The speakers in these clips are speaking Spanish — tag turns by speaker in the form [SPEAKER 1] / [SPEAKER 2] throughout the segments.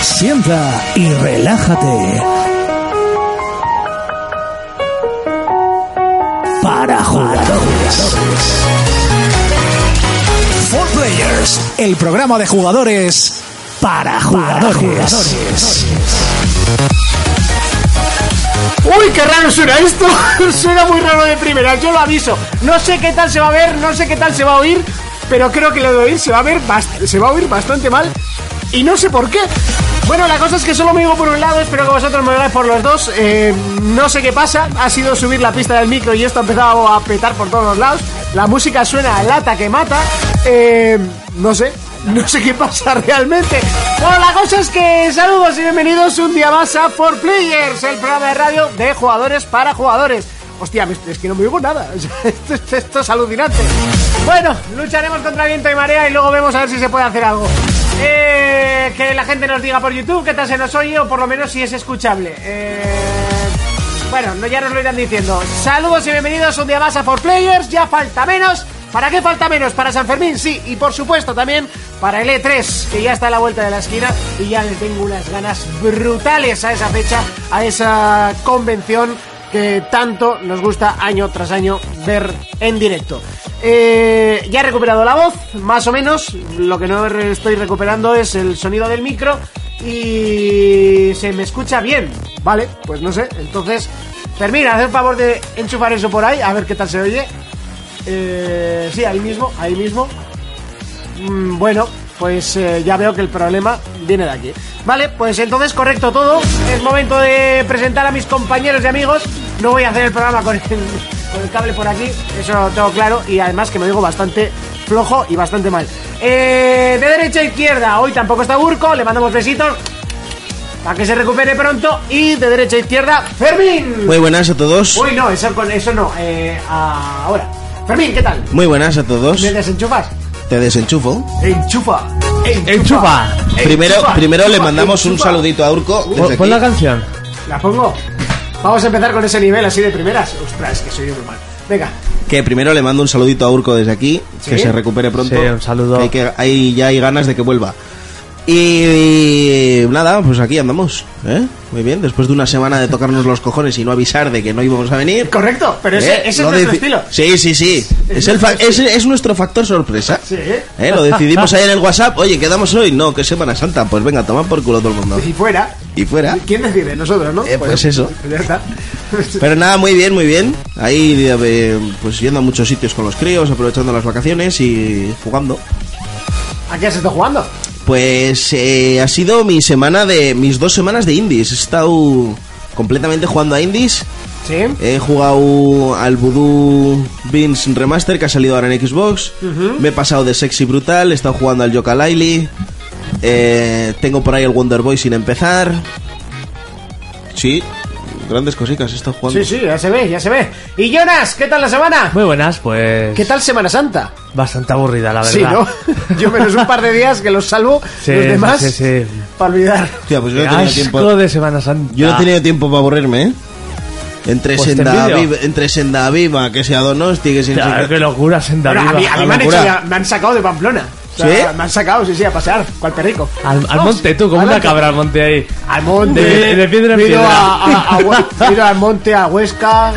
[SPEAKER 1] Sienta y relájate. Para jugadores. Four Players, el programa de jugadores para jugadores.
[SPEAKER 2] ¡Uy, qué raro suena esto! suena muy raro de primera, yo lo aviso. No sé qué tal se va a ver, no sé qué tal se va a oír, pero creo que lo de oír se va a ver bast- se va a oír bastante mal y no sé por qué. Bueno, la cosa es que solo me oigo por un lado, espero que vosotros me veáis por los dos. Eh, no sé qué pasa, ha sido subir la pista del micro y esto ha empezado a petar por todos los lados. La música suena a lata que mata. Eh, no sé, no sé qué pasa realmente. Bueno, la cosa es que saludos y bienvenidos un día más a 4 Players, el programa de radio de jugadores para jugadores. Hostia, me- es que no me oigo nada. O sea, Esto, esto- esto es alucinante. Bueno, lucharemos contra viento y marea y luego vemos a ver si se puede hacer algo. Eh, que la gente nos diga por YouTube qué tal se nos oye o por lo menos si es escuchable. Eh, bueno, no, ya nos lo irán diciendo. Saludos y bienvenidos un día más a 4Players. Ya falta menos. ¿Para qué falta menos? Para San Fermín, sí. Y por supuesto también para el E3, que ya está a la vuelta de la esquina. Y ya le tengo unas ganas brutales a esa fecha, a esa convención que tanto nos gusta año tras año ver en directo. Eh, ya he recuperado la voz, más o menos. Lo que no re- estoy recuperando es el sonido del micro. Y se me escucha bien. Vale, pues no sé. Entonces, termina, haz el favor de enchufar eso por ahí, a ver qué tal se oye. Eh, sí, ahí mismo, ahí mismo. Mm, bueno, pues eh, ya veo que el problema viene de aquí. Vale, pues entonces correcto todo. Es momento de presentar a mis compañeros y amigos. No voy a hacer el programa con el, con el cable por aquí, eso lo tengo claro. Y además que me digo bastante flojo y bastante mal. Eh, de derecha a izquierda, hoy tampoco está Burco, le mandamos besitos. Para que se recupere pronto. Y de derecha a izquierda, Fermín.
[SPEAKER 3] Muy buenas a todos.
[SPEAKER 2] Uy, no, eso, con, eso no. Eh, ahora. Fermín, ¿qué tal?
[SPEAKER 3] Muy buenas a todos.
[SPEAKER 2] ¿Me desenchufas?
[SPEAKER 3] Te desenchufo.
[SPEAKER 2] Enchufa. Enchufa.
[SPEAKER 3] Primero,
[SPEAKER 2] Enchufa,
[SPEAKER 3] primero le
[SPEAKER 2] enchufa,
[SPEAKER 3] mandamos un
[SPEAKER 2] enchufa.
[SPEAKER 3] saludito a Urco. desde
[SPEAKER 4] Pon la
[SPEAKER 3] aquí.
[SPEAKER 4] canción.
[SPEAKER 2] ¿La pongo? Vamos a empezar con ese nivel así de primeras. Ostras, que soy un normal. Venga.
[SPEAKER 3] Que primero le mando un saludito a Urco desde aquí. Que
[SPEAKER 2] ¿Sí?
[SPEAKER 3] se recupere pronto.
[SPEAKER 4] Sí, un saludo.
[SPEAKER 3] Que hay que, hay- ya hay ganas de que vuelva. Y nada, pues aquí andamos. ¿eh? Muy bien, después de una semana de tocarnos los cojones y no avisar de que no íbamos a venir.
[SPEAKER 2] Correcto, pero ese,
[SPEAKER 3] ¿eh?
[SPEAKER 2] ese
[SPEAKER 3] Lo
[SPEAKER 2] es nuestro
[SPEAKER 3] deci-
[SPEAKER 2] estilo.
[SPEAKER 3] Sí, sí, sí. Es, el fa- ese es nuestro factor sorpresa.
[SPEAKER 2] Sí.
[SPEAKER 3] ¿Eh? Lo decidimos ahí en el WhatsApp. Oye, ¿quedamos hoy? No, que es Semana Santa. Pues venga, toma por culo todo el mundo.
[SPEAKER 2] Y fuera.
[SPEAKER 3] Y fuera.
[SPEAKER 2] ¿Quién decide? Nosotros, ¿no?
[SPEAKER 3] Eh, pues eso.
[SPEAKER 2] Ya está.
[SPEAKER 3] Pero nada, muy bien, muy bien. Ahí eh, pues yendo a muchos sitios con los críos, aprovechando las vacaciones y jugando.
[SPEAKER 2] ¿A qué has estado jugando?
[SPEAKER 3] Pues eh, ha sido mi semana de. mis dos semanas de indies. He estado completamente jugando a indies.
[SPEAKER 2] Sí.
[SPEAKER 3] He jugado al Voodoo Beans Remaster que ha salido ahora en Xbox. Me he pasado de Sexy Brutal, he estado jugando al Yoka Eh, tengo por ahí el Wonder Boy sin empezar. Sí, grandes cositas he estado jugando.
[SPEAKER 2] Sí, sí, ya se ve, ya se ve. Y Jonas, ¿qué tal la semana?
[SPEAKER 4] Muy buenas, pues.
[SPEAKER 2] ¿Qué tal Semana Santa?
[SPEAKER 4] Bastante aburrida, la verdad.
[SPEAKER 2] Sí, ¿no? Yo menos un par de días que los salvo,
[SPEAKER 4] Sí,
[SPEAKER 2] los demás,
[SPEAKER 4] sí, sí.
[SPEAKER 2] para olvidar.
[SPEAKER 3] Hostia, pues yo
[SPEAKER 4] Qué
[SPEAKER 3] no he tenido
[SPEAKER 4] asco
[SPEAKER 3] tiempo.
[SPEAKER 4] de Semana Santa.
[SPEAKER 3] Yo no he tenido tiempo para aburrirme, ¿eh? Entre,
[SPEAKER 4] Pues te
[SPEAKER 3] senda
[SPEAKER 4] envidio.
[SPEAKER 3] viva, entre senda viva, que sea Donosti, que sea...
[SPEAKER 4] Claro, qué locura, senda
[SPEAKER 2] Bueno, a mí,
[SPEAKER 4] viva.
[SPEAKER 2] a mí me, han
[SPEAKER 3] locura.
[SPEAKER 2] hecho ya- me han sacado de Pamplona. O sea,
[SPEAKER 3] ¿Sí?
[SPEAKER 2] Me han sacado, sí, sí, a pasear, cual perrico.
[SPEAKER 4] Al, al
[SPEAKER 2] Vamos,
[SPEAKER 4] monte, tú, como una
[SPEAKER 2] adelante.
[SPEAKER 4] cabra al monte ahí.
[SPEAKER 2] Al monte,
[SPEAKER 4] De- de piedra en
[SPEAKER 2] me he ido
[SPEAKER 4] piedra.
[SPEAKER 2] A, a- a Hue- me he ido al monte, a Huesca,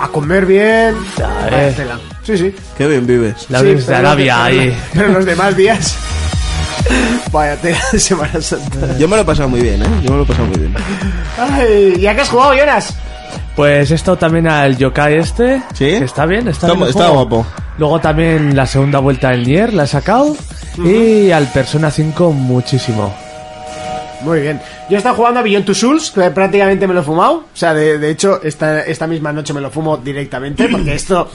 [SPEAKER 2] a comer bien. Vaya
[SPEAKER 4] eh.
[SPEAKER 2] tela. Sí, sí.
[SPEAKER 3] Qué bien vives.
[SPEAKER 4] La
[SPEAKER 2] Sí,
[SPEAKER 4] Virgen de
[SPEAKER 2] pero los de-
[SPEAKER 4] Arabia ahí.
[SPEAKER 2] Pero los demás días. Vaya tela de Semana Santa.
[SPEAKER 3] Yo me lo he pasado muy bien, ¿eh? Yo me lo he pasado muy bien.
[SPEAKER 2] Ay, ¿y a qué has jugado, Jonas?
[SPEAKER 4] Pues esto también al yokai este.
[SPEAKER 3] ¿Sí?
[SPEAKER 4] que está bien, está,
[SPEAKER 3] Está
[SPEAKER 4] bien el
[SPEAKER 3] gu- está
[SPEAKER 4] juego.
[SPEAKER 3] guapo.
[SPEAKER 4] Luego también la segunda vuelta del Nier la he sacado. Y al Persona 5 muchísimo.
[SPEAKER 2] Muy bien. Yo he estado jugando a Beyond Two Souls, que prácticamente me lo he fumado. O sea, de, de hecho, esta, esta misma noche me lo fumo directamente, porque esto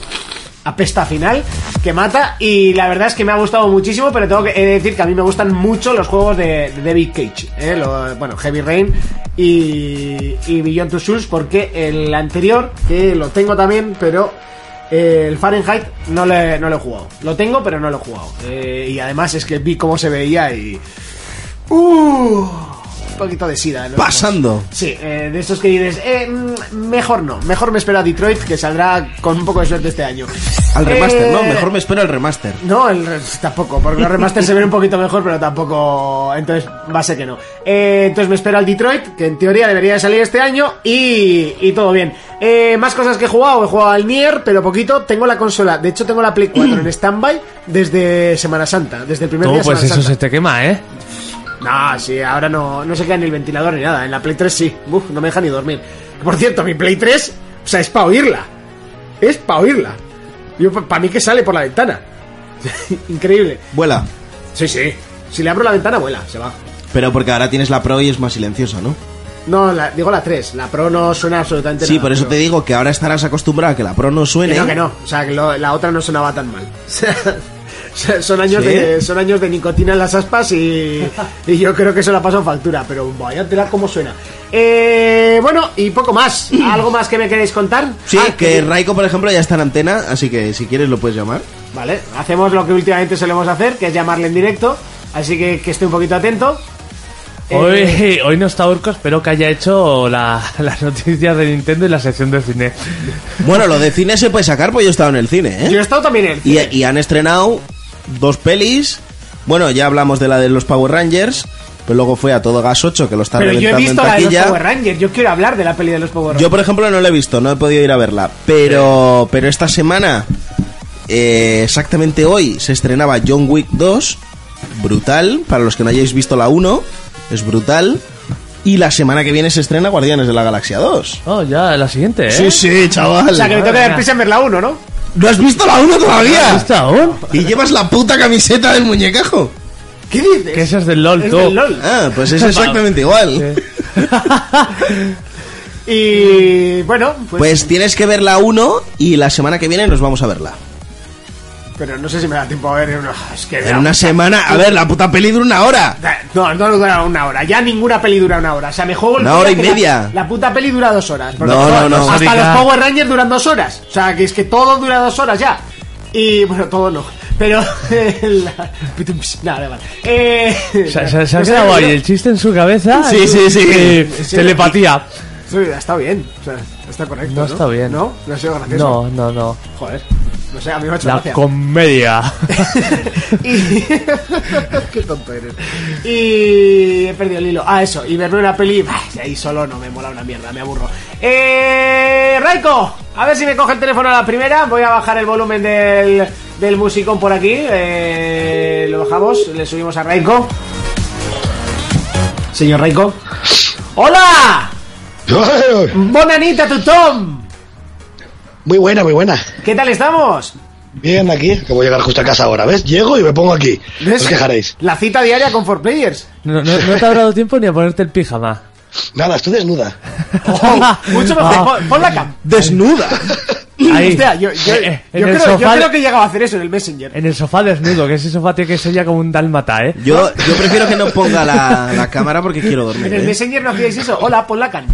[SPEAKER 2] apesta a final, que mata. Y la verdad es que me ha gustado muchísimo, pero tengo que he de decir que a mí me gustan mucho los juegos de, de David Cage. ¿eh? Lo- bueno, Heavy Rain y, y Beyond Two Souls, porque el anterior, que lo tengo también, pero eh, el Fahrenheit no, le, no lo he jugado. Lo tengo, pero no lo he jugado. Eh, y además es que vi cómo se veía y... ¡Uh! poquito de sida. ¿no?
[SPEAKER 3] Pasando.
[SPEAKER 2] Sí, eh, de esos que dices, eh, mm, mejor no, mejor me espero a Detroit, que saldrá con un poco de suerte este año.
[SPEAKER 3] Al remaster,
[SPEAKER 2] Eh,
[SPEAKER 3] no, mejor me espero al remaster.
[SPEAKER 2] No, el re- tampoco, porque los remaster se ven un poquito mejor, pero tampoco... Entonces, va a ser que no. Eh, entonces me espero al Detroit, que en teoría debería de salir este año, y, y todo bien. Eh, más cosas que he jugado, he jugado al Nier, pero poquito. Tengo la consola, de hecho tengo la Play 4 en stand-by desde Semana Santa, desde el primer
[SPEAKER 4] Tú,
[SPEAKER 2] día de
[SPEAKER 4] pues
[SPEAKER 2] Semana
[SPEAKER 4] eso se
[SPEAKER 2] Santa.
[SPEAKER 4] te quema, ¿eh?
[SPEAKER 2] No, sí, ahora no, no se queda ni el ventilador ni nada. En la Play 3 sí. Uf, no me deja ni dormir. Por cierto, mi Play 3, o sea, es para oírla. Es para oírla. Yo, para mí que sale por la ventana. Increíble.
[SPEAKER 3] Vuela.
[SPEAKER 2] Sí, sí. Si le abro la ventana, vuela, se va.
[SPEAKER 3] Pero porque ahora tienes la Pro y es más silenciosa, ¿no?
[SPEAKER 2] No, la- digo la 3. La Pro no suena absolutamente
[SPEAKER 3] Sí,
[SPEAKER 2] nada,
[SPEAKER 3] por eso
[SPEAKER 2] pero-
[SPEAKER 3] te digo que ahora estarás acostumbrado a que la Pro no suene.
[SPEAKER 2] Que no, que no. O sea, que lo- la otra no sonaba tan mal. O sea, son años,
[SPEAKER 3] ¿Sí?
[SPEAKER 2] de, son años de nicotina en las aspas y, y yo creo que eso la paso factura, pero vaya tela cómo suena. Eh, bueno, y poco más. ¿Algo más que me queréis contar?
[SPEAKER 3] Sí,
[SPEAKER 2] Ah,
[SPEAKER 3] que Raiko, por ejemplo, ya está en antena, así que si quieres lo puedes llamar.
[SPEAKER 2] Vale, hacemos lo que últimamente solemos hacer, que es llamarle en directo. Así que que esté un poquito atento. Eh,
[SPEAKER 4] Hoy, hoy no está Urco, espero que haya hecho la- las noticias de Nintendo y la sección de cine.
[SPEAKER 3] Bueno, lo de cine se puede sacar, pues yo he estado en el cine, ¿eh?
[SPEAKER 2] Yo he estado también en el
[SPEAKER 3] Y, y han estrenado dos pelis. Bueno, ya hablamos de la de los Power Rangers, pero luego fue a todo gas 8 que lo está
[SPEAKER 2] Pero yo he visto
[SPEAKER 3] reventando en
[SPEAKER 2] la de los
[SPEAKER 3] taquilla.
[SPEAKER 2] Power Rangers. Yo quiero hablar de la peli de los Power Rangers.
[SPEAKER 3] Yo, por ejemplo, no la he visto, no he podido ir a verla. Pero, pero esta semana, eh, exactamente hoy, se estrenaba John Wick 2. Brutal. Para los que no hayáis visto la 1, es brutal. Y la semana que viene se estrena Guardianes de la Galaxia 2.
[SPEAKER 4] Oh, ya, la siguiente, ¿eh?
[SPEAKER 3] Sí, sí, chaval.
[SPEAKER 2] o sea, que me tengo que dar prisa en ver la 1, ¿no?
[SPEAKER 3] ¿No has visto la 1 todavía?
[SPEAKER 4] ¿Está aún?
[SPEAKER 3] Y llevas la puta camiseta del muñecajo.
[SPEAKER 2] ¿Qué dices?
[SPEAKER 4] Que esa es del LOL,
[SPEAKER 2] Es
[SPEAKER 4] tú.
[SPEAKER 2] del LOL.
[SPEAKER 3] Ah, pues es exactamente igual.
[SPEAKER 2] Y bueno, pues,
[SPEAKER 3] Pues tienes que ver la 1 y la semana que viene nos vamos a verla.
[SPEAKER 2] Pero no sé si me da tiempo a ver. no, Es que
[SPEAKER 3] En una semana, a ver, la puta peli dura una hora.
[SPEAKER 2] No, no dura una hora. Ya ninguna peli dura una hora. O sea, me juego el
[SPEAKER 3] Una
[SPEAKER 2] día
[SPEAKER 3] hora y
[SPEAKER 2] que la-
[SPEAKER 3] media.
[SPEAKER 2] La, puta peli dura dos horas. porque
[SPEAKER 3] No,
[SPEAKER 2] todo-
[SPEAKER 3] no, no.
[SPEAKER 2] Hasta
[SPEAKER 4] Mónica.
[SPEAKER 2] los Power Rangers duran dos horas. O sea, que es que todo dura dos horas ya. Y bueno, todo no. Pero. la- Nada, vale. Eh,
[SPEAKER 4] Se, se- se ha
[SPEAKER 2] no sé,
[SPEAKER 4] quedado ahí
[SPEAKER 2] no-
[SPEAKER 4] el chiste en su cabeza.
[SPEAKER 3] Sí, sí, sí.
[SPEAKER 4] Eh, Telepatía.
[SPEAKER 2] Sí, está bien. O sea, está correcto. No,
[SPEAKER 4] No está bien.
[SPEAKER 2] No, no ha sido
[SPEAKER 4] No,
[SPEAKER 2] gracioso.
[SPEAKER 4] no, no.
[SPEAKER 2] No. Joder. No sé, a mí me ha hecho
[SPEAKER 4] La
[SPEAKER 2] gracia.
[SPEAKER 4] comedia.
[SPEAKER 2] Y... Qué tonto eres. Y he perdido el hilo. Ah, eso. Y verme una peli. bah, Ahí solo no me mola una mierda, me aburro. Eh. Raiko, a ver si me coge el teléfono a la primera. Voy a bajar el volumen del, del musicón por aquí. Eh, lo bajamos, le subimos a Raiko. Señor Raiko. ¡Hola! Bonanita, tu Tom.
[SPEAKER 5] Muy buena, muy buena.
[SPEAKER 2] ¿Qué tal estamos?
[SPEAKER 5] Bien, aquí, que voy a llegar justo a casa ahora, ¿ves? Llego y me pongo aquí. No os quejaréis.
[SPEAKER 2] La cita diaria con 4Players.
[SPEAKER 4] No, no- no te habrá dado tiempo ni a ponerte el pijama. Oh,
[SPEAKER 5] Nada, estoy desnuda.
[SPEAKER 2] Oh, Mucho mejor. Pon- Pon la cam.
[SPEAKER 3] Desnuda.
[SPEAKER 4] Ahí.
[SPEAKER 2] Hostia, yo, yo-
[SPEAKER 4] Eh, eh,
[SPEAKER 2] yo
[SPEAKER 4] en el
[SPEAKER 2] creo, yo
[SPEAKER 4] sofá-
[SPEAKER 2] creo que he llegado a hacer eso en el Messenger.
[SPEAKER 4] En el sofá desnudo, que ese sofá tiene que ser ya como un dálmata, ¿eh?
[SPEAKER 3] Yo, yo prefiero que no ponga la, la cámara porque quiero dormir.
[SPEAKER 2] En el
[SPEAKER 3] ¿eh?
[SPEAKER 2] Messenger no hacíais eso. Hola, pon la can.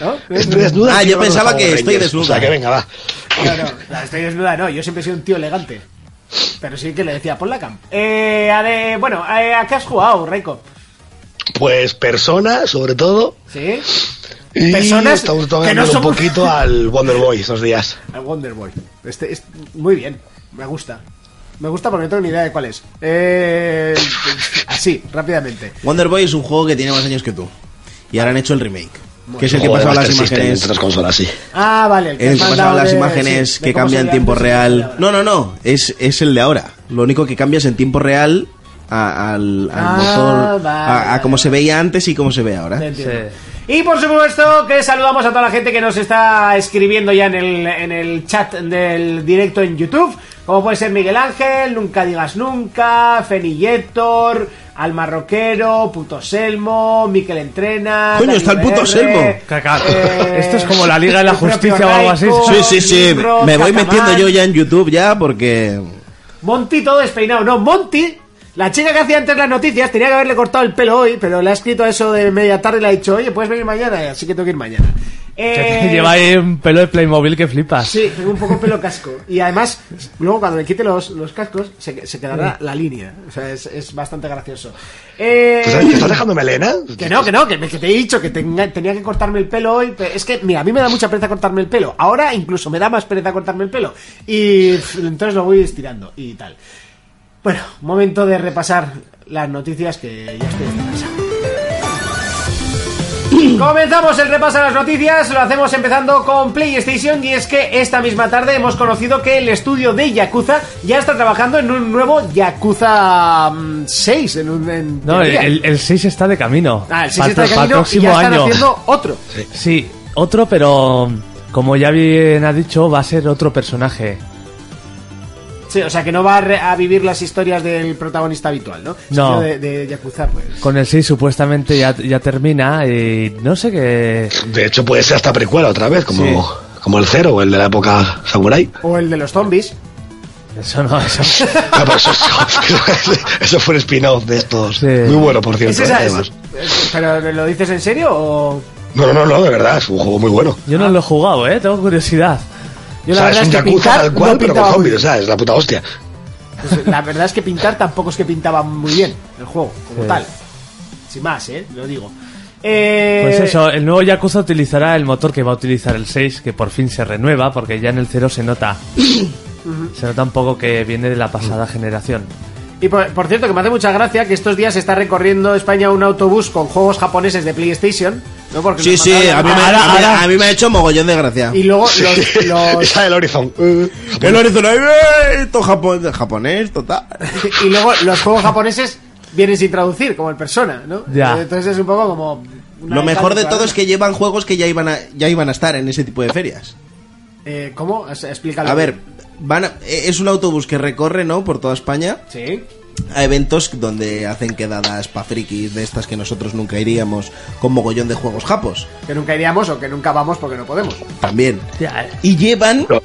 [SPEAKER 2] ¿No?
[SPEAKER 5] Estoy desnuda.
[SPEAKER 3] Ah,
[SPEAKER 5] y
[SPEAKER 3] yo
[SPEAKER 5] llego con los
[SPEAKER 3] pensaba que
[SPEAKER 5] Power
[SPEAKER 3] estoy
[SPEAKER 5] Rangers.
[SPEAKER 3] desnuda.
[SPEAKER 5] O sea, que venga, va.
[SPEAKER 2] No, no, no, estoy desnuda, no. Yo siempre he sido un tío elegante. Pero sí que le decía, pon la cam. Eh, a de- bueno, eh, ¿a qué has jugado, Reiko?
[SPEAKER 5] Pues persona, sobre todo.
[SPEAKER 2] ¿Sí?
[SPEAKER 5] Y
[SPEAKER 2] Personas
[SPEAKER 5] estamos
[SPEAKER 2] que
[SPEAKER 5] tocando
[SPEAKER 2] no somos-
[SPEAKER 5] un poquito al Wonder Boy estos días.
[SPEAKER 2] A Wonderboy. Este, es muy bien, me gusta. Me gusta porque no tengo ni idea de cuál es. Eh, así, rápidamente.
[SPEAKER 3] Wonder Boy es un juego que tiene más años que tú. Y ahora han hecho el remake. Que es el que
[SPEAKER 5] Juego de
[SPEAKER 3] pasaba las
[SPEAKER 5] Master System
[SPEAKER 3] imágenes.
[SPEAKER 5] entre este otras consolas, sí.
[SPEAKER 2] Ah, vale. El
[SPEAKER 3] El que
[SPEAKER 2] me han
[SPEAKER 3] pasaba
[SPEAKER 2] dado
[SPEAKER 3] las
[SPEAKER 2] de-
[SPEAKER 3] imágenes
[SPEAKER 2] sí, de
[SPEAKER 3] que
[SPEAKER 2] cómo
[SPEAKER 3] cambian
[SPEAKER 2] sería
[SPEAKER 3] en tiempo
[SPEAKER 2] antes y cómo
[SPEAKER 3] real.
[SPEAKER 2] sería
[SPEAKER 3] No, no, no. Es, es el de ahora. Lo único que cambia es en tiempo real a- al, al
[SPEAKER 2] Ah,
[SPEAKER 3] motor.
[SPEAKER 2] vale,
[SPEAKER 3] a, a cómo
[SPEAKER 2] vale.
[SPEAKER 3] se veía antes y cómo se ve ahora.
[SPEAKER 2] Te entiendo. Y por supuesto que saludamos a toda la gente que nos está escribiendo ya en el, en el chat del directo en YouTube, como puede ser Miguel Ángel, Nunca Digas Nunca, Fenilletor, Al Marroquero, Puto Selmo, Miquel Entrena.
[SPEAKER 3] Coño, está el
[SPEAKER 2] Dani
[SPEAKER 3] puto
[SPEAKER 2] Verde,
[SPEAKER 3] Selmo.
[SPEAKER 4] Caca.
[SPEAKER 2] eh,
[SPEAKER 4] Esto es como la Liga de la
[SPEAKER 2] el propio
[SPEAKER 4] Justicia o algo así.
[SPEAKER 2] Raico,
[SPEAKER 3] Sí, sí, sí.
[SPEAKER 2] Libro,
[SPEAKER 3] Me voy
[SPEAKER 2] Cacamán.
[SPEAKER 3] metiendo yo ya en YouTube ya porque.
[SPEAKER 2] Monty todo despeinado. No, Monty, la chica que hacía antes las noticias, tenía que haberle cortado el pelo hoy, pero le ha escrito eso de media tarde y le ha dicho, oye, puedes venir mañana, así que tengo que ir mañana. Eh,
[SPEAKER 4] Lleva ahí un pelo de Playmobil que flipas.
[SPEAKER 2] Sí, tengo un poco pelo casco. Y además, luego cuando me quite los, los cascos, se, se quedará la línea. O sea, es, es bastante gracioso. Eh,
[SPEAKER 5] ¿Tú sabes- ¿Te estás dejando melena?
[SPEAKER 4] Pues
[SPEAKER 2] que no, que no, que, me- que te he dicho que tenga- tenía que cortarme el pelo hoy. pe- Es que, mira, a mí me da mucha pereza cortarme el pelo. Ahora incluso me da más pereza cortarme el pelo. Y pff, entonces lo voy estirando y tal. Bueno, momento de repasar las noticias que ya estoy en casa. Comenzamos el repaso a las noticias, lo hacemos empezando con PlayStation y es que esta misma tarde hemos conocido que el estudio de Yakuza ya está trabajando en un nuevo Yakuza mm, 6. En un, en
[SPEAKER 4] No,
[SPEAKER 2] teoría.
[SPEAKER 4] el, el 6 está de camino.
[SPEAKER 2] Ah, el 6
[SPEAKER 4] Para-
[SPEAKER 2] está
[SPEAKER 4] para
[SPEAKER 2] de
[SPEAKER 4] el
[SPEAKER 2] camino y
[SPEAKER 4] próximo
[SPEAKER 2] ya están
[SPEAKER 4] año.
[SPEAKER 2] haciendo otro.
[SPEAKER 4] Sí, otro, pero como ya bien ha dicho, va a ser otro personaje.
[SPEAKER 2] Sí, o sea que no va a, re- a vivir las historias del protagonista habitual, ¿no?
[SPEAKER 4] No.
[SPEAKER 2] Sino De, de Yakuza, pues.
[SPEAKER 4] Con el 6 supuestamente ya, ya termina y no sé qué...
[SPEAKER 5] De hecho, puede ser hasta precuela otra vez, como, como el cero, el de la época samurai.
[SPEAKER 2] O el de los zombies.
[SPEAKER 4] Eso no, eso...
[SPEAKER 5] No, pero eso, Ah, pues eso- eso fue un spin-off de estos.
[SPEAKER 4] Sí.
[SPEAKER 5] Muy bueno, por cierto.
[SPEAKER 2] ¿Es esa-
[SPEAKER 5] eh,
[SPEAKER 2] es-
[SPEAKER 5] además.
[SPEAKER 2] es- ¿Pero lo dices en serio o...?
[SPEAKER 5] No, no, no, no, de verdad, es un juego muy bueno.
[SPEAKER 4] Yo no lo he jugado, ¿eh? Tengo curiosidad.
[SPEAKER 2] Yo
[SPEAKER 5] o sea, es un Yakuza tal cual,
[SPEAKER 2] no
[SPEAKER 5] pero con
[SPEAKER 2] pintaba muy
[SPEAKER 5] zombies, o sea, es la puta hostia.
[SPEAKER 2] Pues, la verdad es que pintar tampoco es que pintaba muy bien el juego, como
[SPEAKER 4] Sí.
[SPEAKER 2] tal. Sin más, ¿eh? Lo digo. Eh,
[SPEAKER 4] Pues eso, el nuevo Yakuza utilizará el motor que va a utilizar el 6, que por fin se renueva, porque ya en el 0 se nota. se nota un poco que viene de la
[SPEAKER 2] Mm.
[SPEAKER 4] pasada generación.
[SPEAKER 2] Y por, por cierto, que me hace mucha gracia que estos días está recorriendo España un autobús con juegos japoneses de PlayStation. ¿no? Porque
[SPEAKER 3] Sí,
[SPEAKER 2] nos
[SPEAKER 3] sí,
[SPEAKER 2] mandaban-
[SPEAKER 3] a mí, me,
[SPEAKER 4] Ahora,
[SPEAKER 3] a mí-
[SPEAKER 4] ahora.
[SPEAKER 3] a mí me ha hecho mogollón de gracia.
[SPEAKER 2] Y luego
[SPEAKER 5] Sí.
[SPEAKER 2] los, los-
[SPEAKER 5] Esa del Horizon. Eh,
[SPEAKER 3] El horizonte, ¡eh! esto japonés, japonés, total.
[SPEAKER 2] y luego los juegos japoneses vienen sin traducir, como el Persona, ¿no?
[SPEAKER 4] Ya.
[SPEAKER 2] Entonces es un poco como... una
[SPEAKER 3] Lo
[SPEAKER 2] vez
[SPEAKER 3] mejor de
[SPEAKER 2] tanto,
[SPEAKER 3] todo
[SPEAKER 2] claro.
[SPEAKER 3] es que llevan juegos que ya iban a, ya iban a estar en ese tipo de ferias.
[SPEAKER 2] Eh, ¿Cómo? O sea, Explícalo.
[SPEAKER 3] A ver, van a- e, es un autobús que recorre, ¿no? Por toda España.
[SPEAKER 2] Sí.
[SPEAKER 3] a eventos donde hacen quedadas pa' frikis de estas que nosotros nunca iríamos con mogollón de juegos japos
[SPEAKER 2] Que nunca iríamos o que nunca vamos porque no podemos.
[SPEAKER 3] también
[SPEAKER 4] Ya,
[SPEAKER 3] y llevan
[SPEAKER 5] No.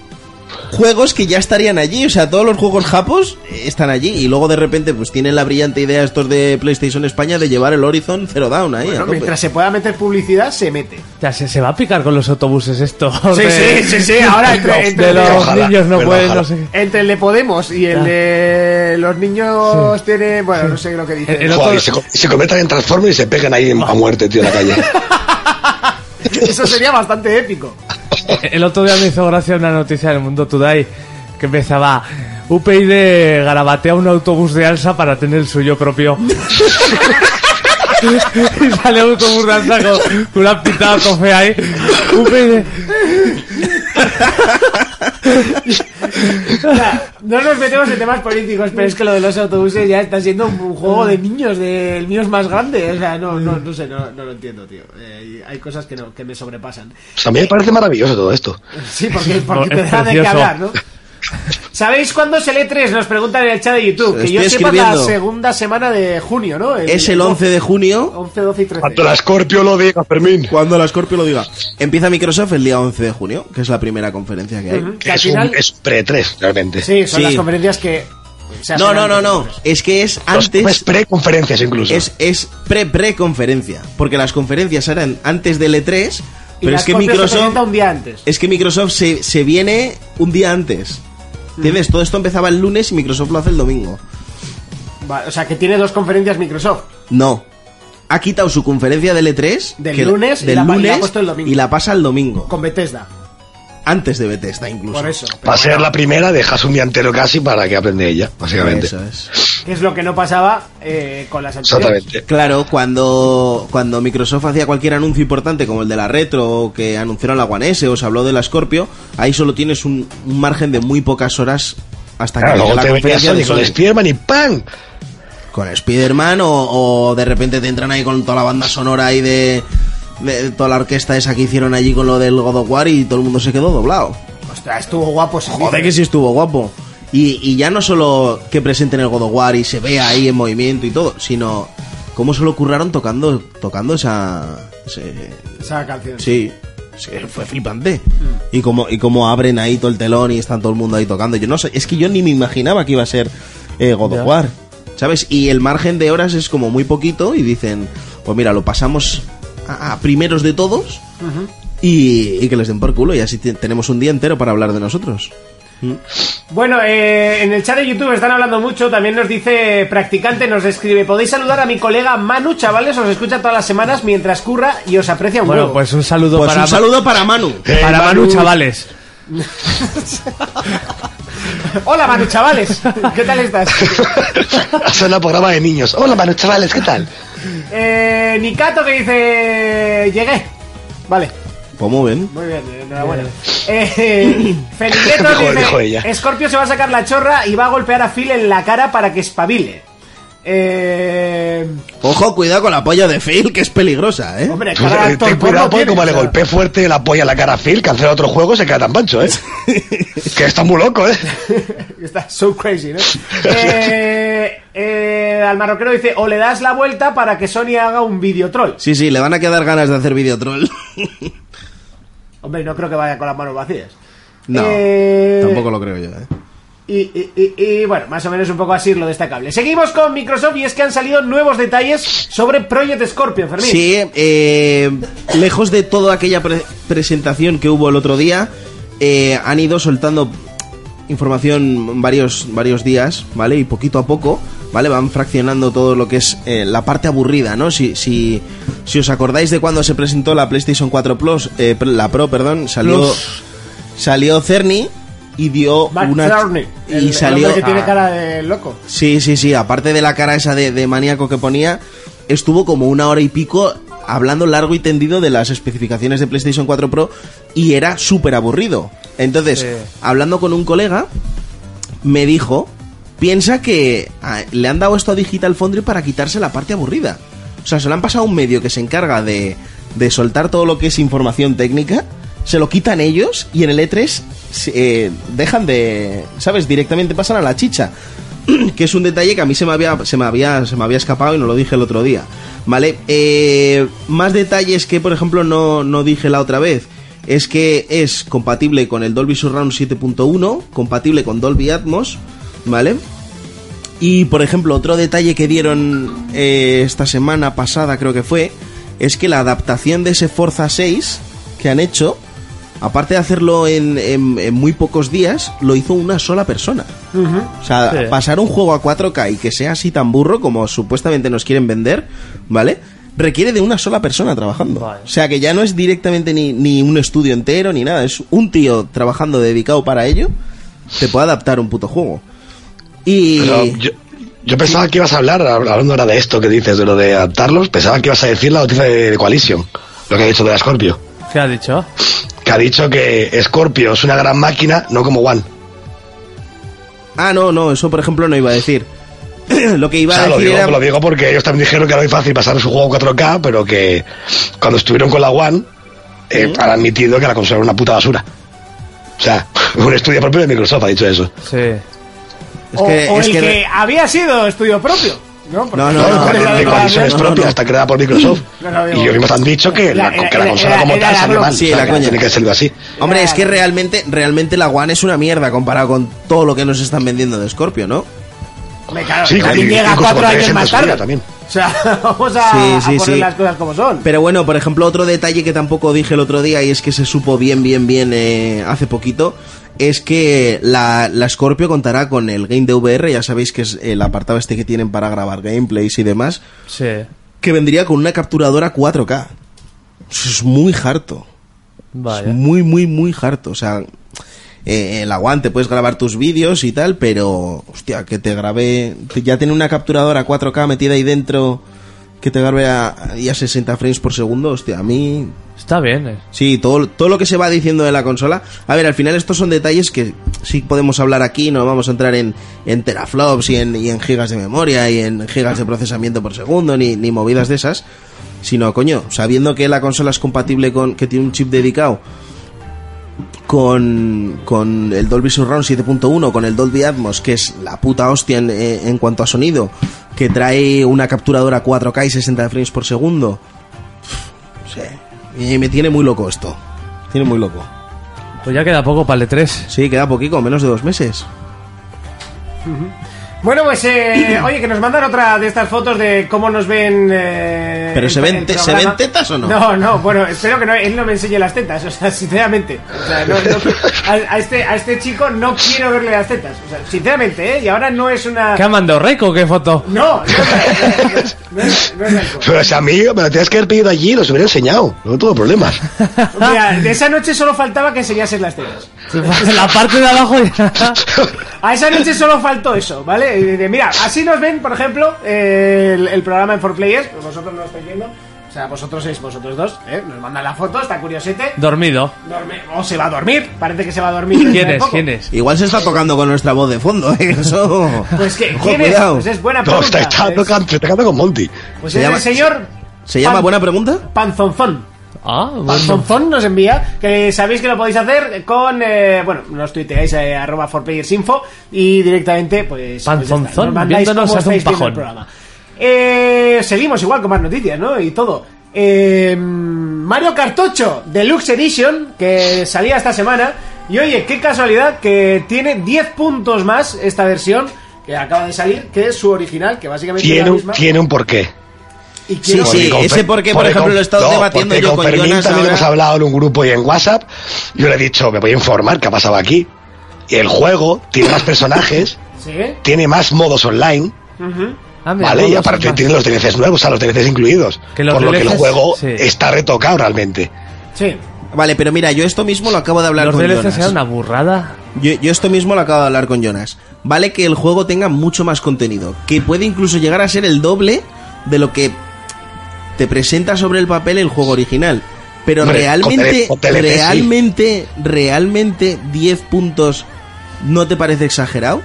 [SPEAKER 3] juegos que ya estarían allí o sea todos los juegos japos eh, están allí y luego de repente pues tienen la brillante idea estos de PlayStation España de llevar el Horizon Zero Down ahí a
[SPEAKER 2] Bueno,
[SPEAKER 3] tope.
[SPEAKER 2] mientras se pueda meter publicidad, se mete.
[SPEAKER 4] ya se, se va a picar con los autobuses esto.
[SPEAKER 2] Sí,
[SPEAKER 4] de-
[SPEAKER 2] sí, sí, sí, ahora entre, entre,
[SPEAKER 4] De los
[SPEAKER 5] Ojalá,
[SPEAKER 4] niños no
[SPEAKER 5] verdad,
[SPEAKER 4] pueden,
[SPEAKER 5] ojalá.
[SPEAKER 4] no sé qué.
[SPEAKER 2] entre el de Podemos y el
[SPEAKER 4] Ya.
[SPEAKER 2] de los niños tiene... Bueno, no sé lo que dice.
[SPEAKER 4] El- el-
[SPEAKER 5] joder, y se, co- y se conviertan en Transformers y se pegan ahí en- a muerte, tío, en la calle.
[SPEAKER 2] Eso sería bastante épico.
[SPEAKER 4] El otro día me hizo gracia una noticia del Mundo Today que empezaba UPyD garabatea un autobús de alza para tener el suyo propio. y sale un autobús de alza con, con una pintada café ahí. UPyD.
[SPEAKER 2] O sea, no nos metemos en temas políticos, pero es que lo de los autobuses ya está siendo un juego de niños, de el mío es más grande. O sea, no, no, no sé, no, no lo entiendo, tío. Eh, hay cosas que, no, que me sobrepasan.
[SPEAKER 5] O sea, a mí me parece maravilloso todo esto.
[SPEAKER 2] Sí, porque, porque te
[SPEAKER 4] Es
[SPEAKER 2] da de qué
[SPEAKER 4] precioso.
[SPEAKER 2] hablar, ¿no? ¿Sabéis cuándo es el E3? Nos preguntan en el chat de YouTube.
[SPEAKER 3] Lo
[SPEAKER 2] Que yo
[SPEAKER 3] estoy
[SPEAKER 2] sepa la
[SPEAKER 3] escribiendo.
[SPEAKER 2] segunda semana de junio, ¿no?
[SPEAKER 3] es el 11 de junio
[SPEAKER 2] 11, 12 y 13.
[SPEAKER 5] Cuando la Scorpio lo diga, Fermín.
[SPEAKER 3] cuando la Scorpio lo diga empieza Microsoft el día 11 de junio que es la primera conferencia que hay
[SPEAKER 2] Ujú. Que al
[SPEAKER 5] Es un
[SPEAKER 2] final-
[SPEAKER 5] es pre-3, realmente.
[SPEAKER 2] Sí, son
[SPEAKER 3] Sí.
[SPEAKER 2] las conferencias que. se hacen
[SPEAKER 3] no no no
[SPEAKER 2] antes.
[SPEAKER 3] no es que es
[SPEAKER 5] Los-
[SPEAKER 3] antes
[SPEAKER 5] Es pre-conferencias incluso.
[SPEAKER 3] Es, es pre-pre-conferencia. Porque las conferencias eran antes del E3.
[SPEAKER 2] Y
[SPEAKER 3] Pero
[SPEAKER 2] las
[SPEAKER 3] es que
[SPEAKER 2] copias se
[SPEAKER 3] Microsoft.
[SPEAKER 2] presentan un día antes.
[SPEAKER 3] Es que Microsoft se, se viene un día antes.
[SPEAKER 2] Mm.
[SPEAKER 3] ¿Entiendes? Todo esto empezaba el lunes y Microsoft lo hace el domingo.
[SPEAKER 2] Va, O sea, que tiene dos conferencias Microsoft.
[SPEAKER 3] No. Ha quitado su conferencia del E3.
[SPEAKER 2] Del lunes y
[SPEAKER 3] del
[SPEAKER 2] la- y la ha
[SPEAKER 3] lunes,
[SPEAKER 2] puesto el domingo.
[SPEAKER 3] y la pasa al domingo.
[SPEAKER 2] Con Bethesda.
[SPEAKER 3] Antes de Bethesda, incluso.
[SPEAKER 2] Por eso. Pero
[SPEAKER 5] Para ser la primera, dejas un día entero casi para que aprenda ella, básicamente.
[SPEAKER 3] Eso es.
[SPEAKER 2] Que es lo que no pasaba eh, con las anteriores.
[SPEAKER 5] Exactamente.
[SPEAKER 3] Claro, cuando, cuando Microsoft hacía cualquier anuncio importante como el de la Retro o que anunciaron la One S o se habló de la Scorpio, ahí solo tienes un, un margen de muy pocas horas hasta que
[SPEAKER 5] Claro,
[SPEAKER 3] llegue
[SPEAKER 5] luego
[SPEAKER 3] la
[SPEAKER 5] te venía
[SPEAKER 3] conferencia
[SPEAKER 5] Sony
[SPEAKER 3] de
[SPEAKER 5] con
[SPEAKER 3] Sony.
[SPEAKER 5] Spiderman y ¡pam!
[SPEAKER 3] Con Spider-Man o, o de repente te entran ahí con toda la banda sonora ahí de, de toda la orquesta esa que hicieron allí con lo del God of War y todo el mundo se quedó doblado.
[SPEAKER 2] Ostras, estuvo guapo. ese
[SPEAKER 3] Joder que
[SPEAKER 2] vídeo.
[SPEAKER 3] sí estuvo guapo. Y, y ya no solo que presenten el God of War y se vea ahí en movimiento y todo, sino cómo se lo curraron tocando, tocando esa... ese-
[SPEAKER 2] Esa canción.
[SPEAKER 3] sí, sí, fue flipante. Y como y como abren ahí todo el telón y están todo el mundo ahí tocando. Yo no sé, es que yo ni me imaginaba que iba a ser eh, God of War. ¿Sabes? Y el margen de horas es como muy poquito y dicen, pues mira, lo pasamos a, a primeros de todos y, y que les den por culo y así te- tenemos un día entero para hablar de nosotros.
[SPEAKER 2] Bueno, eh, en el chat de YouTube están hablando mucho. También nos dice practicante, nos escribe: Podéis saludar a mi colega Manu, chavales. Os escucha todas las semanas mientras curra y os aprecia un
[SPEAKER 4] Bueno,
[SPEAKER 2] huevo".
[SPEAKER 4] pues un saludo
[SPEAKER 3] Pues
[SPEAKER 4] para,
[SPEAKER 3] un saludo para Manu.
[SPEAKER 5] Eh,
[SPEAKER 4] para Manu,
[SPEAKER 5] Manu.
[SPEAKER 4] chavales.
[SPEAKER 2] Hola Manu, chavales. ¿Qué tal estás?
[SPEAKER 5] Son un programa de niños. Hola, Manu, chavales, ¿qué tal?
[SPEAKER 2] Eh, Nikato que dice: Llegué. Vale.
[SPEAKER 3] ¿Cómo ven?
[SPEAKER 2] Muy bien, enhorabuena. Eh, Feligueto
[SPEAKER 5] Dijo- dijo
[SPEAKER 2] dice:
[SPEAKER 5] ella.
[SPEAKER 2] Scorpio se va a sacar la chorra y va a golpear a Phil en la cara para que espabile. Eh,
[SPEAKER 3] Ojo, cuidado con la polla de Phil, que es peligrosa, ¿eh?
[SPEAKER 2] hombre,
[SPEAKER 5] Pues,
[SPEAKER 2] cada
[SPEAKER 5] eh, ten
[SPEAKER 2] torpor
[SPEAKER 5] cuidado
[SPEAKER 2] no
[SPEAKER 5] porque
[SPEAKER 2] tiene,
[SPEAKER 5] como
[SPEAKER 2] o
[SPEAKER 5] le
[SPEAKER 2] sea.
[SPEAKER 5] golpeé fuerte la polla en la cara a Phil, cancela otro juego, se queda tan pancho, ¿eh? que está muy loco, ¿eh?
[SPEAKER 2] Está so crazy, ¿no? Eh, eh, al marroquero dice: O le das la vuelta para que Sony haga un video troll.
[SPEAKER 3] Sí, sí, le van a quedar ganas de hacer videotroll.
[SPEAKER 2] Hombre, no creo que vaya con las manos vacías.
[SPEAKER 3] no,
[SPEAKER 2] Eh,
[SPEAKER 3] tampoco lo creo yo, ¿eh?
[SPEAKER 2] Y, y- y- y, bueno, más o menos un poco así lo destacable. Seguimos con Microsoft y es que han salido nuevos detalles sobre Project Scorpio, Fermín.
[SPEAKER 3] Sí, eh, lejos de toda aquella pre- presentación que hubo el otro día, eh, han ido soltando información varios, varios días, ¿vale? Y poquito a poco, ¿vale? Van fraccionando todo lo que es eh, la parte aburrida, ¿no? Si, si, si os acordáis de cuando se presentó la PlayStation 4 Plus, eh, pr- la Pro, perdón, salió,
[SPEAKER 4] Plus.
[SPEAKER 3] salió Cerny y dio
[SPEAKER 2] Mark
[SPEAKER 3] una...
[SPEAKER 2] Cerny,
[SPEAKER 3] y
[SPEAKER 2] el- el
[SPEAKER 3] salió...
[SPEAKER 2] hombre que tiene
[SPEAKER 3] Ah.
[SPEAKER 2] cara de loco.
[SPEAKER 3] Sí, sí, sí. Aparte de la cara esa de, de maníaco que ponía, estuvo como una hora y pico hablando largo y tendido de las especificaciones de PlayStation 4 Pro y era súper aburrido. Entonces,
[SPEAKER 4] Sí.
[SPEAKER 3] hablando con un colega, me dijo, piensa que ah, le han dado esto a Digital Foundry para quitarse la parte aburrida. O sea, se lo han pasado a un medio que se encarga de, de soltar todo lo que es información técnica, se lo quitan ellos y en el E3 se- eh, dejan de, ¿sabes? Directamente pasan a la chicha. que es un detalle que a mí se me había, se me había, se me había escapado y no lo dije el otro día. ¿Vale? Eh, más detalles que, por ejemplo, no, no dije la otra vez es que es compatible con el Dolby Surround 7.1, compatible con Dolby Atmos, ¿vale? Y por ejemplo, otro detalle que dieron eh, esta semana pasada, creo que fue, es que la adaptación de ese Forza 6 que han hecho, aparte de hacerlo en, en- en muy pocos días, lo hizo una sola persona. O sea,
[SPEAKER 4] Sí.
[SPEAKER 3] pasar un juego a 4K y que sea así tan burro como supuestamente nos quieren vender, ¿vale? Requiere de una sola persona trabajando.
[SPEAKER 4] Vale.
[SPEAKER 3] O sea, que ya no es directamente ni, ni un estudio entero ni nada, es un tío trabajando dedicado para ello, te puede adaptar un puto juego. Y...
[SPEAKER 5] Pero yo, yo pensaba que ibas a hablar, hab- hablando ahora de esto que dices, de lo de adaptarlos, pensaba que ibas a decir la noticia de, de Coalition, lo que ha dicho de la Scorpio.
[SPEAKER 4] ¿Qué ha dicho?
[SPEAKER 5] Que ha dicho que Scorpio es una gran máquina, no como One.
[SPEAKER 3] Ah, no, no, eso por ejemplo no iba a decir. lo que
[SPEAKER 5] O
[SPEAKER 3] iba
[SPEAKER 5] sea,
[SPEAKER 3] a
[SPEAKER 5] lo
[SPEAKER 3] decir
[SPEAKER 5] digo,
[SPEAKER 3] era...
[SPEAKER 5] lo digo porque ellos también dijeron que era muy fácil pasar su juego a 4K, pero que cuando estuvieron con la One,
[SPEAKER 2] ¿Mm?
[SPEAKER 5] eh, han admitido que la consola era una puta basura. O sea, un estudio propio de Microsoft ha dicho eso.
[SPEAKER 4] Sí.
[SPEAKER 3] Es
[SPEAKER 2] o
[SPEAKER 3] que-
[SPEAKER 2] o
[SPEAKER 3] es
[SPEAKER 2] el que...
[SPEAKER 3] que-
[SPEAKER 2] había sido estudio propio. No, Porque-
[SPEAKER 3] No, no,
[SPEAKER 5] No,
[SPEAKER 3] no,
[SPEAKER 5] no,
[SPEAKER 3] no, no,
[SPEAKER 5] de
[SPEAKER 3] no,
[SPEAKER 5] condiciones
[SPEAKER 3] no, no,
[SPEAKER 5] propias,
[SPEAKER 3] no.
[SPEAKER 5] está creada por Microsoft.
[SPEAKER 2] No, no, digo-
[SPEAKER 5] y ellos mismos han dicho que la,
[SPEAKER 2] Era-
[SPEAKER 5] que la
[SPEAKER 2] era-
[SPEAKER 5] consola
[SPEAKER 2] era-
[SPEAKER 5] como
[SPEAKER 2] era
[SPEAKER 5] tal
[SPEAKER 2] la
[SPEAKER 5] salió
[SPEAKER 2] broma.
[SPEAKER 5] mal.
[SPEAKER 3] Sí,
[SPEAKER 5] o sea,
[SPEAKER 3] la
[SPEAKER 5] que
[SPEAKER 3] coña.
[SPEAKER 5] Tiene que ser así.
[SPEAKER 3] Hombre, es que realmente, realmente la One es una mierda comparado con todo lo que nos están vendiendo de Scorpio, ¿no?
[SPEAKER 2] Hombre, claro,
[SPEAKER 5] Sí,
[SPEAKER 2] también
[SPEAKER 5] con-
[SPEAKER 2] llega
[SPEAKER 5] incluso
[SPEAKER 2] cuatro
[SPEAKER 5] con
[SPEAKER 2] años
[SPEAKER 5] 300
[SPEAKER 2] más tarde.
[SPEAKER 5] subida también.
[SPEAKER 2] O sea, vamos a,
[SPEAKER 3] Sí,
[SPEAKER 2] a
[SPEAKER 3] sí,
[SPEAKER 2] poner
[SPEAKER 3] sí.
[SPEAKER 2] las cosas como son.
[SPEAKER 3] Pero bueno, por ejemplo, otro detalle que tampoco dije el otro día y es que se supo bien, bien, bien eh, hace poquito, es que la, la Scorpio contará con el game de VR, ya sabéis que es el apartado este que tienen para grabar gameplays y demás,
[SPEAKER 4] Sí.
[SPEAKER 3] que vendría con una capturadora 4K. Eso es muy harto.
[SPEAKER 4] Vaya.
[SPEAKER 3] Es muy, muy, muy harto. O sea, eh, el aguante, puedes grabar tus vídeos y tal, pero, hostia, que te grabe. te- Ya tiene una capturadora 4K metida ahí dentro que te grabe a, y a 60 frames por segundo. Hostia, a mí.
[SPEAKER 4] Está bien. eh.
[SPEAKER 3] Sí, todo, todo lo que se va diciendo de la consola. A ver, al final estos son detalles que sí podemos hablar aquí, no vamos a entrar en, en teraflops y en, y en gigas de memoria y en gigas de procesamiento por segundo, ni, ni movidas de esas. Sino, coño, sabiendo que la consola es compatible con. que tiene un chip dedicado con, con el Dolby Surround 7.1, con el Dolby Atmos, que es la puta hostia en, eh, en cuanto a sonido, que trae una capturadora 4K y 60 frames por segundo. Sí. Y me tiene muy loco esto. Tiene muy loco.
[SPEAKER 4] Pues ya queda poco para el E3.
[SPEAKER 3] Sí, queda poquito, menos de dos meses.
[SPEAKER 2] Bueno, pues, eh, oye, que nos mandan otra de estas fotos de cómo nos ven. eh,
[SPEAKER 3] Pero se
[SPEAKER 2] el-
[SPEAKER 3] ven
[SPEAKER 2] el
[SPEAKER 3] te- se
[SPEAKER 2] programa.
[SPEAKER 3] ven tetas o no?
[SPEAKER 2] No, no, bueno, espero que no, él no me enseñe las tetas, o sea, sinceramente. O sea, no- no- a, a este, a este chico no quiero verle las tetas, o sea, sinceramente, ¿eh? Y ahora no es una.
[SPEAKER 4] ¿Qué ha mandado Reiko? ¿Qué foto?
[SPEAKER 2] No, no es, no es- no es alcohol.
[SPEAKER 5] Pero si a mí me lo tienes que haber pedido allí, los hubiera enseñado. No tengo problemas.
[SPEAKER 2] Mira, de esa noche solo faltaba que enseñases las tetas.
[SPEAKER 4] La parte de abajo ya.
[SPEAKER 2] A esa noche solo faltó eso, ¿vale? De- de- mira, así nos ven, por ejemplo, eh, el, el programa en 4Players, pues vosotros no lo estáis viendo, o sea, vosotros sois vosotros dos, ¿eh? Nos mandan la foto, está curiosete,
[SPEAKER 4] Dormido.
[SPEAKER 2] Dorme- o se va a dormir, parece que se va a dormir. dentro
[SPEAKER 4] ¿Quién
[SPEAKER 2] de
[SPEAKER 4] es?
[SPEAKER 2] poco.
[SPEAKER 4] ¿Quién es?
[SPEAKER 3] Igual se está tocando con nuestra voz de fondo, ¿eh? Eso.
[SPEAKER 2] Pues que,
[SPEAKER 3] Ojo,
[SPEAKER 2] ¿quién es?
[SPEAKER 3] cuidado.
[SPEAKER 2] Pues es buena
[SPEAKER 5] No,
[SPEAKER 2] pregunta.
[SPEAKER 5] está, está,
[SPEAKER 2] Es-
[SPEAKER 5] tocando, está tocando con Monty.
[SPEAKER 2] pues
[SPEAKER 3] Se
[SPEAKER 2] es
[SPEAKER 3] llama-
[SPEAKER 2] el señor
[SPEAKER 3] ¿Se llama
[SPEAKER 2] Pan-
[SPEAKER 3] buena pregunta?
[SPEAKER 2] Panzonzón.
[SPEAKER 4] Ah, bueno.
[SPEAKER 2] Panzonzón nos envía, que sabéis que lo podéis hacer con, eh, bueno, nos tuiteáis eh, arroba 4playersinfo y directamente, pues...
[SPEAKER 4] Panzonzón,
[SPEAKER 2] pues ya está,
[SPEAKER 4] viéndonos
[SPEAKER 2] nos mandáis cómo
[SPEAKER 4] hace un
[SPEAKER 2] estáis viendo
[SPEAKER 4] pajón.
[SPEAKER 2] el programa. Eh, seguimos igual con más noticias, ¿no? Y todo. Eh, Mario Cartocho Deluxe Edition, que salía esta semana. Y oye, qué casualidad que tiene 10 puntos más esta versión que acaba de salir, que es su original, que básicamente es
[SPEAKER 5] Tiene
[SPEAKER 2] la
[SPEAKER 5] un,
[SPEAKER 2] misma.
[SPEAKER 5] tiene un porqué.
[SPEAKER 2] Y
[SPEAKER 3] Sí,
[SPEAKER 2] quiero-
[SPEAKER 3] sí,
[SPEAKER 5] con
[SPEAKER 3] ese
[SPEAKER 5] Fer-
[SPEAKER 3] por qué, por ejemplo,
[SPEAKER 5] con-
[SPEAKER 3] lo he estado debatiendo
[SPEAKER 5] porque
[SPEAKER 3] yo con
[SPEAKER 5] Fermín
[SPEAKER 3] Jonas
[SPEAKER 5] también
[SPEAKER 3] ahora.
[SPEAKER 5] hemos hablado en un grupo y en WhatsApp. Yo le he dicho, me voy a informar qué ha pasado aquí. Y el juego tiene más personajes,
[SPEAKER 2] ¿Sí?
[SPEAKER 5] tiene más modos online,
[SPEAKER 2] Ujú.
[SPEAKER 4] Ah, mira,
[SPEAKER 5] ¿vale? Y
[SPEAKER 4] modos
[SPEAKER 5] aparte
[SPEAKER 4] más.
[SPEAKER 5] tiene los DLCs nuevos, o sea, los DLCs incluidos.
[SPEAKER 4] Que los
[SPEAKER 5] por lo que el
[SPEAKER 4] DLCs
[SPEAKER 5] juego
[SPEAKER 4] sí.
[SPEAKER 5] está retocado realmente.
[SPEAKER 2] Sí.
[SPEAKER 3] Vale, pero mira, yo esto mismo lo acabo de hablar
[SPEAKER 4] Los
[SPEAKER 3] con
[SPEAKER 4] DLCs
[SPEAKER 3] Jonas.
[SPEAKER 4] eran una burrada.
[SPEAKER 3] Yo, yo esto mismo lo acabo de hablar con Jonas. Vale que el juego tenga mucho más contenido, que puede incluso llegar a ser el doble de lo que te presenta sobre el papel el juego original. Pero
[SPEAKER 5] Hombre,
[SPEAKER 3] realmente,
[SPEAKER 5] con tele- con TLC, sí.
[SPEAKER 3] realmente, realmente 10 puntos no te parece exagerado.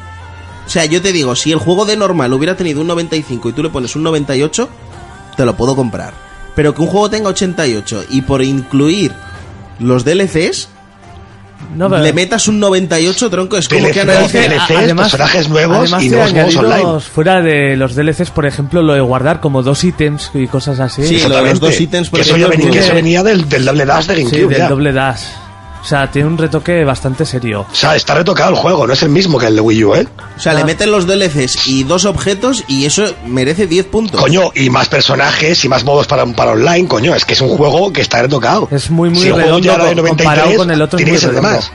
[SPEAKER 3] O sea, yo te digo, si el juego de normal hubiera tenido un 95 y tú le pones un 98, te lo puedo comprar. Pero que un juego tenga 88 y por incluir los DLCs,
[SPEAKER 4] No, pero-
[SPEAKER 3] le metas un 98 tronco, es como
[SPEAKER 5] DLC,
[SPEAKER 3] que han
[SPEAKER 5] DLC,
[SPEAKER 3] anunciado-
[SPEAKER 4] a-
[SPEAKER 5] personajes nuevos
[SPEAKER 4] además
[SPEAKER 5] y
[SPEAKER 4] tiene
[SPEAKER 5] nuevos modos
[SPEAKER 4] añadidos
[SPEAKER 5] online.
[SPEAKER 4] Fuera de los DLCs, por ejemplo, lo de guardar como dos ítems y cosas así.
[SPEAKER 3] Sí, lo de los
[SPEAKER 5] Exactamente.
[SPEAKER 3] dos ítems, por
[SPEAKER 5] que eso, ya
[SPEAKER 3] ejemplo,
[SPEAKER 5] venía, que
[SPEAKER 4] tiene-
[SPEAKER 5] eso venía del, del doble dash de
[SPEAKER 4] Sí,
[SPEAKER 5] GameCube.
[SPEAKER 4] del
[SPEAKER 5] ya.
[SPEAKER 4] doble dash. O sea, tiene un retoque bastante serio.
[SPEAKER 5] O sea, está retocado el juego, no es el mismo que el de Wii U, ¿eh?
[SPEAKER 3] O sea,
[SPEAKER 4] Ah.
[SPEAKER 3] le meten los DLCs y dos objetos y eso merece 10 puntos.
[SPEAKER 5] Coño, y más personajes y más modos para, para online, coño. Es que es un juego que está retocado.
[SPEAKER 4] Es muy, muy
[SPEAKER 5] si el juego
[SPEAKER 4] redondo
[SPEAKER 5] ya era de
[SPEAKER 4] co- comparado
[SPEAKER 5] 93,
[SPEAKER 4] con el otro. es
[SPEAKER 5] Tiene
[SPEAKER 4] muy
[SPEAKER 5] que ser de
[SPEAKER 4] redondo.
[SPEAKER 5] más.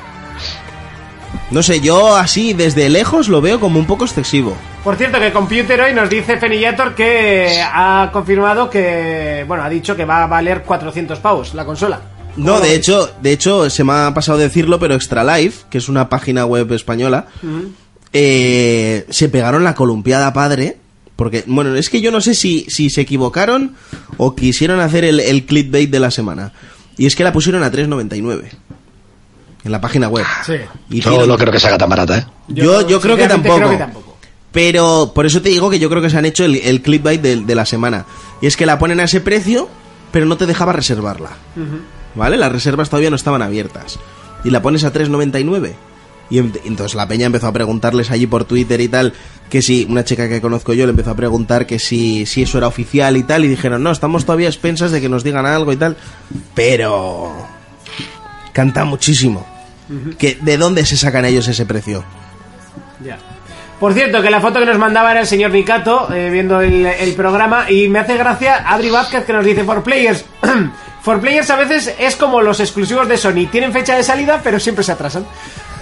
[SPEAKER 3] No sé, yo así desde lejos lo veo como un poco excesivo.
[SPEAKER 2] Por cierto, que Computer hoy nos dice Fenillator que ha confirmado que, bueno, ha dicho que va a valer 400 pavos la consola. Oh.
[SPEAKER 3] No, de hecho, de hecho se me ha pasado decirlo, pero Extra Life, que es una página web española, eh, se pegaron la columpiada padre. Porque, bueno, es que yo no sé si, si se equivocaron o quisieron hacer el, el clickbait de la semana. Y es que la pusieron a 3.99 en la página web.
[SPEAKER 2] Sí.
[SPEAKER 3] Y
[SPEAKER 5] Yo
[SPEAKER 3] tiro.
[SPEAKER 5] no creo que salga tan barata, ¿eh?
[SPEAKER 3] Yo, yo creo, que
[SPEAKER 2] sinceramente
[SPEAKER 3] tampoco,
[SPEAKER 2] creo que tampoco.
[SPEAKER 3] Pero por eso te digo que yo creo que se han hecho el, el clickbait de, de la semana. Y es que la ponen a ese precio, pero no te dejaba reservarla. ¿Vale? Las reservas todavía no estaban abiertas. Y la pones a 3.99. Y ent- entonces la peña empezó a preguntarles allí por Twitter y tal, que si una chica que conozco yo le empezó a preguntar que si, si eso era oficial y tal, y dijeron, no, estamos todavía a expensas de que nos digan algo y tal. Pero... Canta muchísimo. que, ¿De dónde se sacan ellos ese precio?
[SPEAKER 2] Ya. Por cierto, que la foto que nos mandaba era el señor Nicato eh, viendo el, el programa y me hace gracia Adri Vázquez que nos dice For Players. For Players a veces es como los exclusivos de Sony, tienen fecha de salida pero siempre se atrasan.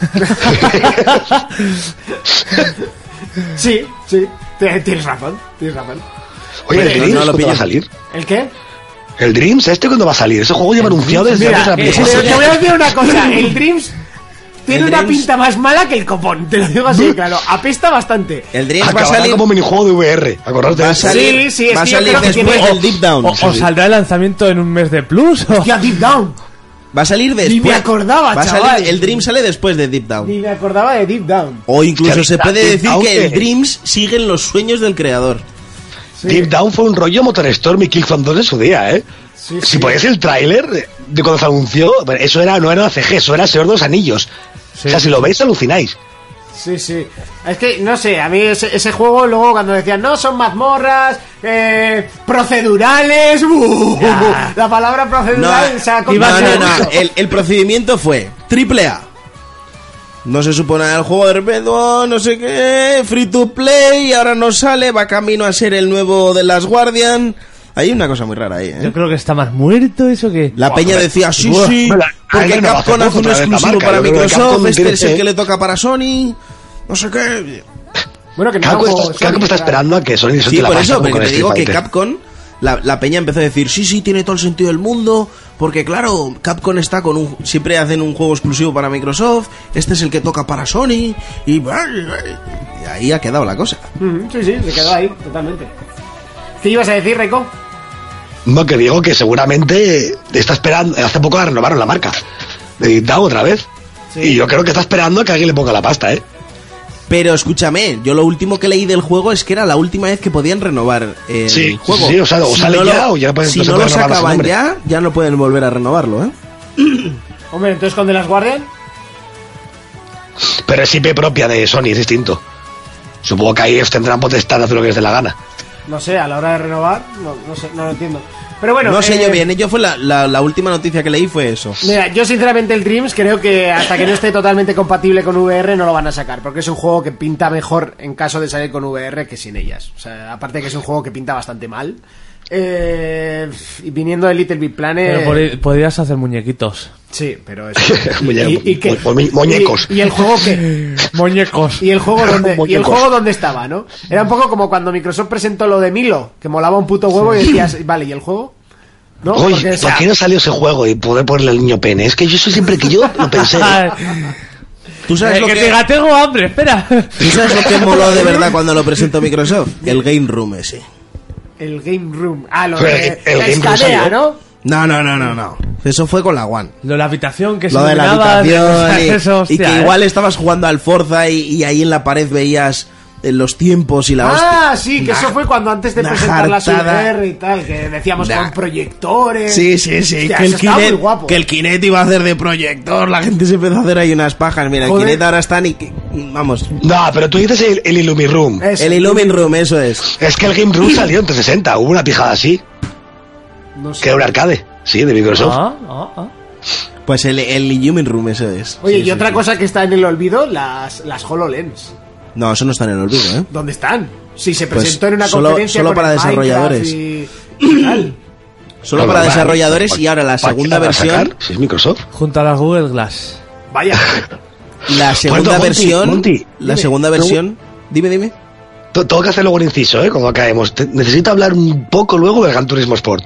[SPEAKER 2] sí, sí, te- tienes razón, tienes razón.
[SPEAKER 5] Oye,
[SPEAKER 2] Oye,
[SPEAKER 5] ¿el Dreams
[SPEAKER 3] no lo
[SPEAKER 5] cuándo
[SPEAKER 3] pillan.
[SPEAKER 5] va a salir?
[SPEAKER 2] ¿El qué?
[SPEAKER 5] ¿El Dreams este cuándo va a salir? Ese juego lleva anunciado desde
[SPEAKER 2] Mira,
[SPEAKER 5] antes de la
[SPEAKER 2] eh,
[SPEAKER 5] PlayStation.
[SPEAKER 2] pero te voy a decir una cosa, el Dreams tiene
[SPEAKER 3] El
[SPEAKER 2] una
[SPEAKER 3] Dreams-
[SPEAKER 2] pinta más mala que el copón, te lo digo así, claro, apesta bastante.
[SPEAKER 3] El Dreams va a
[SPEAKER 5] Acabará
[SPEAKER 3] salir,
[SPEAKER 5] como minijuego de VR. Acordarte
[SPEAKER 3] va
[SPEAKER 5] de
[SPEAKER 3] a
[SPEAKER 5] eso.
[SPEAKER 3] salir,
[SPEAKER 2] sí, es
[SPEAKER 3] va a
[SPEAKER 2] que yo
[SPEAKER 3] salir
[SPEAKER 2] creo que tiene-
[SPEAKER 3] después del Deep Down.
[SPEAKER 4] O, o
[SPEAKER 3] Sí.
[SPEAKER 4] saldrá el lanzamiento en un mes de plus. o-
[SPEAKER 2] Hostia, Deep Down,
[SPEAKER 3] Va a salir después.
[SPEAKER 2] Ni me acordaba,
[SPEAKER 3] va a salir-
[SPEAKER 2] chaval.
[SPEAKER 3] el Dream sale después de Deep
[SPEAKER 2] ni
[SPEAKER 3] Down.
[SPEAKER 2] me acordaba de Deep Down.
[SPEAKER 3] O incluso
[SPEAKER 5] Claro,
[SPEAKER 3] se puede
[SPEAKER 5] Deep
[SPEAKER 3] decir
[SPEAKER 5] Down,
[SPEAKER 3] que el
[SPEAKER 5] ¿qué?
[SPEAKER 3] Dreams siguen los sueños del creador.
[SPEAKER 5] Deep Down fue un rollo Motor Storm y Killzone 2 en su día, ¿eh? Si ponéis el tráiler de- de cuando se anunció, bueno, eso era, no era CG, eso era Señor de los Anillos. O sea, si lo veis, alucináis.
[SPEAKER 2] Sí, sí. Es que, no sé, a mí ese, ese juego luego cuando decían, no, son mazmorras, eh, procedurales, uh, la palabra procedural se ha
[SPEAKER 3] no, eh,
[SPEAKER 2] convertido
[SPEAKER 3] no, no,
[SPEAKER 2] mucho.
[SPEAKER 3] El, el procedimiento fue triple A. No se supone el juego de repente, oh, no sé qué, free to play, ahora no sale, va camino a ser el nuevo de las Guardian. Hay una cosa muy rara ahí, ¿eh?
[SPEAKER 4] Yo creo que está más muerto eso que...
[SPEAKER 3] La peña decía, sí,
[SPEAKER 5] Buah,
[SPEAKER 3] sí,
[SPEAKER 5] me la-
[SPEAKER 3] porque
[SPEAKER 5] alguien me va a hacer
[SPEAKER 3] Capcom hace un
[SPEAKER 5] otra vez la
[SPEAKER 3] exclusivo
[SPEAKER 5] marca,
[SPEAKER 3] para
[SPEAKER 5] yo creo que
[SPEAKER 3] Microsoft,
[SPEAKER 5] Capcom ¿eh?
[SPEAKER 3] este
[SPEAKER 5] tiene
[SPEAKER 3] es el
[SPEAKER 5] que-
[SPEAKER 3] que le toca para Sony, no sé qué.
[SPEAKER 2] Bueno, que no
[SPEAKER 5] Capcom
[SPEAKER 2] hago-
[SPEAKER 5] está, Capcom está esperando a que Sony se
[SPEAKER 3] Sí,
[SPEAKER 5] te la
[SPEAKER 3] por
[SPEAKER 5] pase
[SPEAKER 3] eso,
[SPEAKER 5] como
[SPEAKER 3] porque
[SPEAKER 5] con
[SPEAKER 3] te
[SPEAKER 5] Street
[SPEAKER 3] digo que
[SPEAKER 5] Fighter.
[SPEAKER 3] Capcom, la, la peña empezó a decir, sí, sí, tiene todo el sentido del mundo, porque claro, Capcom está con un... Siempre hacen un juego exclusivo para Microsoft, este es el que toca para Sony, y... y ahí ha quedado la cosa.
[SPEAKER 2] Ujú, Sí, sí, se quedó ahí, totalmente. ¿Qué ibas a decir, Reco?
[SPEAKER 5] No, que digo que seguramente está esperando. Hace poco la renovaron la marca. De DAO otra vez. Y yo creo que está esperando a que alguien le ponga la pasta, ¿eh?
[SPEAKER 3] Pero escúchame, yo lo último que leí del juego es que era la última vez que podían renovar el
[SPEAKER 5] Sí, sí,
[SPEAKER 3] juego.
[SPEAKER 5] sí, o sea, o sale
[SPEAKER 3] no
[SPEAKER 5] ya
[SPEAKER 3] lo-
[SPEAKER 5] o ya pueden-
[SPEAKER 3] si
[SPEAKER 5] no se
[SPEAKER 3] no
[SPEAKER 5] puede
[SPEAKER 3] lo
[SPEAKER 5] renovar más el
[SPEAKER 3] sacaban
[SPEAKER 5] nombre.
[SPEAKER 3] ya, ya no pueden volver a renovarlo, ¿eh?
[SPEAKER 2] Hombre, entonces con The Last Guardian.
[SPEAKER 5] Pero es IP propia de Sony, es distinto. Supongo que ahí ellos tendrán potestad de hacer lo que les dé la gana.
[SPEAKER 2] No sé, a la hora de renovar, no, no sé, no lo entiendo. Pero bueno.
[SPEAKER 3] no sé
[SPEAKER 2] eh,
[SPEAKER 3] yo bien, yo fue la, la- la última noticia que leí fue eso.
[SPEAKER 2] Mira, yo sinceramente el Dreams creo que hasta que no esté totalmente compatible con VR no lo van a sacar, porque es un juego que pinta mejor en caso de salir con VR que sin ellas. O sea, aparte que es un juego que pinta bastante mal. Eh, y viniendo de Little Big Planet...
[SPEAKER 4] Pero pod- podrías hacer muñequitos.
[SPEAKER 2] Sí, pero eso...
[SPEAKER 5] Muñe- mu- mu- muñecos.
[SPEAKER 2] Y, y el juego que...
[SPEAKER 4] Muñecos.
[SPEAKER 2] Y el juego donde y el
[SPEAKER 5] Muñecos.
[SPEAKER 2] juego donde estaba, ¿no? Era un poco como cuando Microsoft presentó lo de Milo, que molaba un puto huevo y decías, vale, ¿y el juego? ¿No?
[SPEAKER 5] Oye,
[SPEAKER 2] Porque, o sea,
[SPEAKER 5] ¿por qué no salió ese juego y poder ponerle al niño pene? Es que yo eso siempre que yo lo pensé. ¿eh?
[SPEAKER 3] ¿Tú sabes,
[SPEAKER 4] Eh,
[SPEAKER 3] lo
[SPEAKER 4] que te
[SPEAKER 3] que,
[SPEAKER 4] gatego hambre, espera.
[SPEAKER 3] ¿Tú sabes lo que moló de verdad cuando lo presentó Microsoft? El Game Room ese.
[SPEAKER 2] El Game Room. Ah, lo
[SPEAKER 5] Pero
[SPEAKER 2] de...
[SPEAKER 5] el- el
[SPEAKER 2] la
[SPEAKER 5] Game Room
[SPEAKER 2] escalera,
[SPEAKER 5] salió.
[SPEAKER 2] ¿no?
[SPEAKER 3] No, no, no, no, no. Eso fue con la One.
[SPEAKER 4] Lo de la habitación que se
[SPEAKER 3] Lo de la
[SPEAKER 4] iluminaba,
[SPEAKER 3] habitación y,
[SPEAKER 4] eso,
[SPEAKER 3] y
[SPEAKER 4] hostia,
[SPEAKER 3] que
[SPEAKER 4] eh.
[SPEAKER 3] igual estabas jugando al Forza y, y ahí en la pared veías eh, los tiempos y la hostia.
[SPEAKER 2] Ah, sí, que eso
[SPEAKER 3] Nah.
[SPEAKER 2] fue cuando antes de
[SPEAKER 3] una
[SPEAKER 2] presentar la
[SPEAKER 3] jartada.
[SPEAKER 2] VR y tal, que decíamos
[SPEAKER 3] Nah.
[SPEAKER 2] con proyectores.
[SPEAKER 3] Sí, sí, sí.
[SPEAKER 2] Hostia,
[SPEAKER 3] que, el
[SPEAKER 2] eso estaba muy
[SPEAKER 3] Kinect,
[SPEAKER 2] guapo.
[SPEAKER 3] que el Kinect iba a hacer de proyector. La gente se empezó a hacer ahí unas pajas. Mira,
[SPEAKER 2] Joder.
[SPEAKER 3] el Kinect ahora está ni. Vamos.
[SPEAKER 5] No, pero tú dices el, el Illumiroom.
[SPEAKER 2] Eso.
[SPEAKER 3] El Illumin Room, eso es.
[SPEAKER 5] Es que el Game Room salió en 360. Hubo una pijada así,
[SPEAKER 2] No sé.
[SPEAKER 5] que era un arcade, sí, de Microsoft.
[SPEAKER 4] Ah, ah, ah.
[SPEAKER 3] Pues el, el Illumin Room, eso es.
[SPEAKER 2] Oye,
[SPEAKER 3] Sí,
[SPEAKER 2] y
[SPEAKER 3] sí,
[SPEAKER 2] otra
[SPEAKER 3] sí.
[SPEAKER 2] cosa que está en el olvido, las, las HoloLens.
[SPEAKER 3] No, eso no está en el olvido, ¿eh?
[SPEAKER 2] ¿Dónde están? Si se
[SPEAKER 3] Pues
[SPEAKER 2] presentó en una
[SPEAKER 3] solo-
[SPEAKER 2] conferencia
[SPEAKER 3] solo
[SPEAKER 2] con
[SPEAKER 3] para
[SPEAKER 2] el Minecraft
[SPEAKER 3] desarrolladores.
[SPEAKER 2] y- y tal.
[SPEAKER 3] Solo
[SPEAKER 5] No,
[SPEAKER 3] para
[SPEAKER 5] no,
[SPEAKER 3] desarrolladores
[SPEAKER 5] vale.
[SPEAKER 3] y ahora la
[SPEAKER 5] ¿Para qué
[SPEAKER 3] segunda
[SPEAKER 5] van a sacar?
[SPEAKER 3] versión.
[SPEAKER 5] Si es Microsoft.
[SPEAKER 4] Junto a las Google Glass.
[SPEAKER 2] Vaya.
[SPEAKER 3] La segunda
[SPEAKER 5] Monty,
[SPEAKER 3] versión.
[SPEAKER 5] Monty,
[SPEAKER 3] la
[SPEAKER 5] dime,
[SPEAKER 3] segunda
[SPEAKER 5] ¿no?
[SPEAKER 3] versión. Dime, dime.
[SPEAKER 5] T- Tengo que hacer luego un inciso, ¿eh? Cuando acabemos. Te- necesito hablar un poco luego del Gran Turismo Sport.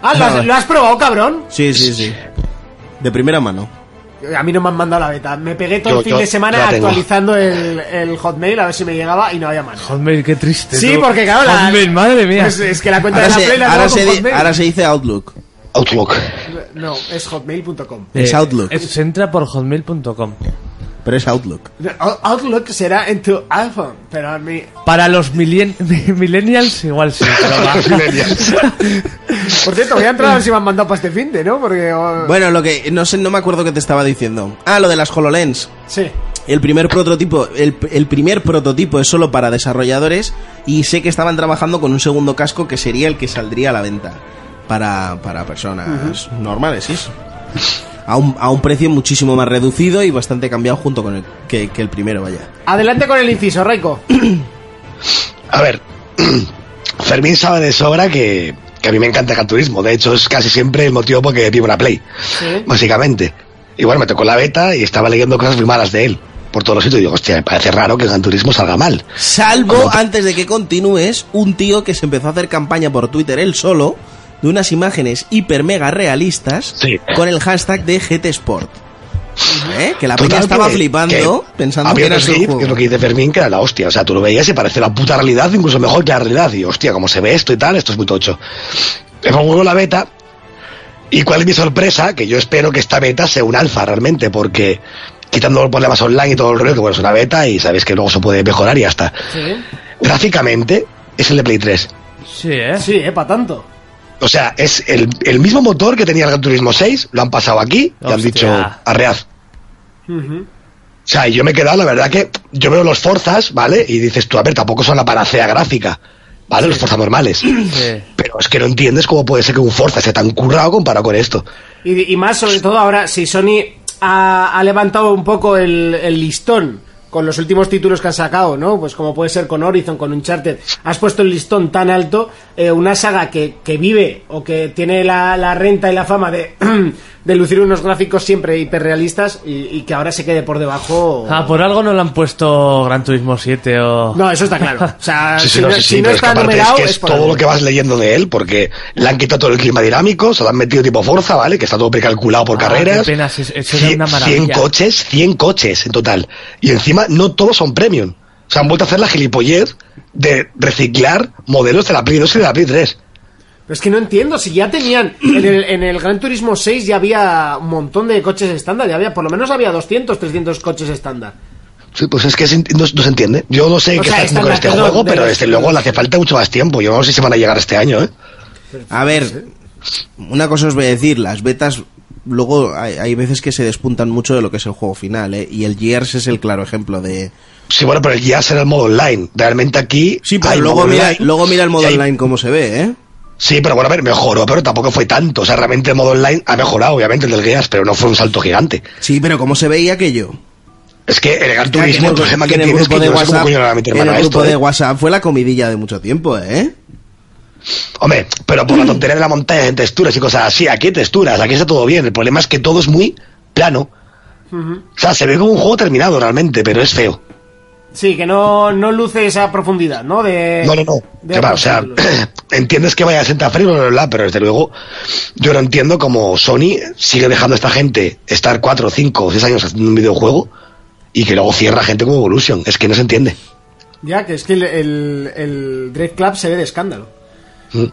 [SPEAKER 2] Ah, ¿lo has, lo has probado, cabrón?
[SPEAKER 3] Sí, sí, sí. De primera mano.
[SPEAKER 2] A mí no me han mandado la beta. Me pegué todo
[SPEAKER 5] Yo-
[SPEAKER 2] el fin
[SPEAKER 5] yo-
[SPEAKER 2] de
[SPEAKER 5] yo
[SPEAKER 2] semana
[SPEAKER 5] la tengo.
[SPEAKER 2] actualizando el, el Hotmail a ver si me llegaba y no había mano.
[SPEAKER 4] Hotmail, qué triste.
[SPEAKER 2] Sí,
[SPEAKER 4] tú.
[SPEAKER 2] porque claro, la-
[SPEAKER 4] Hotmail, madre mía.
[SPEAKER 2] Pues es que la cuenta
[SPEAKER 3] Ahora
[SPEAKER 2] de la
[SPEAKER 3] se,
[SPEAKER 2] Play la
[SPEAKER 3] ahora,
[SPEAKER 2] tengo con
[SPEAKER 3] se di-
[SPEAKER 2] Hotmail.
[SPEAKER 3] ahora se dice Outlook.
[SPEAKER 5] Outlook.
[SPEAKER 2] No, es hotmail.com.
[SPEAKER 3] Es Outlook.
[SPEAKER 4] es- Eh, se entra por hotmail.com.
[SPEAKER 3] Pero es Outlook.
[SPEAKER 2] Out- Outlook será en tu iPhone, pero a mí...
[SPEAKER 4] Para los millen- millennials, igual sí. pero va.
[SPEAKER 2] Por cierto, voy a entrar a ver si me han mandado para este fin de, ¿no? Porque... oh,
[SPEAKER 3] Bueno, lo que. No sé, no me acuerdo qué te estaba diciendo. Ah, lo de las HoloLens.
[SPEAKER 2] Sí.
[SPEAKER 3] El primer prototipo, el, el primer prototipo es solo para desarrolladores y sé que estaban trabajando con un segundo casco que sería el que saldría a la venta para, para personas normales, sí. A un, a un precio muchísimo más reducido y bastante cambiado junto con el que, que el primero, vaya.
[SPEAKER 2] Adelante con el inciso, Reiko.
[SPEAKER 5] A ver. Fermín sabe de sobra que, que a mí me encanta Gran Turismo. De hecho, es casi siempre el motivo por que pido una Play.
[SPEAKER 2] Sí.
[SPEAKER 5] Básicamente. Y bueno, me tocó la beta y estaba leyendo cosas muy malas de él. Por todos los sitios. Y digo, hostia, me parece raro que Gran Turismo salga mal.
[SPEAKER 3] Salvo, antes de que continúes, un tío que se empezó a hacer campaña por Twitter él solo de unas imágenes hiper mega realistas
[SPEAKER 5] Sí.
[SPEAKER 3] con el hashtag de GT Sport. ¿Eh? Que la
[SPEAKER 5] Total,
[SPEAKER 3] peña estaba
[SPEAKER 5] que-
[SPEAKER 3] flipando
[SPEAKER 5] que
[SPEAKER 3] pensando que
[SPEAKER 5] había
[SPEAKER 3] era
[SPEAKER 5] un
[SPEAKER 3] su
[SPEAKER 5] clip,
[SPEAKER 3] juego.
[SPEAKER 5] que es lo que dice Fermín, que era la hostia. O sea, tú lo veías y parece la puta realidad, incluso mejor que la realidad. Y hostia, como se ve esto y tal, esto es muy tocho. Me pongo la beta. Y cuál es mi sorpresa, que yo espero que esta beta sea un alfa realmente, porque quitando problemas online y todo el rollo, que bueno, es una beta y sabéis que luego se puede mejorar y ya está.
[SPEAKER 2] Sí,
[SPEAKER 5] Gráficamente, es el de Play 3.
[SPEAKER 4] Sí, ¿eh?
[SPEAKER 2] sí eh, para tanto.
[SPEAKER 5] O sea, es el, el mismo motor que tenía el Gran Turismo 6, lo han pasado aquí y han
[SPEAKER 4] Hostia.
[SPEAKER 5] dicho arreaz. O sea, yo me he quedado, la verdad que yo veo los Forzas, ¿vale? Y dices tú, a ver, tampoco son la panacea gráfica, ¿vale? Los Forzas normales.
[SPEAKER 4] Sí.
[SPEAKER 5] Pero es que no entiendes cómo puede ser que un Forza esté tan currado comparado con esto.
[SPEAKER 2] Y, y más sobre todo ahora, si Sony ha, ha levantado un poco el, el listón con los últimos títulos que han sacado, ¿no? Pues como puede ser con Horizon, con Uncharted, has puesto el listón tan alto, eh, una saga que, que vive o que tiene la, la renta y la fama de, de lucir unos gráficos siempre hiperrealistas y, y que ahora se quede por debajo.
[SPEAKER 4] Ah, por algo no le han puesto Gran Turismo 7 o...
[SPEAKER 2] No, eso está claro. O sea,
[SPEAKER 5] Sí,
[SPEAKER 2] Ah, si
[SPEAKER 5] sí,
[SPEAKER 2] no,
[SPEAKER 5] no, sí,
[SPEAKER 2] si
[SPEAKER 5] sí,
[SPEAKER 2] no
[SPEAKER 5] pero es que
[SPEAKER 2] está
[SPEAKER 5] aparte es
[SPEAKER 2] numerado
[SPEAKER 5] que
[SPEAKER 2] es,
[SPEAKER 5] es
[SPEAKER 2] por
[SPEAKER 5] todo
[SPEAKER 2] algo.
[SPEAKER 5] lo que vas leyendo de él, porque le han quitado todo el clima dinámico, se lo han metido tipo Forza, ¿vale? Que está todo precalculado por
[SPEAKER 4] Ah,
[SPEAKER 5] carreras.
[SPEAKER 4] qué pena, sí, eso era una
[SPEAKER 5] 100
[SPEAKER 4] maravilla.
[SPEAKER 5] coches, 100 coches en total. Y encima no todos son premium. O sea, han vuelto a hacer la gilipollez de reciclar modelos de la Play 2 y de la Play 3.
[SPEAKER 2] Pero es que no entiendo, si ya tenían, en el, en el Gran Turismo 6 ya había un montón de coches estándar, ya había, por lo menos había 200, 300 coches estándar.
[SPEAKER 5] Sí, pues es que se ent- no, no se entiende. Yo no sé
[SPEAKER 2] O
[SPEAKER 5] qué
[SPEAKER 2] sea,
[SPEAKER 5] está haciendo con
[SPEAKER 2] están
[SPEAKER 5] este
[SPEAKER 2] haciendo
[SPEAKER 5] juego,
[SPEAKER 2] de
[SPEAKER 5] pero
[SPEAKER 2] los-
[SPEAKER 5] desde luego le hace falta mucho más tiempo. Yo no sé si van a llegar este año, ¿eh?
[SPEAKER 3] A ver, una cosa os voy a decir, las betas luego hay, hay veces que se despuntan mucho de lo que es el juego final, ¿eh? Y el Gears es el claro ejemplo de...
[SPEAKER 5] Sí, bueno, pero el guía será el modo online. Realmente aquí.
[SPEAKER 3] Sí, pero
[SPEAKER 5] hay
[SPEAKER 3] luego
[SPEAKER 5] modo
[SPEAKER 3] mira,
[SPEAKER 5] online
[SPEAKER 3] luego mira el
[SPEAKER 5] y
[SPEAKER 3] modo
[SPEAKER 5] hay-
[SPEAKER 3] online cómo se ve, ¿eh?
[SPEAKER 5] Sí, pero bueno, a ver, mejoró, pero tampoco fue tanto. O sea, realmente el modo online ha mejorado, obviamente, el del Gears, pero no fue un salto gigante.
[SPEAKER 3] Sí, pero cómo se veía aquello.
[SPEAKER 5] Es que el
[SPEAKER 3] Ya,
[SPEAKER 5] Gran
[SPEAKER 3] que en
[SPEAKER 5] Turismo,
[SPEAKER 3] el-
[SPEAKER 5] el problema que
[SPEAKER 3] en el
[SPEAKER 5] tiene es que
[SPEAKER 3] grupo de
[SPEAKER 5] yo no sé cómo
[SPEAKER 3] WhatsApp-
[SPEAKER 5] coño le van a meter
[SPEAKER 3] en
[SPEAKER 5] mano
[SPEAKER 3] el
[SPEAKER 5] a
[SPEAKER 3] grupo
[SPEAKER 5] esto.
[SPEAKER 3] de
[SPEAKER 5] ¿eh?
[SPEAKER 3] WhatsApp fue la comidilla de mucho tiempo, ¿eh?
[SPEAKER 5] Hombre, pero por la tontería de la montaña de texturas y cosas así, aquí hay texturas, aquí está todo bien. El problema es que todo es muy plano. O sea, se ve como un juego terminado realmente, pero es feo.
[SPEAKER 2] Sí, que no, no luce esa profundidad, ¿no? De,
[SPEAKER 5] No, no, no.
[SPEAKER 2] de
[SPEAKER 5] Que va, o
[SPEAKER 2] otros
[SPEAKER 5] sea,
[SPEAKER 2] títulos.
[SPEAKER 5] entiendes que vaya a sentar frío, bla, bla, bla, pero desde luego yo no entiendo cómo Sony sigue dejando a esta gente estar 4, 5, 6 años haciendo un videojuego y que luego cierra gente como Evolution. Es que no se entiende.
[SPEAKER 2] Ya, que es que el, el, el Dread Club se ve de escándalo.
[SPEAKER 5] Mm.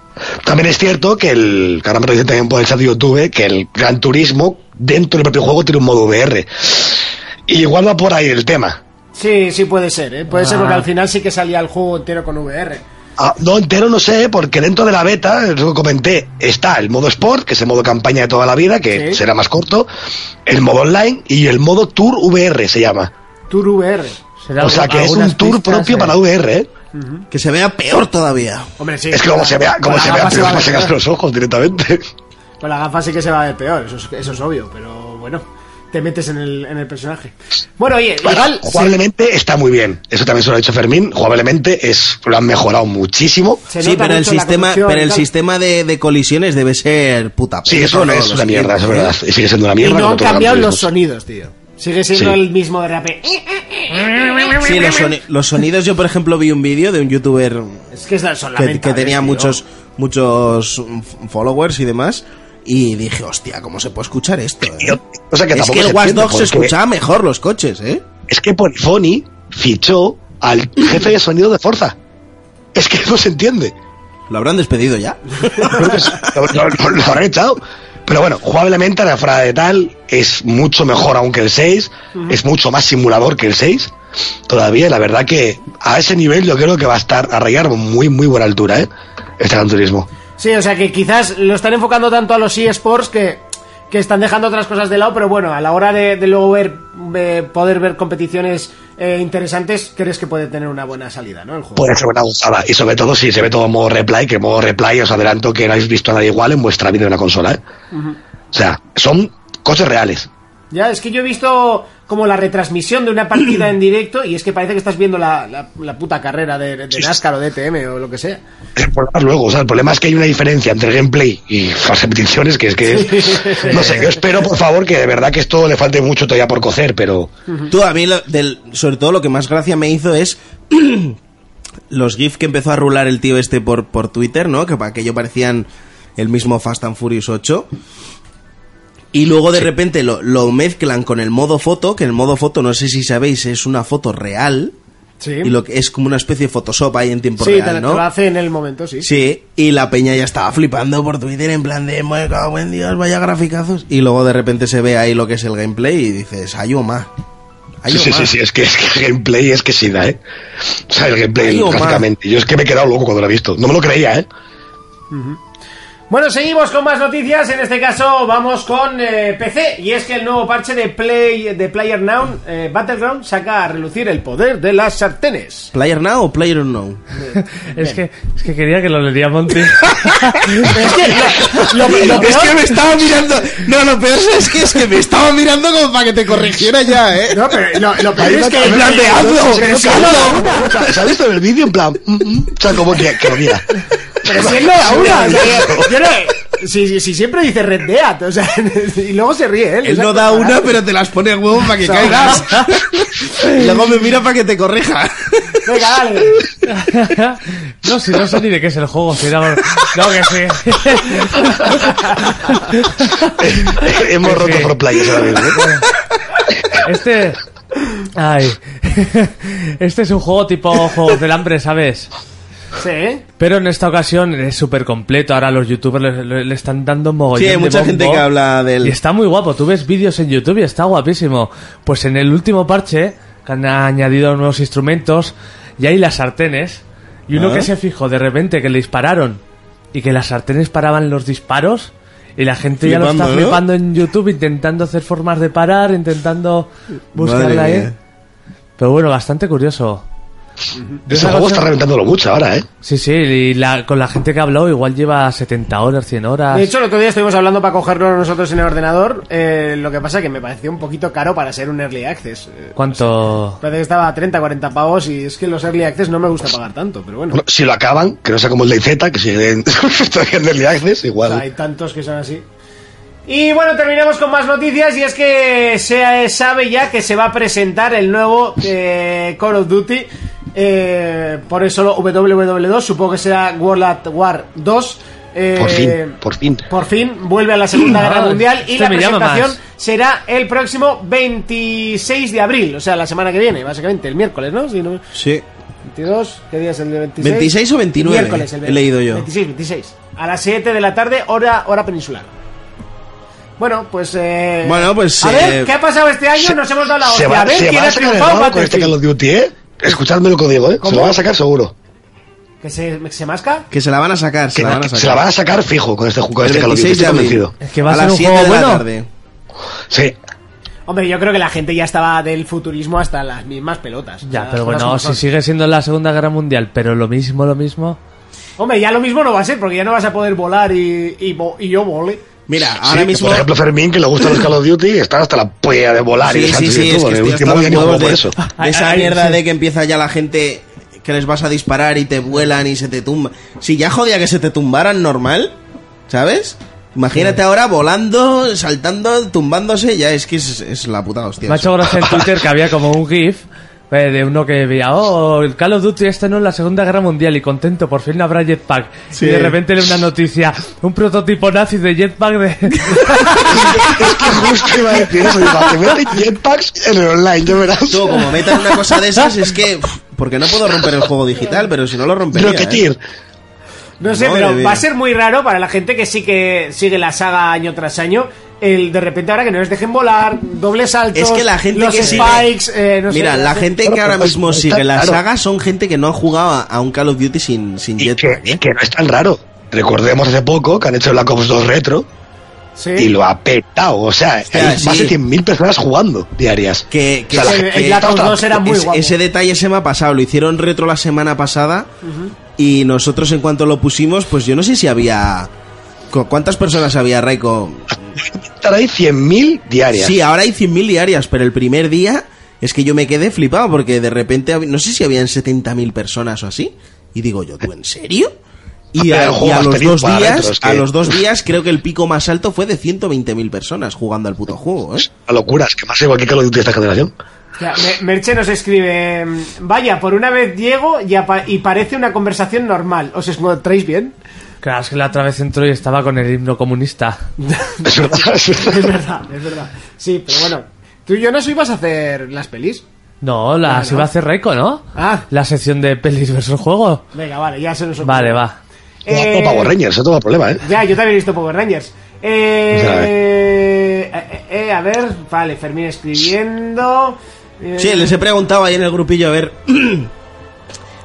[SPEAKER 5] También es cierto que el, que ahora me lo dicen también por el chat de YouTube, que el Gran Turismo dentro del propio juego tiene un modo VR. Y igual va por ahí el tema.
[SPEAKER 2] Sí, sí puede ser, ¿eh? Puede ser
[SPEAKER 4] Ah.
[SPEAKER 2] porque al final sí que salía el juego entero con VR.
[SPEAKER 5] Ah, no entero no sé, porque dentro de la beta, es lo que comenté, está el modo Sport, que es el modo campaña de toda la vida, que
[SPEAKER 2] Sí.
[SPEAKER 5] será más corto, el modo online y el modo Tour VR se llama.
[SPEAKER 2] Tour VR.
[SPEAKER 4] Será
[SPEAKER 5] o sea
[SPEAKER 4] algo-
[SPEAKER 5] que es
[SPEAKER 4] algunas
[SPEAKER 5] un tour
[SPEAKER 4] pistas,
[SPEAKER 5] propio
[SPEAKER 4] eh.
[SPEAKER 5] para VR, ¿eh?
[SPEAKER 3] Que se vea peor todavía.
[SPEAKER 2] Hombre, sí.
[SPEAKER 5] Es que como
[SPEAKER 2] con
[SPEAKER 5] se
[SPEAKER 2] la-
[SPEAKER 5] vea,
[SPEAKER 4] Ah,
[SPEAKER 5] como
[SPEAKER 2] con
[SPEAKER 5] se
[SPEAKER 2] la
[SPEAKER 5] vea,
[SPEAKER 2] gafa
[SPEAKER 5] pero
[SPEAKER 2] va a
[SPEAKER 5] va a
[SPEAKER 2] ver
[SPEAKER 5] sacar
[SPEAKER 2] peor.
[SPEAKER 5] los ojos directamente.
[SPEAKER 2] Con la gafa sí que se va a ver peor, eso es, eso es obvio, pero bueno, te metes en el, en el personaje. Bueno, oye, igual.
[SPEAKER 5] jugablemente está muy bien. Eso también se lo ha dicho Fermín. Jugablemente es, lo han mejorado muchísimo.
[SPEAKER 2] se- se
[SPEAKER 3] sí,
[SPEAKER 2] nota
[SPEAKER 3] pero el
[SPEAKER 2] mucho en la
[SPEAKER 3] sistema,
[SPEAKER 2] conducción
[SPEAKER 3] pero
[SPEAKER 2] y
[SPEAKER 3] el
[SPEAKER 2] tal.
[SPEAKER 3] sistema de, de colisiones debe ser puta.
[SPEAKER 5] Sí,
[SPEAKER 3] puta,
[SPEAKER 5] eso no
[SPEAKER 3] ¿no?
[SPEAKER 5] es
[SPEAKER 3] Lo
[SPEAKER 5] una mierda,
[SPEAKER 3] siento,
[SPEAKER 5] es
[SPEAKER 3] ¿eh?
[SPEAKER 5] verdad. Y sigue siendo una
[SPEAKER 2] Y
[SPEAKER 5] mierda.
[SPEAKER 2] no han
[SPEAKER 5] toca
[SPEAKER 2] cambiado
[SPEAKER 5] Gran
[SPEAKER 2] los
[SPEAKER 5] Turismo.
[SPEAKER 2] sonidos, tío. Sigue siendo
[SPEAKER 5] Sí.
[SPEAKER 2] el mismo de Eh, rape.
[SPEAKER 3] ¿eh? Sí, los, soni- los sonidos. Yo, por ejemplo, vi un vídeo de un youtuber
[SPEAKER 2] Es que es la son
[SPEAKER 3] que, que
[SPEAKER 2] lamentables,
[SPEAKER 3] tenía
[SPEAKER 2] tío.
[SPEAKER 3] muchos, muchos mm, followers y demás. Y dije, hostia, ¿cómo se puede escuchar esto? eh?
[SPEAKER 5] Yo- o sea, que
[SPEAKER 3] es
[SPEAKER 5] tampoco
[SPEAKER 3] que el
[SPEAKER 5] se
[SPEAKER 3] Watch
[SPEAKER 5] entiende,
[SPEAKER 3] Dogs se
[SPEAKER 5] porque-
[SPEAKER 3] escuchaba mejor los coches, ¿eh?
[SPEAKER 5] Es que Polyphony fichó al jefe de sonido de Forza. Es que no se entiende.
[SPEAKER 3] ¿Lo habrán despedido ya?
[SPEAKER 5] Lo, lo- lo- lo habrán echado. Pero bueno, jugablemente, la fuera de tal, es mucho mejor aún que el 6. Es mucho más simulador que el 6. Todavía, la verdad que a ese nivel yo creo que va a estar a rayar muy, muy buena altura, ¿eh? Este Gran Turismo.
[SPEAKER 2] Sí, o sea que quizás lo están enfocando tanto a los eSports que, que están dejando otras cosas de lado, pero bueno, a la hora de, de luego ver, de poder ver competiciones eh, interesantes, crees que puede tener una buena salida, ¿no? El juego.
[SPEAKER 3] Pues-
[SPEAKER 5] Puede ser una gozada. Y sobre todo si se ve todo en modo replay, que en modo replay os adelanto que no habéis visto nada igual en vuestra vida en una consola, ¿eh? O sea, son cosas reales.
[SPEAKER 2] Ya, es que yo he visto como la retransmisión de una partida en directo y es que parece que estás viendo la, la- la puta carrera de, de
[SPEAKER 5] Sí, sí.
[SPEAKER 2] NASCAR o de ETM o lo que sea.
[SPEAKER 5] El problema es luego, o sea, el problema es que hay una diferencia entre el gameplay y las repeticiones, que es que es... No sé, yo espero, por favor, que de verdad que esto le falte mucho todavía por cocer, pero...
[SPEAKER 3] Tú, a mí, lo- del- sobre todo lo que más gracia me hizo es los GIF que empezó a rular el tío este por, por Twitter, ¿no? Que para aquello parecían el mismo Fast and Furious 8. Y luego de repente lo, lo mezclan con el modo foto, que el modo foto, no sé si sabéis, es una foto real.
[SPEAKER 2] Sí,
[SPEAKER 3] Y lo que es como una especie de Photoshop ahí en tiempo
[SPEAKER 2] sí te,
[SPEAKER 3] real,
[SPEAKER 2] te
[SPEAKER 3] ¿no?
[SPEAKER 2] lo hace en el momento, sí.
[SPEAKER 3] Sí, y la peña ya estaba flipando por Twitter en plan de, "Me cago en Dios, vaya graficazos. Y luego de repente se ve ahí lo que es el gameplay y dices, hay más. Hay
[SPEAKER 5] Sí, sí, sí, sí, es que, es que el gameplay es que sí da, ¿eh? O sea, el gameplay,
[SPEAKER 3] Ay, Omar.
[SPEAKER 5] gráficamente. Yo es que me he quedado loco cuando lo he visto. No me lo creía, ¿eh?
[SPEAKER 2] Bueno, seguimos con más noticias. En este caso vamos con eh, PC. Y es que el nuevo parche de Play de Player Now Battleground saca a relucir el poder de las sartenes.
[SPEAKER 3] ¿Player Now o Player No?
[SPEAKER 4] Es que, es que quería que lo leería Monty.
[SPEAKER 2] Lo, lo
[SPEAKER 3] es
[SPEAKER 2] peor-
[SPEAKER 3] que me estaba mirando. No, lo peor es que, es que me estaba mirando como para que te corrigiera ya, ¿eh?
[SPEAKER 2] No, pero lo, lo peor es que
[SPEAKER 3] En plan de hazlo, pensalo.
[SPEAKER 5] ¿Se ha visto en el vídeo? En plan, mm, mm, o sea, como que, que lo mira.
[SPEAKER 2] Pero si es lo da una, o sea, yo no- si, si- si siempre dice Red Dead, o sea, y luego se ríe ¿eh? él.
[SPEAKER 3] Él no da una, pero te las pone a huevo para que caigas. Y luego me mira para que te corrija.
[SPEAKER 2] Venga, dale.
[SPEAKER 4] no, si no sé ni de qué es el juego. Si era- No, que sí.
[SPEAKER 5] Hemos roto
[SPEAKER 4] Sí.
[SPEAKER 5] por playas ahora mismo. ¿eh?
[SPEAKER 4] Este. Ay. Este es un juego tipo Juegos del Hambre, ¿sabes?
[SPEAKER 2] Sí, ¿eh?
[SPEAKER 4] Pero en esta ocasión es súper completo. Ahora los youtubers le, le- le están dando mogollón.
[SPEAKER 3] Sí, hay
[SPEAKER 4] de
[SPEAKER 3] mucha
[SPEAKER 4] bombo.
[SPEAKER 3] gente que habla
[SPEAKER 4] Y
[SPEAKER 3] del.
[SPEAKER 4] está muy guapo. Tú ves vídeos en YouTube y está guapísimo. Pues en el último parche, que han añadido nuevos instrumentos, y hay las sartenes. Y uno
[SPEAKER 3] Ah.
[SPEAKER 4] que se fijó de repente que le dispararon y que las sartenes paraban los disparos. Y la gente ya lo
[SPEAKER 3] Flipando,
[SPEAKER 4] está
[SPEAKER 3] ¿no?
[SPEAKER 4] flipando en YouTube, intentando hacer formas de parar, intentando buscarla
[SPEAKER 3] Madre
[SPEAKER 4] ahí.
[SPEAKER 3] mía.
[SPEAKER 4] Pero bueno, bastante curioso.
[SPEAKER 5] Ese juego está reventándolo mucho ahora, ¿eh?
[SPEAKER 4] Sí, sí, y la- con la gente que ha hablado igual lleva 70 horas, 100 horas.
[SPEAKER 2] De hecho, el otro día estuvimos hablando para cogerlo nosotros en el ordenador. eh, lo que pasa que me pareció un poquito caro para ser un early access. Eh,
[SPEAKER 4] ¿Cuánto?
[SPEAKER 2] Parece que estaba a 30, 40 pavos y es que los early access no me gusta pagar tanto, pero bueno.
[SPEAKER 5] Bueno, si lo acaban, que no sea como el de IZ, que sigue en en Early Access,
[SPEAKER 2] O sea, eh,
[SPEAKER 5] igual.
[SPEAKER 2] hay tantos que son así. Y bueno, terminamos con más noticias y es que se eh, sabe ya que se va a presentar el nuevo eh, Call of Duty eh, por el solo WW2, supongo que será World at War 2. eh,
[SPEAKER 5] Por fin, por fin.
[SPEAKER 2] Por fin vuelve a la Segunda Guerra
[SPEAKER 4] Ah,
[SPEAKER 2] Mundial y
[SPEAKER 4] este
[SPEAKER 2] la
[SPEAKER 4] me llama
[SPEAKER 2] presentación
[SPEAKER 4] más.
[SPEAKER 2] será el próximo 26 de abril, o sea, la semana que viene, básicamente, el miércoles, ¿no? Si no-
[SPEAKER 3] Sí.
[SPEAKER 2] 22, ¿qué día es el de 26?
[SPEAKER 3] 26 o 29,
[SPEAKER 2] Miércoles, el
[SPEAKER 3] he leído yo.
[SPEAKER 2] 26, 26. A las 7 de la tarde, hora, hora peninsular. Bueno, pues... Eh,
[SPEAKER 3] Bueno, pues,
[SPEAKER 2] A ver,
[SPEAKER 3] eh,
[SPEAKER 2] ¿qué ha pasado este año? Nos hemos dado la
[SPEAKER 5] Se
[SPEAKER 2] hostia.
[SPEAKER 5] va,
[SPEAKER 2] a ver,
[SPEAKER 5] se
[SPEAKER 2] ¿quién
[SPEAKER 5] va
[SPEAKER 2] ha
[SPEAKER 5] a sacar el
[SPEAKER 2] triunfado?
[SPEAKER 5] rabo con este Call
[SPEAKER 2] Battlefield.
[SPEAKER 5] of Duty, ¿eh? Escuchadme lo que digo, ¿eh? Se
[SPEAKER 2] ¿Cómo?
[SPEAKER 5] lo van a sacar seguro.
[SPEAKER 2] ¿Que se, se masca?
[SPEAKER 3] Que se la van a sacar, se
[SPEAKER 5] Que-
[SPEAKER 3] la van a
[SPEAKER 5] que
[SPEAKER 3] sacar.
[SPEAKER 5] se la van a sacar fijo con este, ju- con
[SPEAKER 3] El
[SPEAKER 5] este Call of Duty,
[SPEAKER 3] 26 de
[SPEAKER 5] estoy
[SPEAKER 3] abril.
[SPEAKER 5] convencido.
[SPEAKER 4] Es que va a ser
[SPEAKER 3] las
[SPEAKER 4] un
[SPEAKER 3] 7
[SPEAKER 4] juego
[SPEAKER 3] de la
[SPEAKER 4] bueno.
[SPEAKER 3] tarde.
[SPEAKER 5] Sí,
[SPEAKER 2] Hombre, yo creo que la gente ya estaba del futurismo hasta las mismas pelotas. O sea,
[SPEAKER 4] Ya,
[SPEAKER 2] las
[SPEAKER 4] pero
[SPEAKER 2] cosas
[SPEAKER 4] bueno,
[SPEAKER 2] como
[SPEAKER 4] si
[SPEAKER 2] son.
[SPEAKER 4] sigue siendo la Segunda Guerra Mundial, pero lo mismo, lo mismo.
[SPEAKER 2] Hombre, ya lo mismo no va a ser, porque ya no vas a poder volar y, y, vo- y yo volé.
[SPEAKER 3] Mira,
[SPEAKER 5] Sí,
[SPEAKER 3] ahora
[SPEAKER 5] que
[SPEAKER 3] mismo.
[SPEAKER 5] Por ejemplo, Fermín, que le gustan los Call of Duty, está hasta la polla de volar y
[SPEAKER 3] Sí,
[SPEAKER 5] de
[SPEAKER 3] sí,
[SPEAKER 5] saltos
[SPEAKER 3] sí,
[SPEAKER 5] de
[SPEAKER 3] es que
[SPEAKER 5] tubo. En
[SPEAKER 3] estoy
[SPEAKER 5] el
[SPEAKER 3] hasta
[SPEAKER 5] último día
[SPEAKER 3] los
[SPEAKER 5] ni jugó
[SPEAKER 3] huevos
[SPEAKER 5] por
[SPEAKER 3] de,
[SPEAKER 5] eso.
[SPEAKER 3] de esa
[SPEAKER 4] Ay,
[SPEAKER 3] mierda
[SPEAKER 4] sí.
[SPEAKER 3] de que empieza ya la gente que les vas a disparar y te vuelan y se te tumba. Si ya jodía que se te tumbaran normal, ¿sabes? Imagínate ahora volando, saltando, tumbándose, ya es que es, es la puta hostia.
[SPEAKER 4] Me ha hecho gracia en Twitter que había como un GIF eh, de uno que veía, oh, el Call of Duty este no es la Segunda Guerra Mundial y contento, por fin no habrá jetpack.
[SPEAKER 3] Sí.
[SPEAKER 4] Y de repente le una noticia, un prototipo nazi de jetpack de...
[SPEAKER 5] es que justo iba a decir eso. Iba, te meten jetpacks en el online, ya verás.
[SPEAKER 3] Tú, como metan una cosa de esas, es que. pff, Porque no puedo romper el juego digital, pero si no lo rompería. ¿eh?
[SPEAKER 5] Rocketeer.
[SPEAKER 2] No sé,
[SPEAKER 3] Madre
[SPEAKER 2] pero
[SPEAKER 3] mía.
[SPEAKER 2] va a ser muy raro para la gente que sí que sigue la saga año tras año. El de repente ahora que no les dejen volar, doble salto.
[SPEAKER 3] Es que la gente
[SPEAKER 2] los
[SPEAKER 3] que sigue-
[SPEAKER 2] spikes, eh, no sé,
[SPEAKER 3] Mira, la gente que ahora
[SPEAKER 5] Claro,
[SPEAKER 3] mismo
[SPEAKER 5] está-
[SPEAKER 3] sigue la
[SPEAKER 5] claro.
[SPEAKER 3] saga son gente que no ha jugado a- a un Call of Duty sin, sin
[SPEAKER 5] Y que,
[SPEAKER 3] jetpack.
[SPEAKER 5] y
[SPEAKER 3] ¿eh?
[SPEAKER 5] que no es tan raro. Recordemos hace poco que han hecho Black Ops 2 Retro
[SPEAKER 2] Sí.
[SPEAKER 5] y lo ha petado. O sea,
[SPEAKER 3] Hostia,
[SPEAKER 5] hay más
[SPEAKER 3] sí.
[SPEAKER 5] de 100.000 personas jugando diarias.
[SPEAKER 3] Que, que-
[SPEAKER 5] O sea, la-
[SPEAKER 2] El-
[SPEAKER 3] que-
[SPEAKER 2] el Black Ops
[SPEAKER 5] que-
[SPEAKER 2] 2 era muy
[SPEAKER 3] es-
[SPEAKER 2] guapo.
[SPEAKER 3] ese detalle se me ha pasado. Lo hicieron retro la semana pasada. Y nosotros, en cuanto lo pusimos, pues yo no sé si había. ¿cu- ¿Cuántas personas había, Raiko?
[SPEAKER 5] Estar ahí 100.000 diarias.
[SPEAKER 3] Sí, ahora hay 100.000 diarias, pero el primer día es que yo me quedé flipado porque de repente, hab- no sé si habían 70.000 personas o así. Y digo yo, ¿tú en serio? Y a,
[SPEAKER 5] Ah, Pero juego
[SPEAKER 3] y a
[SPEAKER 5] más
[SPEAKER 3] los
[SPEAKER 5] feliz
[SPEAKER 3] dos
[SPEAKER 5] para
[SPEAKER 3] días,
[SPEAKER 5] adentro, es que-
[SPEAKER 3] a los dos días creo que el pico más alto fue de 120.000 personas jugando al puto juego, ¿eh?
[SPEAKER 5] La locura, es que más igual que Call of Duty de esta generación.
[SPEAKER 2] Ya, Me- Merche nos escribe: mm, Vaya, por una vez llego y, apa- y parece una conversación normal. ¿Os encontráis bien?
[SPEAKER 4] Claro, es que la otra vez entró y estaba con el himno comunista.
[SPEAKER 5] Es verdad, es verdad.
[SPEAKER 2] Es verdad, es verdad. Sí, pero bueno. Tú y yo nos ibas a hacer las pelis.
[SPEAKER 4] No, la se iba a hacer Reiko, ¿no?
[SPEAKER 2] Ah.
[SPEAKER 4] La sección de pelis versus juego.
[SPEAKER 2] Venga, vale, ya se nos ocurrió.
[SPEAKER 4] Vale, va.
[SPEAKER 5] O-
[SPEAKER 2] Eh,
[SPEAKER 5] O Power Rangers, eso no es problema, ¿eh?
[SPEAKER 2] Ya, yo también he visto Power Rangers. Eh,
[SPEAKER 5] Ya,
[SPEAKER 2] eh, eh, eh, a ver, vale, Fermín escribiendo. Eh,
[SPEAKER 3] Sí, les he preguntado ahí en el grupillo a ver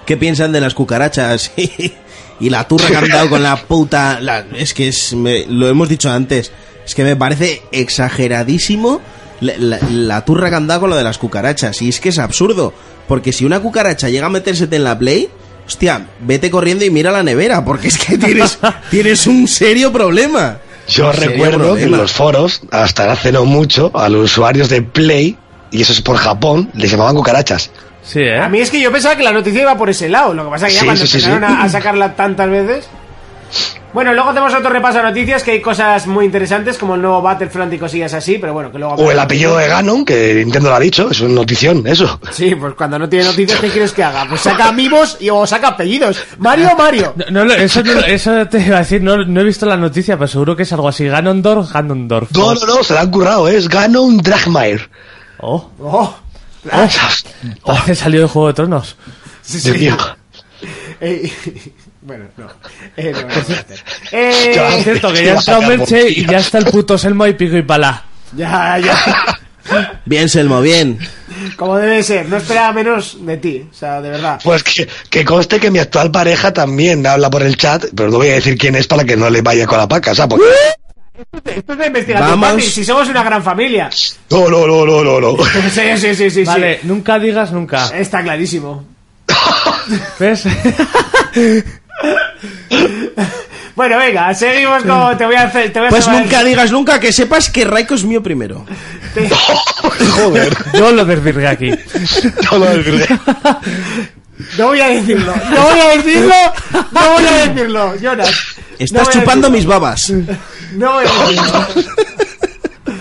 [SPEAKER 3] qué piensan de las cucarachas y, y la turra que han dado con la puta. la- es que es, me- lo hemos dicho antes. Es que me parece exageradísimo la, la- la turra que han dado con lo de las cucarachas. Y es que es absurdo. Porque si una cucaracha llega a metérsete en la play, hostia, vete corriendo y mira la nevera. Porque es que tienes, tienes un serio problema.
[SPEAKER 5] Yo
[SPEAKER 3] Un serio
[SPEAKER 5] recuerdo que en
[SPEAKER 3] problema.
[SPEAKER 5] los foros, hasta hace no mucho, a los usuarios de Play, y eso es por Japón, les llamaban cucarachas.
[SPEAKER 4] Sí, ¿eh?
[SPEAKER 2] A mí es que yo pensaba que la noticia iba por ese lado. Lo que pasa es que ya
[SPEAKER 5] Sí,
[SPEAKER 2] cuando
[SPEAKER 5] sí, sí,
[SPEAKER 2] empezaron
[SPEAKER 5] sí.
[SPEAKER 2] A, a sacarla tantas veces. Bueno, luego hacemos otro repaso a noticias que hay cosas muy interesantes como el nuevo Battlefront y cosillas así, pero bueno, que luego.
[SPEAKER 5] O el apellido de Ganon, que Nintendo lo ha dicho, es una notición, eso.
[SPEAKER 2] Sí, pues cuando no tiene noticias, ¿qué quieres que haga? Pues saca amigos y, o saca apellidos. Mario, Mario.
[SPEAKER 4] No, no, lo- eso, no lo- eso te iba a decir, no, no he visto la noticia, pero seguro que es algo así. Ganondorf, Ganondorf.
[SPEAKER 5] No, no, no, se la han currado, ¿eh? es Ganon Dragmire.
[SPEAKER 4] Oh,
[SPEAKER 2] Oh,
[SPEAKER 4] parece salido de Juego de Tronos.
[SPEAKER 2] sí,
[SPEAKER 5] Dios
[SPEAKER 2] sí.
[SPEAKER 5] mío.
[SPEAKER 2] Eh, bueno, no. Eh, no, no voy a hacer. Eh,
[SPEAKER 5] Ya va.
[SPEAKER 4] Por cierto, que ya
[SPEAKER 5] Iba a
[SPEAKER 4] está
[SPEAKER 5] sacar
[SPEAKER 4] Merche y
[SPEAKER 5] morcillas.
[SPEAKER 4] ya está el puto Selmo y pico y pala.
[SPEAKER 2] ya, ya.
[SPEAKER 3] Bien, Selmo, bien.
[SPEAKER 2] Como debe ser. No esperaba menos de ti. O sea, de verdad.
[SPEAKER 5] Pues que, que conste que mi actual pareja también habla por el chat, pero no voy a decir quién es para que no le vaya con la paca, ¿sabes?
[SPEAKER 2] Esto es de investigación,
[SPEAKER 3] Vamos.
[SPEAKER 2] papi. Si somos una gran familia.
[SPEAKER 5] No, no, no, no, no, no.
[SPEAKER 2] Sí, sí, sí, sí.
[SPEAKER 4] Vale,
[SPEAKER 2] sí.
[SPEAKER 4] nunca digas nunca.
[SPEAKER 2] Está clarísimo.
[SPEAKER 4] ¿Ves?
[SPEAKER 2] Bueno, venga, seguimos con. Te voy a hacer. Te voy a
[SPEAKER 3] Pues
[SPEAKER 2] salvar-
[SPEAKER 3] nunca digas nunca que sepas que Raiko es mío primero.
[SPEAKER 5] Joder.
[SPEAKER 4] Yo lo desvirgué aquí.
[SPEAKER 5] No, no, es verdad.
[SPEAKER 2] No voy a decirlo. No voy a decirlo. No voy a decirlo, Jonas.
[SPEAKER 3] Estás chupando mis babas.
[SPEAKER 2] mis. No voy a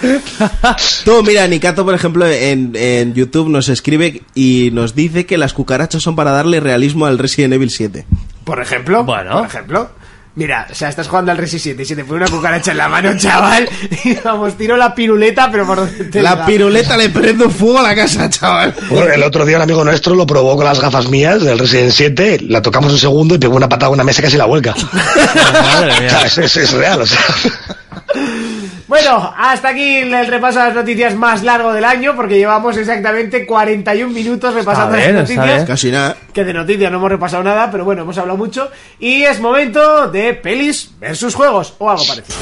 [SPEAKER 2] decirlo.
[SPEAKER 3] Tú, mira, Nikato, por ejemplo, en, en YouTube nos escribe y nos dice que las cucarachas son para darle realismo al Resident Evil 7.
[SPEAKER 2] Por ejemplo.
[SPEAKER 4] Bueno.
[SPEAKER 2] Por ejemplo. Mira, o sea, estás jugando al Resi 7 y se te pone una cucaracha en la mano, chaval. Y vamos, tiro la piruleta, pero por donde te
[SPEAKER 3] La
[SPEAKER 2] da.
[SPEAKER 3] piruleta le prende fuego a la casa, chaval.
[SPEAKER 5] Bueno, el otro día un amigo nuestro lo probó con las gafas mías del Resident 7, la tocamos un segundo y pegó una patada a una mesa y casi la vuelca.
[SPEAKER 4] Madre
[SPEAKER 5] O
[SPEAKER 4] mía.
[SPEAKER 5] sea, es, es- es real, o sea.
[SPEAKER 2] Bueno, hasta aquí el repaso de las noticias más largo del año, porque llevamos exactamente 41 minutos repasando
[SPEAKER 4] bien,
[SPEAKER 2] las
[SPEAKER 4] está
[SPEAKER 2] noticias.
[SPEAKER 4] bien.
[SPEAKER 3] Casi nada.
[SPEAKER 2] Que de noticias no hemos repasado nada, pero bueno, hemos hablado mucho. Y es momento de pelis versus juegos, o algo parecido.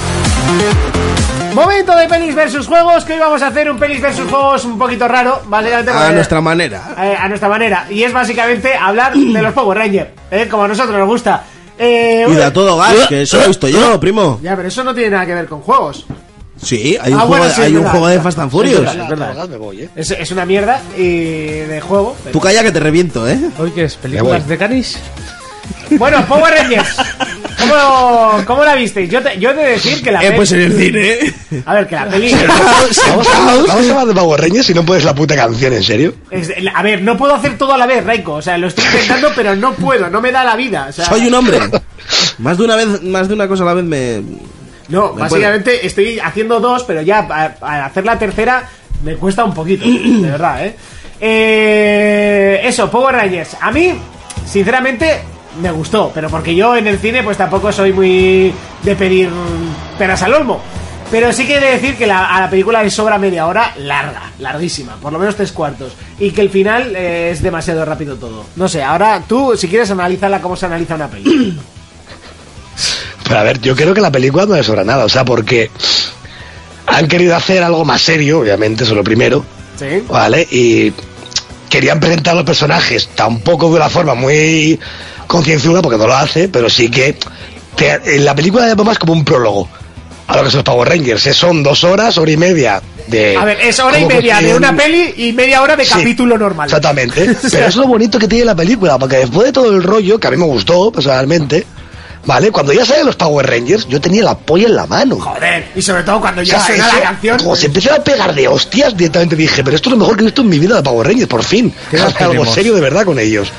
[SPEAKER 2] Momento de pelis versus juegos, que hoy vamos a hacer un pelis versus juegos un poquito raro, básicamente
[SPEAKER 3] A
[SPEAKER 2] porque-
[SPEAKER 3] nuestra manera.
[SPEAKER 2] eh, a nuestra manera. Y es básicamente hablar de los Power Rangers, ¿eh? como a nosotros nos gusta. Eh,
[SPEAKER 3] Y
[SPEAKER 2] bueno,
[SPEAKER 3] da todo gas, que eso lo he visto yo, primo.
[SPEAKER 2] Ya, pero eso no tiene nada que ver con juegos.
[SPEAKER 3] Sí, hay un,
[SPEAKER 2] Ah,
[SPEAKER 3] juego,
[SPEAKER 2] bueno, sí,
[SPEAKER 3] hay
[SPEAKER 2] es
[SPEAKER 3] un
[SPEAKER 2] verdad,
[SPEAKER 3] juego de
[SPEAKER 2] claro.
[SPEAKER 3] Fast and
[SPEAKER 2] Sí, es
[SPEAKER 3] Furious.
[SPEAKER 2] verdad, es verdad.
[SPEAKER 5] me voy, ¿eh?
[SPEAKER 2] Es, es una mierda eh, de juego. pero-
[SPEAKER 3] Tú calla que te reviento, ¿eh?
[SPEAKER 4] Hoy que es
[SPEAKER 5] Me
[SPEAKER 4] películas
[SPEAKER 5] voy.
[SPEAKER 4] de canis.
[SPEAKER 2] Bueno, Power Rangers. ¿Cómo, cómo la visteis? Yo, te, yo he de decir que la
[SPEAKER 3] Eh,
[SPEAKER 2] peli...
[SPEAKER 3] pues en el cine.
[SPEAKER 2] A ver, que la peli...
[SPEAKER 5] Vamos a, vamos a hablar de Power Rangers si no puedes la puta canción, ¿en serio?
[SPEAKER 2] es- a ver, no puedo hacer todo a la vez, Raiko. O sea, lo estoy intentando, pero no puedo. No me da la vida. O sea,
[SPEAKER 3] Soy un hombre. Más de una vez, más de una cosa a la vez me.
[SPEAKER 2] No,
[SPEAKER 3] Me
[SPEAKER 2] básicamente estoy haciendo dos, pero ya a- al hacer la tercera me cuesta un poquito, de verdad, ¿eh? Eh, Eso, Power Rangers. A mí, sinceramente, me gustó, pero porque yo en el cine pues tampoco soy muy de pedir mm, peras al olmo. Pero sí que he de decir que la, a la película le sobra media hora larga, larguísima, por lo menos tres cuartos. Y que el final eh, es demasiado rápido todo. No sé, ahora tú, si quieres, analízala como se analiza una película.
[SPEAKER 5] Pero a ver, yo creo que la película no le sobra nada, o sea, porque han querido hacer algo más serio, obviamente, eso es lo primero,
[SPEAKER 2] ¿Sí?
[SPEAKER 5] ¿vale? Y querían presentar los personajes tampoco de una forma muy concienzuda, porque no lo hace, pero sí que te- en la película de Boba es como un prólogo a lo que son los Power Rangers. eh, Son dos horas, hora y media de...
[SPEAKER 2] A ver, es hora y
[SPEAKER 5] cómo
[SPEAKER 2] media de
[SPEAKER 5] construyen-
[SPEAKER 2] una peli y media hora de
[SPEAKER 5] Sí,
[SPEAKER 2] capítulo normal.
[SPEAKER 5] Exactamente. Pero es lo bonito que tiene la película, porque después de todo el rollo, que a mí me gustó personalmente, ¿vale? Cuando ya salen los Power Rangers, yo tenía la polla en la mano.
[SPEAKER 2] Joder, y sobre todo cuando
[SPEAKER 5] O
[SPEAKER 2] ya
[SPEAKER 5] sea,
[SPEAKER 2] suena
[SPEAKER 5] eso,
[SPEAKER 2] la canción.
[SPEAKER 5] Como se empiezan a pegar de hostias, directamente dije, pero esto es lo mejor que he visto en mi vida de Power Rangers, por fin.
[SPEAKER 4] ¿Qué edad
[SPEAKER 5] algo
[SPEAKER 4] tenemos?
[SPEAKER 5] serio de verdad con ellos.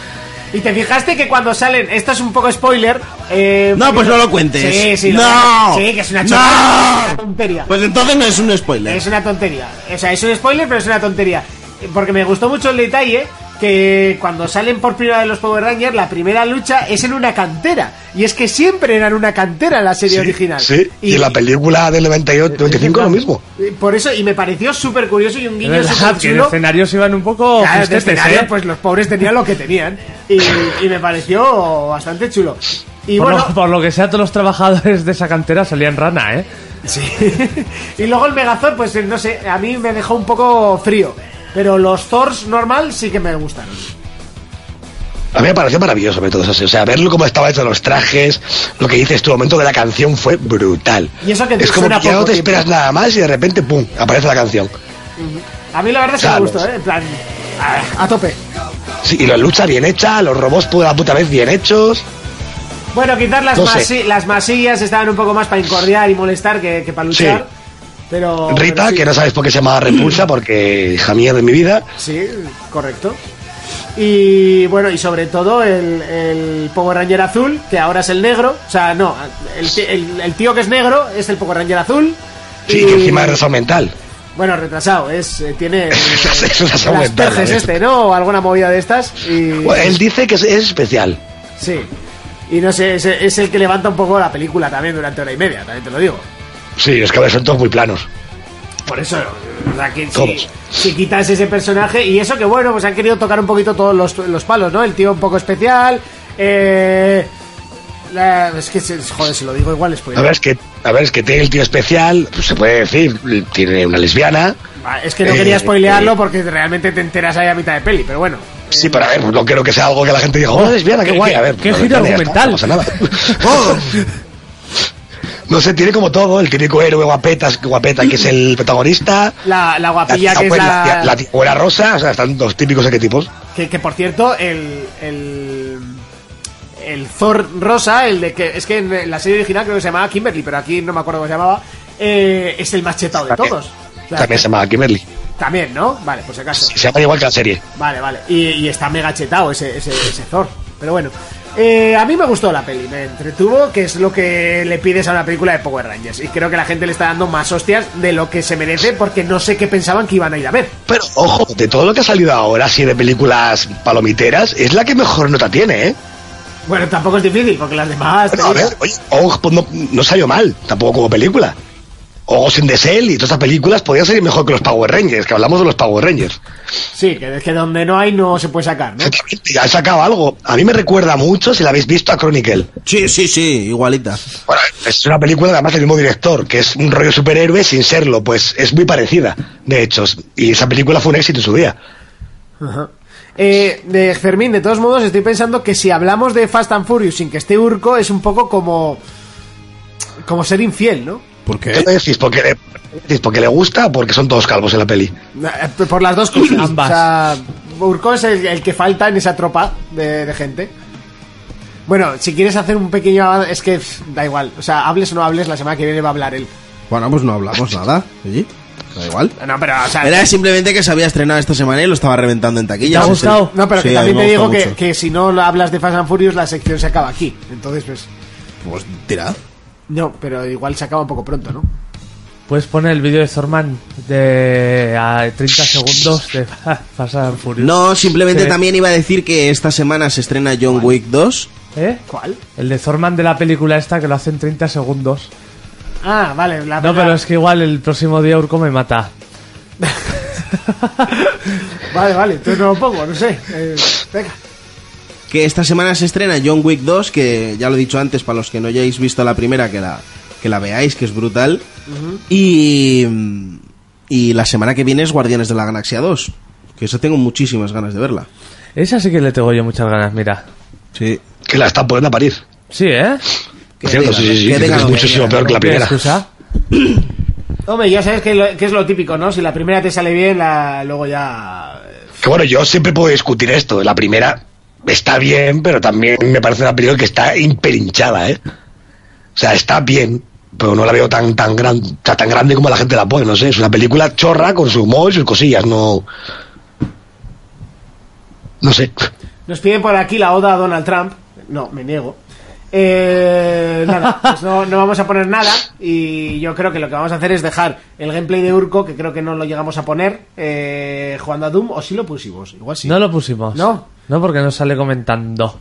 [SPEAKER 2] Y te fijaste que cuando salen, esto es un poco spoiler. eh,
[SPEAKER 3] No,
[SPEAKER 2] porque-
[SPEAKER 3] pues no lo cuentes.
[SPEAKER 2] Sí, sí, lo-
[SPEAKER 3] No.
[SPEAKER 2] sí, que es una
[SPEAKER 3] No.
[SPEAKER 2] chorrada, es una tontería.
[SPEAKER 3] Pues entonces no es un spoiler.
[SPEAKER 2] Es una tontería. O sea, es un spoiler, pero es una tontería. Porque me gustó mucho el detalle que cuando salen por primera vez los Power Rangers, la primera lucha es en una cantera. Y es que siempre eran una cantera en la serie original.
[SPEAKER 5] Sí, y, en la película del 98, 95 lo mismo.
[SPEAKER 2] Eh, Por eso, y me pareció súper curioso y un
[SPEAKER 4] Es
[SPEAKER 2] guiño
[SPEAKER 4] verdad
[SPEAKER 2] súper
[SPEAKER 4] que los
[SPEAKER 2] chulo.
[SPEAKER 4] escenarios iban un poco
[SPEAKER 2] Claro, de
[SPEAKER 4] justetes,
[SPEAKER 2] escenario,
[SPEAKER 4] ¿eh?
[SPEAKER 2] pues los pobres tenían lo que tenían. Y, y me pareció bastante chulo. Y
[SPEAKER 4] por,
[SPEAKER 2] bueno,
[SPEAKER 4] lo, por lo que sea, todos los trabajadores de esa cantera salían rana, ¿eh?
[SPEAKER 2] y luego el Megazord, pues no sé, a mí me dejó un poco frío. Pero los Thors normal sí que me gustan.
[SPEAKER 5] A mí me pareció maravilloso ver todo eso. así. O sea, verlo cómo estaba hecho los trajes, lo que dices tu momento de la canción fue brutal.
[SPEAKER 2] Y eso que
[SPEAKER 5] es como
[SPEAKER 2] suena
[SPEAKER 5] que ya no
[SPEAKER 2] poco
[SPEAKER 5] te
[SPEAKER 2] tiempo.
[SPEAKER 5] esperas nada más y de repente, ¡pum!, aparece la canción.
[SPEAKER 2] A mí la verdad es que me
[SPEAKER 5] Salos.
[SPEAKER 2] gustó, ¿eh? En plan, a, a tope.
[SPEAKER 5] Sí, y la lucha bien hecha, los robots de la puta vez bien hechos.
[SPEAKER 2] Bueno, quizás las,
[SPEAKER 5] No sé.
[SPEAKER 2] masi- las masillas estaban un poco más para incordiar y molestar que, que para luchar. Pero.
[SPEAKER 5] Rita,
[SPEAKER 2] pero Oh, sí.
[SPEAKER 5] que no sabes por qué se llamaba Repulsa, porque hija mía de mi vida.
[SPEAKER 2] Sí, correcto. Y bueno, y sobre todo el, el Power Ranger azul, que ahora es el negro. O sea, no, el, ti- el- el tío que es negro es el Power Ranger azul.
[SPEAKER 5] Sí,
[SPEAKER 2] y-
[SPEAKER 5] que encima es razón mental.
[SPEAKER 2] Bueno, retrasado, es, eh, tiene.
[SPEAKER 5] Es una
[SPEAKER 2] las
[SPEAKER 5] mental,
[SPEAKER 2] perges
[SPEAKER 5] ¿eh?
[SPEAKER 2] este, ¿no? O alguna movida de estas. Y,
[SPEAKER 5] Bueno, Pues, Él dice que es, es especial.
[SPEAKER 2] Sí. Y no sé, es, es el que levanta un poco la película también durante hora y media, también te lo digo.
[SPEAKER 5] Sí, los cabezas son todos muy planos.
[SPEAKER 2] Por eso, o sea, que si,
[SPEAKER 5] Todos.
[SPEAKER 2] si quitas ese personaje, y eso que bueno, pues han querido tocar un poquito todos los, los palos, ¿no? El tío un poco especial. Eh, la- es que, se- joder, si lo digo igual es
[SPEAKER 5] A ver, es que, a ver, es que tiene el tío especial, pues, se puede decir, tiene una lesbiana.
[SPEAKER 2] Ah, Es que no
[SPEAKER 5] eh,
[SPEAKER 2] quería
[SPEAKER 5] eh,
[SPEAKER 2] spoilearlo porque realmente te enteras ahí a mitad de peli, pero bueno.
[SPEAKER 5] Sí, pero a ver, no creo que sea algo que la gente diga, ¡oh, lesbiana, qué
[SPEAKER 4] qué-
[SPEAKER 5] guay! A ver,
[SPEAKER 4] qué
[SPEAKER 5] pues,
[SPEAKER 4] giro
[SPEAKER 5] ya está,
[SPEAKER 4] argumental.
[SPEAKER 5] No pasa nada. No sé, tiene como todo, el típico héroe guapetas, guapeta que es el protagonista.
[SPEAKER 2] La, la
[SPEAKER 5] La
[SPEAKER 2] guapilla
[SPEAKER 5] tía,
[SPEAKER 2] que es
[SPEAKER 5] buena-
[SPEAKER 2] la.
[SPEAKER 5] la tía buena rosa, o sea, están los típicos arquetipos.
[SPEAKER 2] Que, que, por cierto, el. el el Thor Rosa, el de que es que en la serie original creo que se llamaba Kimberly, pero aquí no me acuerdo cómo se llamaba, eh, es el más chetado de
[SPEAKER 5] También.
[SPEAKER 2] todos. O sea,
[SPEAKER 5] También se llama Kimberly.
[SPEAKER 2] también, ¿no? Vale, por si acaso.
[SPEAKER 5] Se llama igual que la serie.
[SPEAKER 2] Vale, vale. Y, y está mega chetado ese, ese, ese Thor. Pero bueno, Eh, a mí me gustó la peli, me entretuvo, que es lo que le pides a una película de Power Rangers. Y creo que la gente le está dando más hostias de lo que se merece porque no sé qué pensaban que iban a ir a ver.
[SPEAKER 5] Pero ojo, de todo lo que ha salido ahora, así de películas palomiteras, es la que mejor nota tiene, ¿eh?
[SPEAKER 2] Bueno, tampoco es difícil porque las demás...
[SPEAKER 5] Bueno, a ver, oye, Ojo, pues no, no salió mal, tampoco como película. O sin the Shell y todas esas películas podían salir mejor que los Power Rangers, que hablamos de los Power Rangers.
[SPEAKER 2] Sí, que, que donde no hay no se puede sacar, ¿no?
[SPEAKER 5] Exactamente, ya han sacado algo. A mí me recuerda mucho, si la habéis visto, a Chronicle.
[SPEAKER 3] Sí, sí, sí, igualita.
[SPEAKER 5] Bueno, es una película además del mismo director, que es un rollo superhéroe sin serlo, pues es muy parecida, de hecho. Y esa película fue un éxito en su día.
[SPEAKER 2] Ajá. Eh, de Fermín, de todos modos, estoy pensando que si hablamos de Fast and Furious sin que esté Urco, es un poco como. como ser infiel, ¿no?
[SPEAKER 3] ¿Por
[SPEAKER 5] ¿Qué lo decís? ¿Porque le, decís? ¿Porque le gusta o porque son todos calvos en la peli?
[SPEAKER 2] Eh, Por las dos cosas.
[SPEAKER 4] Ambas.
[SPEAKER 2] O sea, Urco es el, el que falta en esa tropa de, de gente. Bueno, si quieres hacer un pequeño. Es que pff, da igual. O sea, hables o no hables, la semana que viene va a hablar él.
[SPEAKER 3] Bueno, pues no hablamos nada. Oye, da igual.
[SPEAKER 2] No, pero, o sea,
[SPEAKER 3] Era simplemente que se había estrenado esta semana y lo estaba reventando en taquilla.
[SPEAKER 4] ¿Te ha gustado?
[SPEAKER 2] No, pero que también te digo que, que si no hablas de Fast and Furious, la sección se acaba aquí. Entonces, pues.
[SPEAKER 3] Pues tirad.
[SPEAKER 2] No, pero igual se acaba un poco pronto, ¿no?
[SPEAKER 4] Puedes poner el vídeo de Zorman de a 30 segundos de Fast and Furious.
[SPEAKER 3] No, simplemente
[SPEAKER 4] Sí.
[SPEAKER 3] también iba a decir que esta semana se estrena John Wick 2.
[SPEAKER 4] ¿Eh?
[SPEAKER 2] ¿Cuál?
[SPEAKER 4] El de Zorman de la película esta que lo hace en 30 segundos.
[SPEAKER 2] Ah, vale, la
[SPEAKER 4] No, pero es que igual el próximo día Urco me mata.
[SPEAKER 2] Vale, vale, entonces no lo pongo, no sé. Eh, venga.
[SPEAKER 3] Que esta semana se estrena John Wick 2, que ya lo he dicho antes, para los que no hayáis visto la primera, que la, que la veáis, que es brutal. Y. Y la semana que viene es Guardianes de la Galaxia 2. Que eso tengo muchísimas ganas de verla.
[SPEAKER 4] Esa sí que le tengo yo muchas ganas, mira.
[SPEAKER 3] Sí.
[SPEAKER 5] Que la están poniendo a parir.
[SPEAKER 4] Sí, ¿eh?
[SPEAKER 3] Que
[SPEAKER 5] Cierto,
[SPEAKER 3] diga,
[SPEAKER 5] sí, sí, sí,
[SPEAKER 3] que
[SPEAKER 5] que
[SPEAKER 3] diga
[SPEAKER 5] es
[SPEAKER 3] lo que
[SPEAKER 5] muchísimo
[SPEAKER 3] diga,
[SPEAKER 5] peor
[SPEAKER 3] ¿no?
[SPEAKER 5] que la
[SPEAKER 4] ¿Qué
[SPEAKER 5] primera.
[SPEAKER 4] excusa?
[SPEAKER 2] Hombre, ya sabes que, lo- que es lo típico, ¿no? Si la primera te sale bien, la, luego ya. eh,
[SPEAKER 5] Que bueno, yo siempre puedo discutir esto. La primera está bien, pero también me parece una película que está imperinchada, ¿eh? O sea, está bien, pero no la veo tan tan gran, o sea, tan grande como la gente la pone, no sé. Es una película chorra con su humor y sus cosillas, no... No sé.
[SPEAKER 2] Nos piden por aquí la oda a Donald Trump. No, me niego. Eh, nada, pues no, no vamos a poner nada. Y yo creo que lo que vamos a hacer es dejar el gameplay de Urco, que creo que no lo llegamos a poner, eh, jugando a Doom, o si lo pusimos. Igual sí.
[SPEAKER 4] No lo pusimos.
[SPEAKER 2] No.
[SPEAKER 4] No, porque no sale comentando.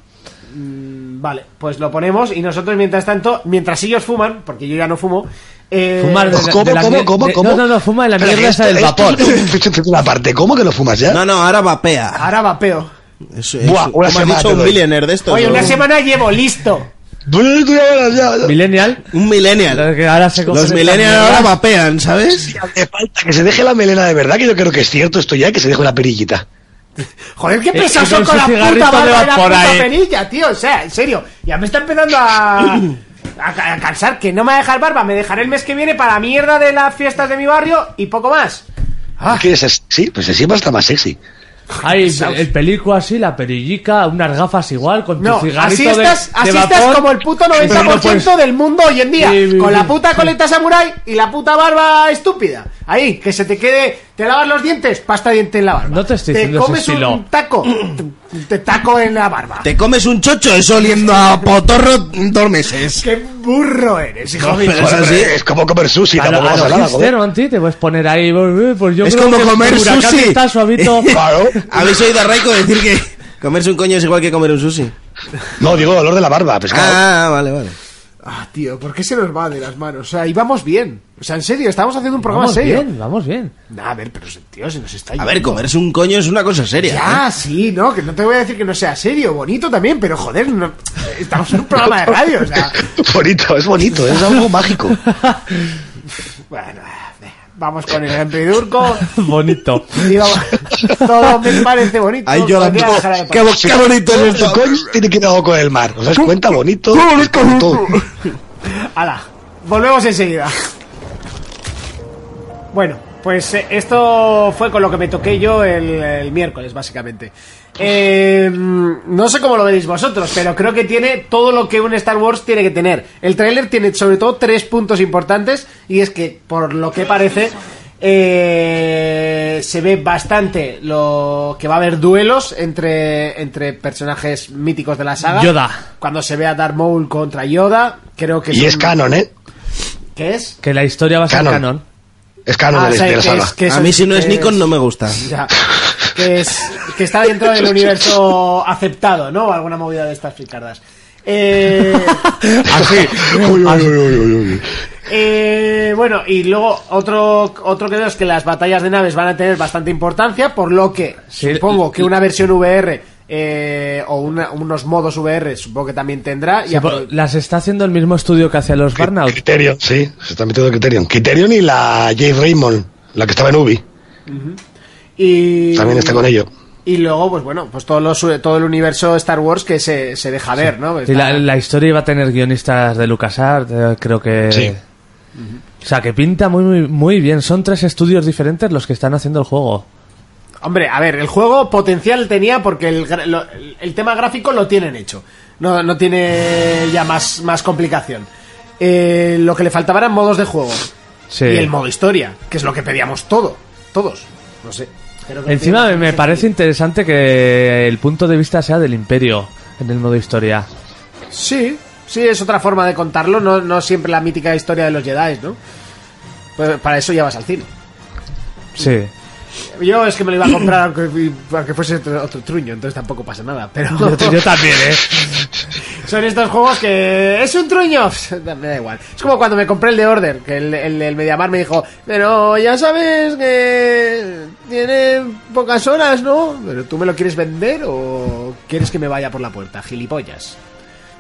[SPEAKER 2] Vale, pues lo ponemos y nosotros mientras tanto, mientras ellos fuman, porque yo ya no fumo, eh,
[SPEAKER 4] Fumar de,
[SPEAKER 5] ¿Cómo,
[SPEAKER 4] de la
[SPEAKER 5] cómo,
[SPEAKER 4] mier-
[SPEAKER 5] cómo,
[SPEAKER 4] de-
[SPEAKER 5] cómo?
[SPEAKER 4] No, no, no, fuma de la
[SPEAKER 5] Pero
[SPEAKER 4] mierda esa del
[SPEAKER 5] esto-
[SPEAKER 4] vapor.
[SPEAKER 5] esto es una parte. ¿Cómo que lo fumas ya?
[SPEAKER 3] No, no, ahora vapea.
[SPEAKER 2] ahora vapeo.
[SPEAKER 3] Eso,
[SPEAKER 5] Buah,
[SPEAKER 3] eso.
[SPEAKER 5] una
[SPEAKER 3] ¿Cómo has
[SPEAKER 5] semana
[SPEAKER 3] dicho
[SPEAKER 5] te
[SPEAKER 3] un
[SPEAKER 5] doy.
[SPEAKER 3] billionaire de esto?
[SPEAKER 2] Oye, una semana llevo, listo.
[SPEAKER 5] Pues, tú ya verás, ya- ya.
[SPEAKER 4] Millennial.
[SPEAKER 3] Un millennial.
[SPEAKER 4] que Ahora se cogen
[SPEAKER 3] Los
[SPEAKER 4] estas
[SPEAKER 3] millennials
[SPEAKER 4] mierdas.
[SPEAKER 3] ahora vapean, ¿sabes?
[SPEAKER 5] Hace falta que se deje la melena de verdad, que yo creo que es cierto esto ya, que se deje una perillita.
[SPEAKER 2] Joder, qué
[SPEAKER 4] Eh,
[SPEAKER 2] pesados
[SPEAKER 4] y
[SPEAKER 2] son
[SPEAKER 4] con
[SPEAKER 2] con
[SPEAKER 4] su
[SPEAKER 2] la
[SPEAKER 4] cigarrito
[SPEAKER 2] puta barba
[SPEAKER 4] le
[SPEAKER 2] y
[SPEAKER 4] vas
[SPEAKER 2] la
[SPEAKER 4] por
[SPEAKER 2] puta
[SPEAKER 4] ahí.
[SPEAKER 2] perilla, tío. O sea, en serio. Ya me está empezando a... A, ca- a cansar que no me va a dejar barba. Me dejaré el mes que viene para la mierda de las fiestas de mi barrio y poco más.
[SPEAKER 3] Ah.
[SPEAKER 5] ¿Quieres ser sexy? Pues así va a estar más sexy.
[SPEAKER 4] Hay el pelico así, la perillica, unas gafas igual, con
[SPEAKER 2] No,
[SPEAKER 4] tu cigarrito
[SPEAKER 2] así
[SPEAKER 4] de-
[SPEAKER 2] estás,
[SPEAKER 4] de
[SPEAKER 2] así
[SPEAKER 4] vapor.
[SPEAKER 2] estás como el puto
[SPEAKER 4] Pero
[SPEAKER 2] 90%
[SPEAKER 4] no puedes-
[SPEAKER 2] del mundo hoy en día.
[SPEAKER 4] Sí, sí,
[SPEAKER 2] con
[SPEAKER 4] sí.
[SPEAKER 2] la puta coleta samurai y la puta barba estúpida. Ahí, que se te quede. Te lavas los dientes, pasta diente en la barba.
[SPEAKER 4] No te estoy diciendo ese
[SPEAKER 2] comes
[SPEAKER 4] estilo.
[SPEAKER 2] un taco, te, te taco en la barba.
[SPEAKER 3] Te comes un chocho, eso oliendo a potorro dos meses.
[SPEAKER 2] ¡Qué burro eres, hijo
[SPEAKER 3] No,
[SPEAKER 2] mío!
[SPEAKER 3] pero es
[SPEAKER 5] Bueno,
[SPEAKER 3] así.
[SPEAKER 5] hombre, es como comer sushi,
[SPEAKER 4] A lo,
[SPEAKER 5] tampoco
[SPEAKER 4] a
[SPEAKER 5] pasa
[SPEAKER 4] lo
[SPEAKER 5] nada,
[SPEAKER 4] hipster,
[SPEAKER 5] joder.
[SPEAKER 4] Monty, te puedes poner ahí. eh, Pues yo
[SPEAKER 3] es
[SPEAKER 4] creo
[SPEAKER 3] como
[SPEAKER 4] que
[SPEAKER 3] comer
[SPEAKER 4] Huracán
[SPEAKER 3] sushi.
[SPEAKER 4] está suavito.
[SPEAKER 5] Claro.
[SPEAKER 3] Habéis oído a Raiko decir que comerse un coño es igual que comer un sushi.
[SPEAKER 5] No, digo dolor de la barba, pues pescado.
[SPEAKER 3] Ah, vale, vale.
[SPEAKER 2] Ah, tío, ¿por qué se nos va de las manos? O sea, íbamos bien. O sea, en serio, estamos haciendo un programa
[SPEAKER 4] Vamos
[SPEAKER 2] serio.
[SPEAKER 4] bien, vamos bien.
[SPEAKER 2] Nah, a ver, pero tío, se nos está
[SPEAKER 3] A ver,
[SPEAKER 2] yendo.
[SPEAKER 3] comerse un coño es una cosa seria.
[SPEAKER 2] Ya,
[SPEAKER 3] ¿eh?
[SPEAKER 2] sí, no, que no te voy a decir que no sea serio, bonito también, pero joder, no- estamos en un programa de radio, o sea.
[SPEAKER 3] Ah.
[SPEAKER 5] bonito, es bonito, es algo mágico.
[SPEAKER 2] Bueno, eh, vamos con el empidurco.
[SPEAKER 4] Bonito.
[SPEAKER 2] Digo, todo me parece bonito.
[SPEAKER 3] Ahí llorando.
[SPEAKER 2] podría dejar de
[SPEAKER 3] Qué, bo- qué bonito es
[SPEAKER 5] Tu
[SPEAKER 3] esto,
[SPEAKER 5] coño tiene que ir algo con el mar. ¿Os das cuenta? Bonito. todo.
[SPEAKER 2] pasar. Hala, volvemos enseguida. Bueno, pues eh, esto fue con lo que me toqué yo el, el miércoles, básicamente. Eh, mm, no sé cómo lo veis vosotros, pero creo que tiene todo lo que un Star Wars tiene que tener. El tráiler tiene sobre todo tres puntos importantes y es que, por lo que parece, eh, se ve bastante lo que va a haber duelos entre, entre personajes míticos de la saga.
[SPEAKER 4] Yoda.
[SPEAKER 2] Cuando se ve a Darth Maul contra Yoda, creo que
[SPEAKER 5] Y
[SPEAKER 2] son-
[SPEAKER 5] es canon, ¿eh?
[SPEAKER 2] ¿Qué es?
[SPEAKER 4] Que la historia va a ser
[SPEAKER 5] Canon.
[SPEAKER 4] canon.
[SPEAKER 5] Es canon
[SPEAKER 2] Ah,
[SPEAKER 5] de,
[SPEAKER 2] o sea,
[SPEAKER 5] de la
[SPEAKER 2] que
[SPEAKER 5] saga.
[SPEAKER 2] es- que es-
[SPEAKER 3] A mí si no es
[SPEAKER 2] que
[SPEAKER 3] Nikon no me gusta.
[SPEAKER 2] Ya. Que, es, que está dentro del universo aceptado, ¿no? Alguna movida de estas fricardas. Eh,
[SPEAKER 3] ah,
[SPEAKER 5] Uy, uy, uy, uy, uy, uy.
[SPEAKER 2] eh, bueno, y luego otro, otro que veo es que las batallas de naves van a tener bastante importancia, por lo que
[SPEAKER 4] Sí,
[SPEAKER 2] supongo
[SPEAKER 4] y-
[SPEAKER 2] que una versión VR eh, o una- unos modos VR supongo que también tendrá. y
[SPEAKER 4] Sí,
[SPEAKER 2] apro-
[SPEAKER 4] por- Las está haciendo el mismo estudio que hacía los Burnout.
[SPEAKER 5] Criterion, sí, se está metiendo Criterion. Criterion y la Jade Raymond, la que estaba en Ubi,
[SPEAKER 2] y,
[SPEAKER 5] también está con ello.
[SPEAKER 2] Y luego, pues bueno, pues todo, los, todo el universo Star Wars que se, se deja ver, ¿no?
[SPEAKER 4] Y la,
[SPEAKER 2] Está-
[SPEAKER 4] la historia iba a tener guionistas de LucasArts, eh, creo que...
[SPEAKER 5] Sí.
[SPEAKER 4] O sea, que pinta muy, muy, muy bien. Son tres estudios diferentes los que están haciendo el juego.
[SPEAKER 2] Hombre, a ver, el juego potencial tenía porque el, gra- lo- el- el tema gráfico lo tienen hecho. No, no tiene ya más, más complicación. Eh, lo que le faltaba eran modos de juego.
[SPEAKER 4] Sí.
[SPEAKER 2] Y el modo historia, que es lo que pedíamos todo. Todos. No sé. Creo que
[SPEAKER 4] Encima me,
[SPEAKER 2] tiene-
[SPEAKER 4] me parece interesante que el punto de vista sea del imperio en el modo historia.
[SPEAKER 2] Sí, sí, es otra forma de contarlo. No, no siempre la mítica historia de los Jedi, ¿no? Pues para eso ya vas al cine.
[SPEAKER 4] Sí.
[SPEAKER 2] Yo es que me lo iba a comprar aunque, aunque fuese otro, otro truño, entonces tampoco pasa nada. Pero
[SPEAKER 4] Yo, yo también, ¿eh?
[SPEAKER 2] Son estos juegos que. ¡Es un truño! me da igual. Es como cuando me compré el de Order, que el, el, el Mediamar me dijo, pero ya sabes que. Tiene pocas horas, ¿no? Pero tú me lo quieres vender o quieres que me vaya por la puerta, gilipollas.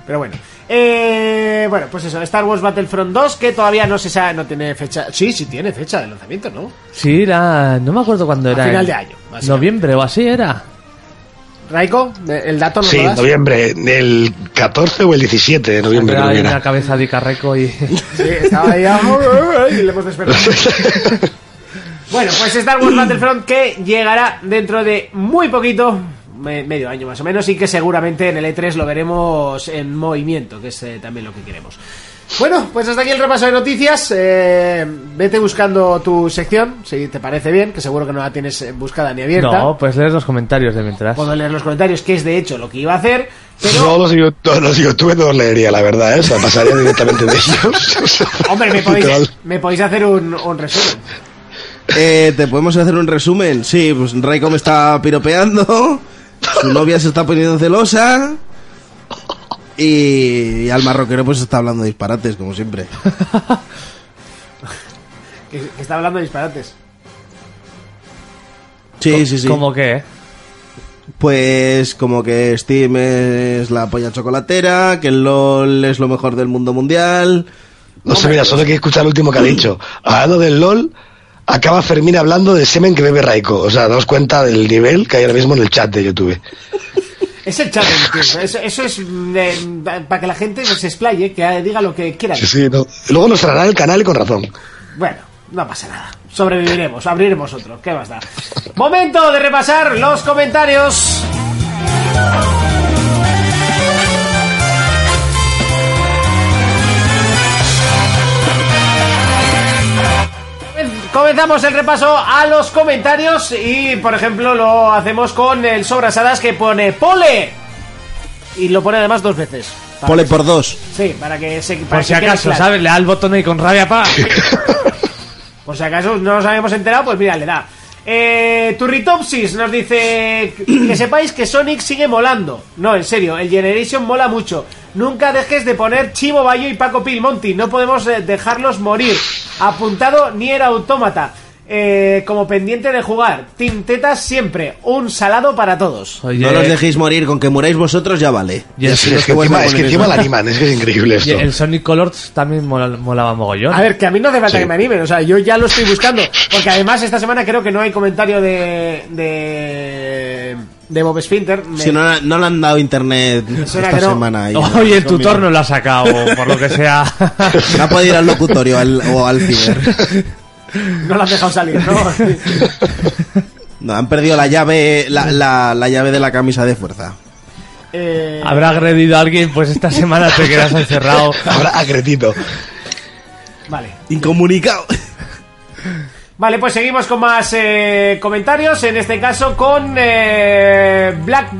[SPEAKER 2] Pero bueno, Eh, bueno, pues eso, Star Wars Battlefront 2, que todavía no se sabe, no tiene fecha. Sí, sí tiene fecha de lanzamiento, ¿no?
[SPEAKER 4] Sí, era... No me acuerdo cuándo era.
[SPEAKER 2] final
[SPEAKER 4] el-
[SPEAKER 2] de año, básicamente.
[SPEAKER 4] Noviembre o así era.
[SPEAKER 2] Raiko, el dato no
[SPEAKER 5] Sí,
[SPEAKER 2] lo das?
[SPEAKER 5] noviembre, el 14 o el 17 de
[SPEAKER 3] Ah,
[SPEAKER 5] noviembre.
[SPEAKER 4] Era
[SPEAKER 5] creo que
[SPEAKER 4] ahí
[SPEAKER 5] era.
[SPEAKER 4] una cabeza de Icarreco y...
[SPEAKER 2] Sí, estaba ahí ah, y le hemos despertado. Bueno, pues Star Wars Battlefront que llegará dentro de muy poquito, me- medio año más o menos, y que seguramente en el E3 lo veremos en movimiento, que es eh, también lo que queremos. Bueno, pues hasta aquí el repaso de noticias. Eh, vete buscando tu sección, si te parece bien, que seguro que no la tienes eh, buscada ni abierta.
[SPEAKER 4] No, pues leer los comentarios de mientras.
[SPEAKER 2] Puedo leer los comentarios, que es de hecho lo que iba a hacer, pero...
[SPEAKER 5] No, los, yo- no, los youtubers no los leería, la verdad, ¿eh? o sea, pasaría directamente de ellos.
[SPEAKER 2] Hombre, me podéis,
[SPEAKER 5] Literal.
[SPEAKER 2] me podéis hacer un, un resumen.
[SPEAKER 3] Eh, ¿Te podemos hacer un resumen? Sí, pues Raiko me está piropeando, su novia se está poniendo celosa y, y al marroquero pues está hablando disparates, como siempre.
[SPEAKER 2] Que, que está hablando de disparates.
[SPEAKER 3] Sí, sí, sí.
[SPEAKER 4] ¿Cómo qué?
[SPEAKER 3] Pues como que Steam es la polla chocolatera, que el LOL es lo mejor del mundo mundial.
[SPEAKER 5] No sé, mira, solo hay que escuchar el último que ha dicho. Hablando del LOL, acaba Fermín hablando del semen que bebe Raiko. O sea, daos cuenta del nivel que hay ahora mismo en el chat de YouTube.
[SPEAKER 2] Es el chat, entiendo. Eso, eso es para que la gente se explaye, que diga lo que quiera.
[SPEAKER 5] Sí, sí, no. Luego nos traerá el canal y con razón.
[SPEAKER 2] Bueno, no pasa nada. Sobreviviremos, abriremos otro. ¿Qué más da? Momento de repasar los comentarios. Comenzamos el repaso a los comentarios y, por ejemplo, lo hacemos con el Sobrasadas que pone ¡Pole! Y lo pone además dos veces. Para
[SPEAKER 3] Pole
[SPEAKER 2] que-
[SPEAKER 3] por dos.
[SPEAKER 2] Sí, para que se... para
[SPEAKER 4] Por
[SPEAKER 2] que
[SPEAKER 4] si
[SPEAKER 2] quede
[SPEAKER 4] acaso,
[SPEAKER 2] claro.
[SPEAKER 4] ¿sabes? Le da el botón ahí con rabia, pa.
[SPEAKER 2] Por si acaso no nos habíamos enterado, pues mira, le da. Eh, Turritopsis nos dice que sepáis que Sonic sigue molando. No, en serio, el Generation mola mucho. Nunca dejes de poner Chivo Bayo y Paco Pilmonti. No podemos eh, dejarlos morir. Apuntado ni era autómata. Eh, como pendiente de jugar. Tintetas siempre. Un salado para todos.
[SPEAKER 4] Oye,
[SPEAKER 3] No los dejéis morir, con que muráis vosotros ya vale.
[SPEAKER 4] Y el,
[SPEAKER 5] es,
[SPEAKER 3] los
[SPEAKER 5] es que
[SPEAKER 3] que vuelven
[SPEAKER 5] encima,
[SPEAKER 3] a
[SPEAKER 5] es que
[SPEAKER 3] poner
[SPEAKER 5] encima
[SPEAKER 3] eso.
[SPEAKER 5] la animan, es que es increíble
[SPEAKER 4] y
[SPEAKER 5] esto.
[SPEAKER 4] el Sonic Colors también mola- molaba mogollón.
[SPEAKER 2] A ver, que a mí no hace falta
[SPEAKER 5] Sí.
[SPEAKER 2] que me animen, o sea, yo ya lo estoy buscando. Porque además esta semana creo que no hay comentario de. de. de Bob Spinter. Me-
[SPEAKER 3] Si no, no le han dado internet
[SPEAKER 2] suena
[SPEAKER 3] esta
[SPEAKER 2] que no.
[SPEAKER 3] semana. y-
[SPEAKER 4] Hoy el tutor no lo ha sacado, por lo que sea.
[SPEAKER 3] No ha podido ir al locutorio al- o al ciber.
[SPEAKER 2] No lo has dejado salir, ¿no?
[SPEAKER 3] No, han perdido la llave,
[SPEAKER 2] Mm.
[SPEAKER 3] la, la- la llave de la camisa de fuerza.
[SPEAKER 2] Eh,
[SPEAKER 4] Habrá agredido a alguien, pues esta semana te quedas encerrado.
[SPEAKER 5] Ahora, a cretito.
[SPEAKER 2] Vale.
[SPEAKER 3] Incomunicado.
[SPEAKER 2] Vale, pues seguimos con más eh, comentarios. En este caso con eh, Black,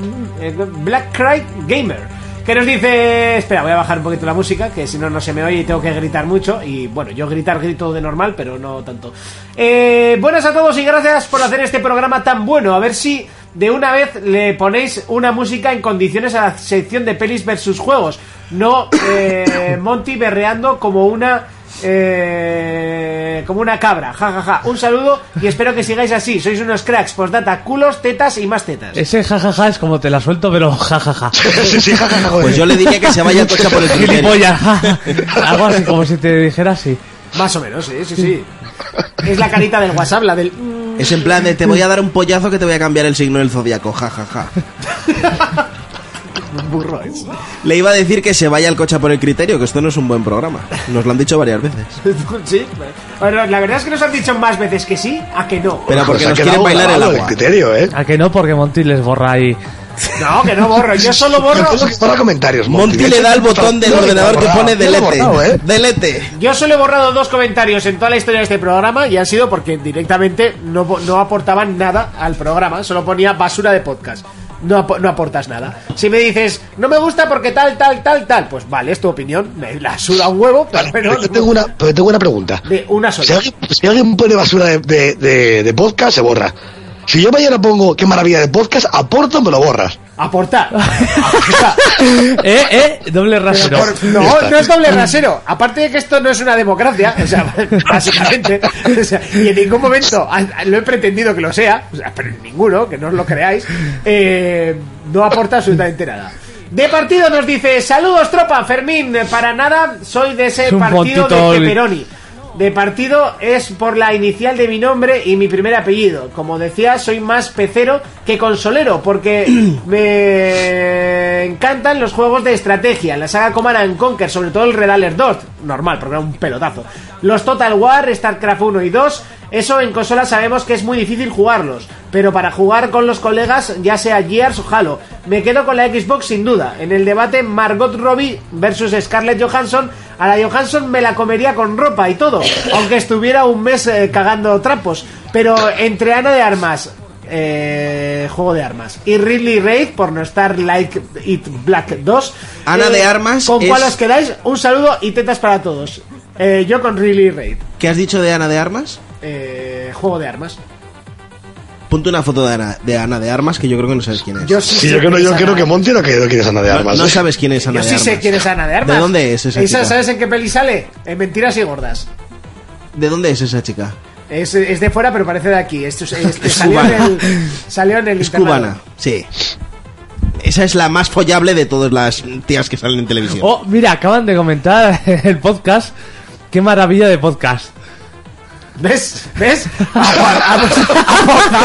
[SPEAKER 2] eh, Black Cry Gamer. Que nos dice. Espera, voy a bajar un poquito la música, que si no, no se me oye y tengo que gritar mucho. Y bueno, yo gritar grito de normal, pero no tanto. Eh, buenas a todos y gracias por hacer este programa tan bueno. A ver si de una vez le ponéis una música en condiciones a la sección de pelis versus juegos. No eh, Monty berreando como una. Eh, como una cabra, jajaja. Ja, ja. Un saludo y espero que sigáis así. Sois unos cracks. Postdata, culos, tetas y más tetas.
[SPEAKER 4] Ese jajaja es como te la suelto, pero jajaja.
[SPEAKER 5] sí, sí, ja, ja, ja, joder.
[SPEAKER 3] Pues yo le diría que se vaya el coche por el túnel.
[SPEAKER 4] Gilipollas, ja, ja. Algo así como si te dijera así.
[SPEAKER 2] Más o menos, sí, sí, sí. Es la carita del WhatsApp, la del. mm.
[SPEAKER 3] Es en plan de te voy a dar un pollazo que te voy a cambiar el signo del zodiaco, jajaja.
[SPEAKER 2] ¿eh?
[SPEAKER 3] Le iba a decir que se vaya el coche por el criterio, que esto no es un buen programa. Nos lo han dicho varias veces.
[SPEAKER 2] Sí. Bueno, la verdad es que nos han dicho más veces que sí a que no.
[SPEAKER 3] Pero
[SPEAKER 5] Pues
[SPEAKER 3] porque
[SPEAKER 5] ha
[SPEAKER 3] nos quieren
[SPEAKER 5] quedado
[SPEAKER 3] bailar el
[SPEAKER 5] grabado
[SPEAKER 3] agua.
[SPEAKER 5] criterio, ¿eh?
[SPEAKER 4] A que no, porque Monty les borra ahí.
[SPEAKER 2] No, que no borro. Yo solo borro.
[SPEAKER 5] Yo tengo que borrar comentarios, Monty.
[SPEAKER 2] este
[SPEAKER 3] Monty le da el botón del
[SPEAKER 5] Yo lo he
[SPEAKER 3] ordenador que
[SPEAKER 5] borrado,
[SPEAKER 3] pone
[SPEAKER 5] yo lo he
[SPEAKER 3] delete.
[SPEAKER 5] borrado, ¿eh?
[SPEAKER 3] Delete.
[SPEAKER 2] Yo solo he borrado dos comentarios en toda la historia de este programa y han sido porque directamente no, po- no aportaban nada al programa, solo ponía basura de podcast. No, apo- no aportas nada. Si me dices, no me gusta porque tal, tal, tal, tal, pues vale, es tu opinión, me la suda un huevo, pero
[SPEAKER 5] Vale,
[SPEAKER 2] bueno,
[SPEAKER 5] pero yo tengo una, pero tengo una pregunta.
[SPEAKER 2] de una
[SPEAKER 5] Si
[SPEAKER 2] sola.
[SPEAKER 5] alguien, si alguien pone basura de, de- de- de podcast, se borra. Si yo mañana pongo qué maravilla de podcast, aporto, me lo borras.
[SPEAKER 2] Aportar. Aportar.
[SPEAKER 4] Eh, eh, doble rasero.
[SPEAKER 2] Por- no, no es doble rasero. Aparte de que esto no es una democracia, o sea, básicamente, o sea, y en ningún momento a- a- lo he pretendido que lo sea, o sea, pero en ninguno, que no os lo creáis, eh, no aporta absolutamente nada. De partido nos dice, saludos tropa, Fermín, para nada soy de ese
[SPEAKER 4] Es un
[SPEAKER 2] partido
[SPEAKER 4] montito
[SPEAKER 2] de
[SPEAKER 4] el-
[SPEAKER 2] Pepperoni. De partido es por la inicial de mi nombre y mi primer apellido. Como decía, soy más pecero que consolero porque me encantan los juegos de estrategia. La saga Command and Conquer, sobre todo el Red Alert 2. Normal, porque era un pelotazo. Los Total War, StarCraft 1 y 2. Eso en consola sabemos que es muy difícil jugarlos. Pero para jugar con los colegas, ya sea Gears o Halo. Me quedo con la Xbox sin duda. En el debate Margot Robbie versus Scarlett Johansson a la Johansson me la comería con ropa y todo, aunque estuviera un mes eh, cagando trapos. Pero entre Ana de Armas, eh, juego de armas, y Ridley Raid, por no estar like It Black 2.
[SPEAKER 3] Ana de Armas
[SPEAKER 2] ¿Con cuál
[SPEAKER 3] es-
[SPEAKER 2] os quedáis? Un saludo y tetas para todos. Eh, yo con Ridley Raid,
[SPEAKER 3] ¿Qué has dicho de Ana de Armas?
[SPEAKER 2] eh, juego de armas.
[SPEAKER 3] Ponte una foto de Ana de, Ana de Armas que yo creo que no sabes quién es.
[SPEAKER 2] Yo sí sé
[SPEAKER 5] Si yo creo,
[SPEAKER 2] quién es
[SPEAKER 5] yo
[SPEAKER 2] Ana-
[SPEAKER 5] creo que Monty no, que, no quiere nada de
[SPEAKER 3] No-
[SPEAKER 5] armas.
[SPEAKER 3] no
[SPEAKER 5] ¿eh?
[SPEAKER 3] sabes quién es Ana
[SPEAKER 2] Yo
[SPEAKER 3] de
[SPEAKER 2] sí
[SPEAKER 3] Armas.
[SPEAKER 2] sé quién es Ana de Armas.
[SPEAKER 3] ¿De dónde es esa
[SPEAKER 2] Esa,
[SPEAKER 3] chica?
[SPEAKER 2] ¿Sabes en qué peli sale? En Mentiras y Gordas.
[SPEAKER 3] ¿De dónde es esa chica?
[SPEAKER 2] Es, es de fuera, pero parece de aquí. Esto es- este
[SPEAKER 3] Es
[SPEAKER 2] salió, en
[SPEAKER 3] cubana.
[SPEAKER 2] el, salió en el
[SPEAKER 3] Es
[SPEAKER 2] internado.
[SPEAKER 3] cubana, sí. Esa es la más follable de todas las tías que salen en televisión.
[SPEAKER 4] Oh, mira, acaban de comentar el podcast. Qué maravilla de podcast.
[SPEAKER 2] ¿Ves? ¿Ves? Aporta, aporta,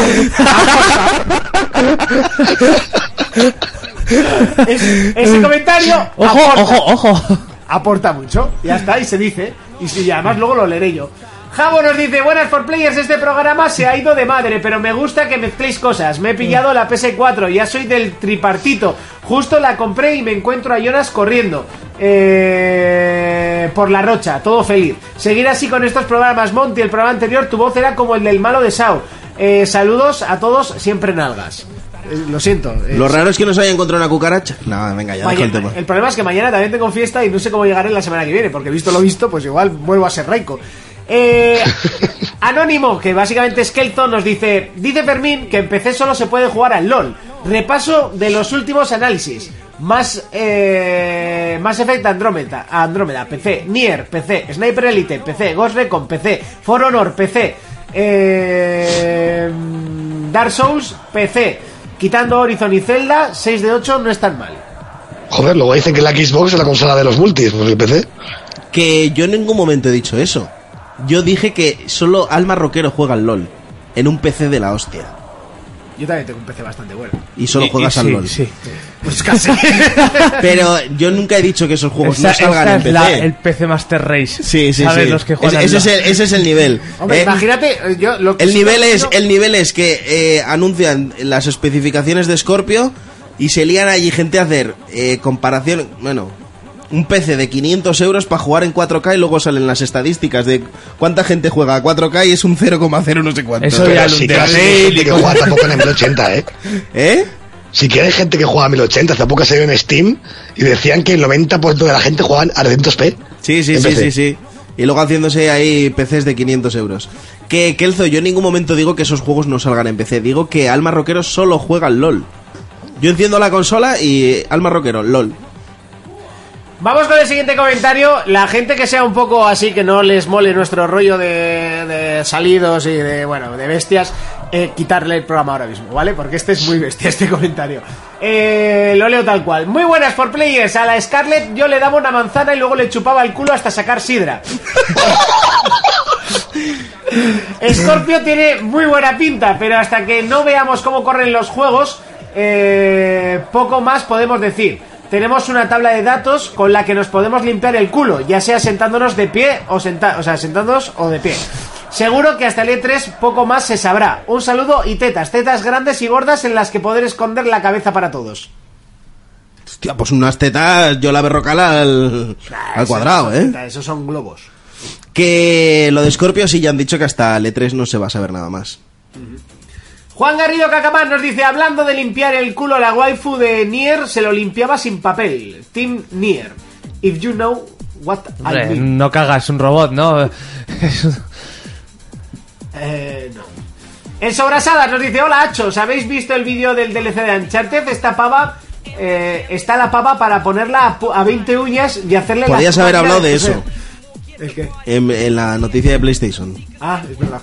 [SPEAKER 2] aporta. Es- ese comentario
[SPEAKER 4] Ojo,
[SPEAKER 3] Ah,
[SPEAKER 2] aporta,
[SPEAKER 4] ojo, ojo.
[SPEAKER 2] aporta mucho. Ya está, y se dice. Y si y además luego lo leeré yo. Javo nos dice, buenas for players, este programa se ha ido de madre, pero me gusta que mezcléis cosas. Me he pillado la PS4, ya soy del tripartito. Justo la compré y me encuentro a Jonas corriendo. Eh, por la rocha, todo feliz. Seguir así con estos programas, Monty, el programa anterior, tu voz era como el del malo de Sao. Eh, saludos a todos, siempre nalgas. Eh, lo siento. eh,
[SPEAKER 3] Lo raro es que no se haya encontrado una cucaracha. No, venga, ya dejo el
[SPEAKER 2] Mañana-
[SPEAKER 3] tema.
[SPEAKER 2] el problema es que mañana también tengo fiesta y no sé cómo llegaré la semana que viene, porque visto lo visto, pues igual vuelvo a ser Raico. Eh, Anónimo, que básicamente es Kelton, nos dice: Dice Fermín que en PC solo se puede jugar al LOL. Repaso de los últimos análisis. Más, eh, más Effect Andrómeda, Andrómeda, PC, Nier, PC, Sniper Elite, PC, Ghost Recon, PC, For Honor, PC, eh, Dark Souls, PC. Quitando Horizon y Zelda, 6 de 8 no es tan mal.
[SPEAKER 5] Joder, luego dicen que la Xbox es la consola de los multis, pues el PC.
[SPEAKER 3] Que yo en ningún momento he dicho eso. Yo dije que solo Alma Rockero juega al LOL. En un PC de la hostia.
[SPEAKER 2] Yo también tengo un PC bastante bueno.
[SPEAKER 3] Y solo
[SPEAKER 4] Y- y
[SPEAKER 3] juegas al
[SPEAKER 4] sí,
[SPEAKER 3] LOL.
[SPEAKER 4] sí.
[SPEAKER 2] Pues casi.
[SPEAKER 3] Eh, Pero yo nunca he dicho que esos juegos
[SPEAKER 4] Esa-
[SPEAKER 3] no salgan
[SPEAKER 4] esa
[SPEAKER 3] en
[SPEAKER 4] es
[SPEAKER 3] PC.
[SPEAKER 4] la- el PC Master Race.
[SPEAKER 3] Sí, sí,
[SPEAKER 4] ¿Sabes?
[SPEAKER 3] sí.
[SPEAKER 4] Los que juegan
[SPEAKER 3] ese,
[SPEAKER 4] al-
[SPEAKER 3] ese es el, ese es el nivel.
[SPEAKER 2] Hombre,
[SPEAKER 3] Eh,
[SPEAKER 2] imagínate, eh, yo lo que
[SPEAKER 3] El
[SPEAKER 2] sí
[SPEAKER 3] nivel,
[SPEAKER 2] me
[SPEAKER 3] es,
[SPEAKER 2] imagino-
[SPEAKER 3] el nivel es que eh, anuncian las especificaciones de Scorpio y se lían allí gente a hacer eh, comparación. Bueno, un PC de 500 euros para jugar en 4K y luego salen las estadísticas de cuánta gente juega a 4K y es un 0,0 no sé cuánto.
[SPEAKER 4] Eso ya
[SPEAKER 5] Pero
[SPEAKER 4] lo
[SPEAKER 5] si
[SPEAKER 4] de
[SPEAKER 5] quieres hay gente que juega tampoco en 1080, ¿eh?
[SPEAKER 3] ¿Eh?
[SPEAKER 5] Si quieres gente que juega a 1080, hace poco se vio en Steam y decían que el 90% de la gente juegan a 200p.
[SPEAKER 3] Sí, sí,
[SPEAKER 5] en
[SPEAKER 3] sí,
[SPEAKER 5] PC.
[SPEAKER 3] sí, sí. Y luego haciéndose ahí PCs de 500 euros. Que, Kelzo, yo en ningún momento digo que esos juegos no salgan en PC. Digo que Alma Rockero solo juega al LOL. Yo enciendo la consola y Alma Rockero, LOL.
[SPEAKER 2] Vamos con el siguiente comentario. La gente que sea un poco así, que no les mole nuestro rollo de, de salidos y de, bueno, de bestias, eh, quitarle el programa ahora mismo, ¿vale? Porque este es muy bestia, este comentario. Eh, lo leo tal cual. Muy buenas por players. A la Scarlett yo le daba una manzana y luego le chupaba el culo hasta sacar sidra. Scorpio tiene muy buena pinta, pero hasta que no veamos cómo corren los juegos, eh, poco más podemos decir. Tenemos una tabla de datos con la que nos podemos limpiar el culo, ya sea sentándonos de pie o senta- o sea, sentándonos o de pie. Seguro que hasta el E3 poco más se sabrá. Un saludo y tetas, tetas grandes y gordas en las que poder esconder la cabeza para todos.
[SPEAKER 3] Hostia, pues unas tetas, yo la berrocal al, al cuadrado,
[SPEAKER 2] Esos son
[SPEAKER 3] ¿eh?
[SPEAKER 2] tetas, Esos son globos.
[SPEAKER 3] Que lo de Scorpio sí ya han dicho que hasta el E3 no se va a saber nada más.
[SPEAKER 2] Juan Garrido Cacamán nos dice, hablando de limpiar el culo a la waifu de Nier, se lo limpiaba sin papel. Team Nier. If you know what
[SPEAKER 4] Hombre, mm.
[SPEAKER 2] I mean.
[SPEAKER 4] no cagas, un robot, ¿no? Es un-
[SPEAKER 2] Eh, no. El Sobrasadas nos dice, hola Achos, ¿habéis visto el vídeo del DLC de Uncharted? Esta pava... eh, está la pava para ponerla a, pu- a 20 uñas y hacerle la
[SPEAKER 3] Podías haber
[SPEAKER 2] máquina
[SPEAKER 3] hablado de
[SPEAKER 2] coser.
[SPEAKER 3] eso
[SPEAKER 2] ¿El qué?
[SPEAKER 3] en, en la noticia de PlayStation.
[SPEAKER 2] Ah, es verdad.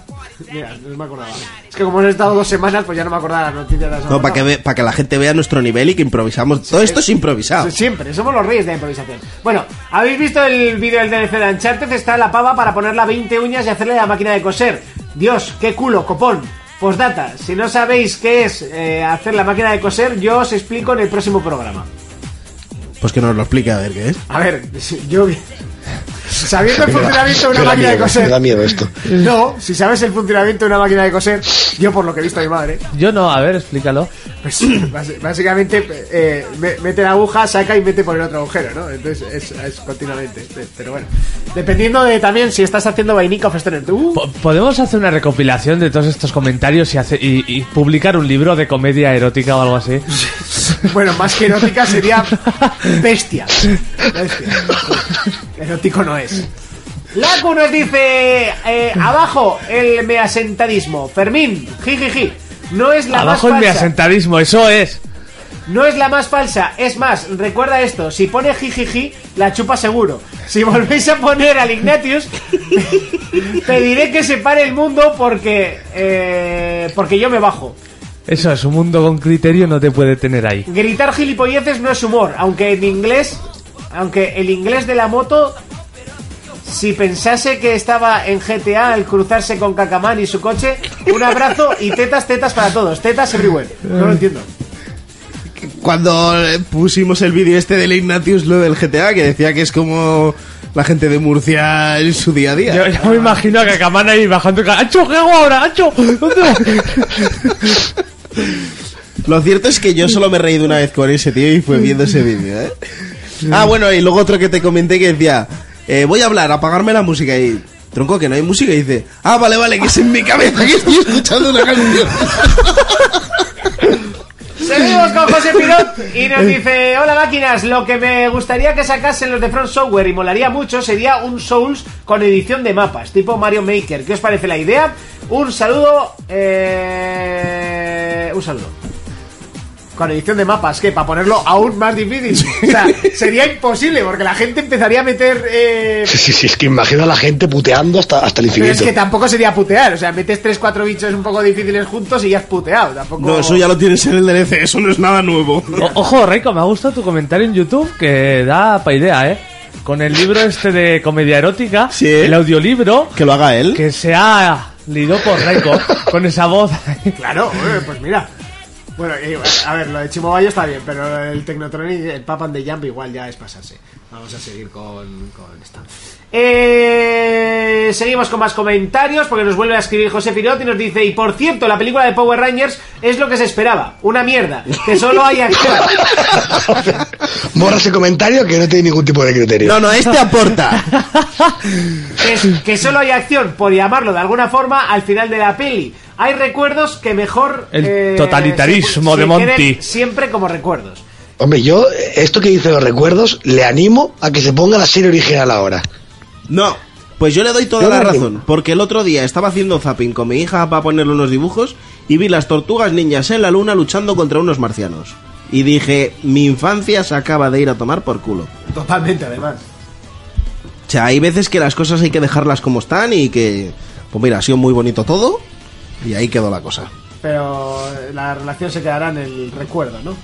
[SPEAKER 2] Mira, no me acordaba. Es que como he estado dos semanas, pues ya no me acordaba la noticia de la semana
[SPEAKER 3] No, para que, ve- pa' que la gente vea nuestro nivel y que improvisamos. Todo esto es improvisado.
[SPEAKER 2] Sí, Siempre, somos los reyes de la improvisación. Bueno, ¿habéis visto el vídeo del DLC de Uncharted? Está la pava para ponerla 20 uñas y hacerle la máquina de coser. Dios, qué culo, copón. Postdata, si no sabéis qué es eh, hacer la máquina de coser, yo os explico en el próximo programa.
[SPEAKER 3] Pues que nos lo explique a ver qué es.
[SPEAKER 2] A ver, yo... Sabiendo el
[SPEAKER 5] Me da-
[SPEAKER 2] funcionamiento de una
[SPEAKER 5] me da
[SPEAKER 2] máquina de
[SPEAKER 5] miedo, Me da
[SPEAKER 2] coser...
[SPEAKER 5] miedo esto.
[SPEAKER 2] No, si sabes el funcionamiento de una máquina de coser, yo por lo que he visto a mi madre,
[SPEAKER 4] Yo no, a ver, explícalo.
[SPEAKER 2] Pues bas- básicamente eh, me- mete la aguja, saca y mete por el otro agujero, ¿no? Entonces es, es continuamente. pe- Pero bueno, dependiendo de también si estás haciendo vainica o festoner. Uh,
[SPEAKER 4] Po- ¿Podemos hacer una recopilación de todos estos comentarios y, hace- y- y publicar un libro de comedia erótica o algo así?
[SPEAKER 2] bueno, más que erótica sería bestia. Bestia. Erótico no es. Laku nos dice eh, abajo el measentadismo. Fermín, jijiji. No es la
[SPEAKER 4] Abajo el
[SPEAKER 2] más falsa.
[SPEAKER 4] measentadismo, eso es.
[SPEAKER 2] No es la más falsa, es más, recuerda esto, si pone jijiji, la chupa seguro. Si volvéis a poner al Ignatius, pediré que se pare el mundo porque, eh, porque yo me bajo.
[SPEAKER 4] Eso es, un mundo con criterio no te puede tener ahí.
[SPEAKER 2] Gritar gilipolleces no es humor, aunque en inglés, aunque el inglés de la moto, si pensase que estaba en GTA al cruzarse con Cacamán y su coche, un abrazo y tetas, tetas para todos, tetas everywhere. No lo entiendo.
[SPEAKER 3] Cuando eh, pusimos el vídeo este del Ignatius, lo del GTA, que decía que es como la gente de Murcia en su día a día.
[SPEAKER 4] Yo, yo me imagino a Cacamán ahí bajando. ca- ¡Acho, qué hago ahora! ¡Acho! ¿Dónde voy?".
[SPEAKER 3] Lo cierto es que yo solo me he reído una vez con ese tío y fue viendo ese vídeo, ¿eh? Ah, bueno, y luego otro que te comenté que decía, eh, voy a hablar, apagarme la música y... Tronco, que no hay música y dice, ah, vale, vale, que es en mi cabeza que estoy escuchando una canción.
[SPEAKER 2] Seguimos con José Pirot y
[SPEAKER 3] Eh.
[SPEAKER 2] nos dice: Hola máquinas, lo que me gustaría que sacasen los de Front Software y molaría mucho sería un Souls con edición de mapas, tipo Mario Maker. ¿Qué os parece la idea? Un saludo. Eh... Un saludo. Con edición de mapas, que para ponerlo aún más difícil. O sea, sería imposible porque la gente empezaría a meter. eh,
[SPEAKER 5] Sí, sí, sí, es que imagino a la gente puteando hasta, hasta el
[SPEAKER 2] Pero es
[SPEAKER 5] infinito.
[SPEAKER 2] que tampoco sería putear. O sea, metes 3-4 bichos un poco difíciles juntos y ya has puteado. Tampoco...
[SPEAKER 3] No, eso ya lo tienes en el DLC, eso no es nada nuevo.
[SPEAKER 4] O- Ojo, Reiko, me ha gustado tu comentario en YouTube que da pa' idea, ¿eh? Con el libro este de comedia erótica,
[SPEAKER 3] Sí.
[SPEAKER 4] el audiolibro,
[SPEAKER 3] Que lo haga él.
[SPEAKER 4] que se ha lido por Reiko, con esa voz.
[SPEAKER 2] Claro, eh, pues mira. Bueno, y, bueno, a ver, lo de Chimobayo está bien, pero el Technotronic, el Papan de Jump igual ya es pasarse. Vamos a seguir con, con esta. Eh, seguimos con más comentarios porque nos vuelve a escribir José Pirot y nos dice, y por cierto, la película de Power Rangers es lo que se esperaba, una mierda, que solo hay acción.
[SPEAKER 5] Borra ese comentario que no tiene ningún tipo de criterio.
[SPEAKER 3] No, no, este aporta.
[SPEAKER 2] que, es- que solo hay acción, por llamarlo de alguna forma, al final de la peli. Hay recuerdos que mejor... eh,
[SPEAKER 4] El totalitarismo
[SPEAKER 2] se-
[SPEAKER 4] de
[SPEAKER 2] se
[SPEAKER 4] Monty.
[SPEAKER 2] queden Siempre como recuerdos.
[SPEAKER 5] Hombre, yo, eh, esto que dice los recuerdos, le animo a que se ponga la serie original ahora.
[SPEAKER 3] No, pues yo le doy toda
[SPEAKER 5] Yo
[SPEAKER 3] la
[SPEAKER 5] le-
[SPEAKER 3] razón, porque el otro día estaba haciendo zapping con mi hija para ponerle unos dibujos y vi las tortugas ninjas en la luna luchando contra unos marcianos. Y dije, mi infancia se acaba de ir a tomar por culo.
[SPEAKER 2] Totalmente, además.
[SPEAKER 3] O sea, hay veces que las cosas hay que dejarlas como están y que, pues mira, ha sido muy bonito todo y ahí quedó la cosa.
[SPEAKER 2] Pero la relación se quedará en el recuerdo, ¿no?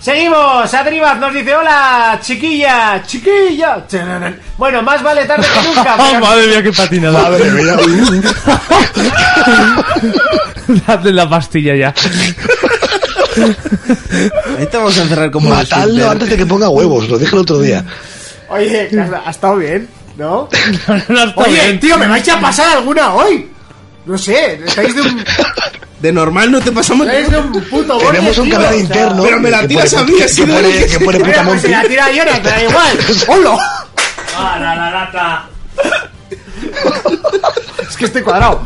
[SPEAKER 2] Seguimos, Adribaz nos dice, hola, chiquilla, chiquilla. Taranan. Bueno, más vale tarde que nunca.
[SPEAKER 4] ¡Ah,
[SPEAKER 2] pero-
[SPEAKER 4] madre mía, qué patinada!
[SPEAKER 5] Madre mía.
[SPEAKER 4] Dadle la pastilla ya.
[SPEAKER 3] Ahí te vamos a encerrar como los
[SPEAKER 5] Matadlo
[SPEAKER 3] Splinter.
[SPEAKER 5] antes de que ponga huevos, lo dije el otro día.
[SPEAKER 2] Oye, ¿has- ¿ha estado bien? ¿No?
[SPEAKER 4] No, no está
[SPEAKER 2] Oye,
[SPEAKER 4] bien.
[SPEAKER 2] tío, ¿me vais a pasar alguna hoy? No sé, estáis de un,
[SPEAKER 3] De normal no te pasamos...
[SPEAKER 2] estáis de un puto borde,
[SPEAKER 5] Tenemos un
[SPEAKER 2] tío,
[SPEAKER 5] canal
[SPEAKER 2] o sea,
[SPEAKER 5] interno.
[SPEAKER 3] pero me la
[SPEAKER 5] que
[SPEAKER 3] tiras
[SPEAKER 5] pone-
[SPEAKER 3] a mí,
[SPEAKER 5] que
[SPEAKER 3] así de-
[SPEAKER 5] pone- Que pone
[SPEAKER 2] Mira,
[SPEAKER 5] puta
[SPEAKER 2] pues se
[SPEAKER 5] Monty.
[SPEAKER 2] la tira a Jonathan, da igual. ¡Hola!
[SPEAKER 4] Para Ah, la lata.
[SPEAKER 2] Es que estoy cuadrado.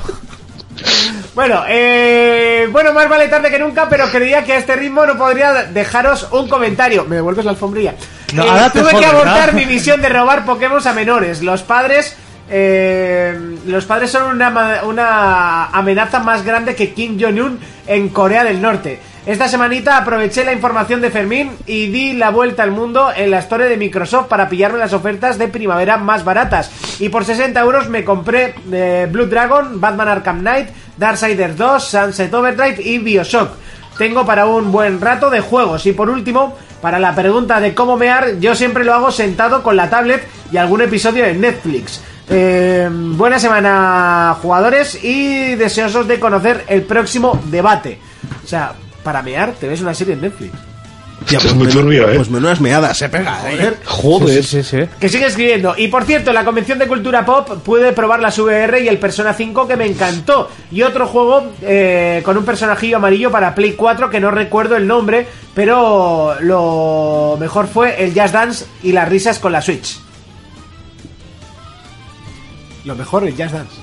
[SPEAKER 2] Bueno, eh, bueno, más vale tarde que nunca, pero creía que a este ritmo no podría dejaros un comentario. ¿Me devuelves la alfombrilla?
[SPEAKER 4] No,
[SPEAKER 2] Eh,
[SPEAKER 4] ahora te
[SPEAKER 2] tuve que
[SPEAKER 4] jodes,
[SPEAKER 2] abortar
[SPEAKER 4] ¿no?
[SPEAKER 2] mi misión de robar Pokémon a menores. Los padres... eh, los padres son una, ma- una amenaza más grande que Kim Jong-un en Corea del Norte. Esta semanita aproveché la información de Fermín y di la vuelta al mundo en la Store de Microsoft para pillarme las ofertas de primavera más baratas. Y por 60 euros me compré eh, Blue Dragon, Batman Arkham Knight, Darksiders 2, Sunset Overdrive y Bioshock. Tengo para un buen rato de juegos. Y por último, para la pregunta de cómo mear, yo siempre lo hago sentado con la tablet y algún episodio en Netflix. Eh, buena semana, jugadores, y deseosos de conocer el próximo debate. O sea, para mear, te ves una serie en Netflix.
[SPEAKER 3] Ya,
[SPEAKER 5] Esto es muy turbio, ¿eh?
[SPEAKER 3] Pues menudas meadas, se pega, ¿eh?
[SPEAKER 4] Sí,
[SPEAKER 5] Joder.
[SPEAKER 4] sí, sí.
[SPEAKER 2] Que sigue escribiendo. Y por cierto, en la convención de cultura pop pude probar las VR y el Persona 5 que me encantó. Y otro juego eh, con un personajillo amarillo para Play 4 que no recuerdo el nombre, pero lo mejor fue el Jazz Dance y las risas con la Switch. Lo mejor el Jazz Dance.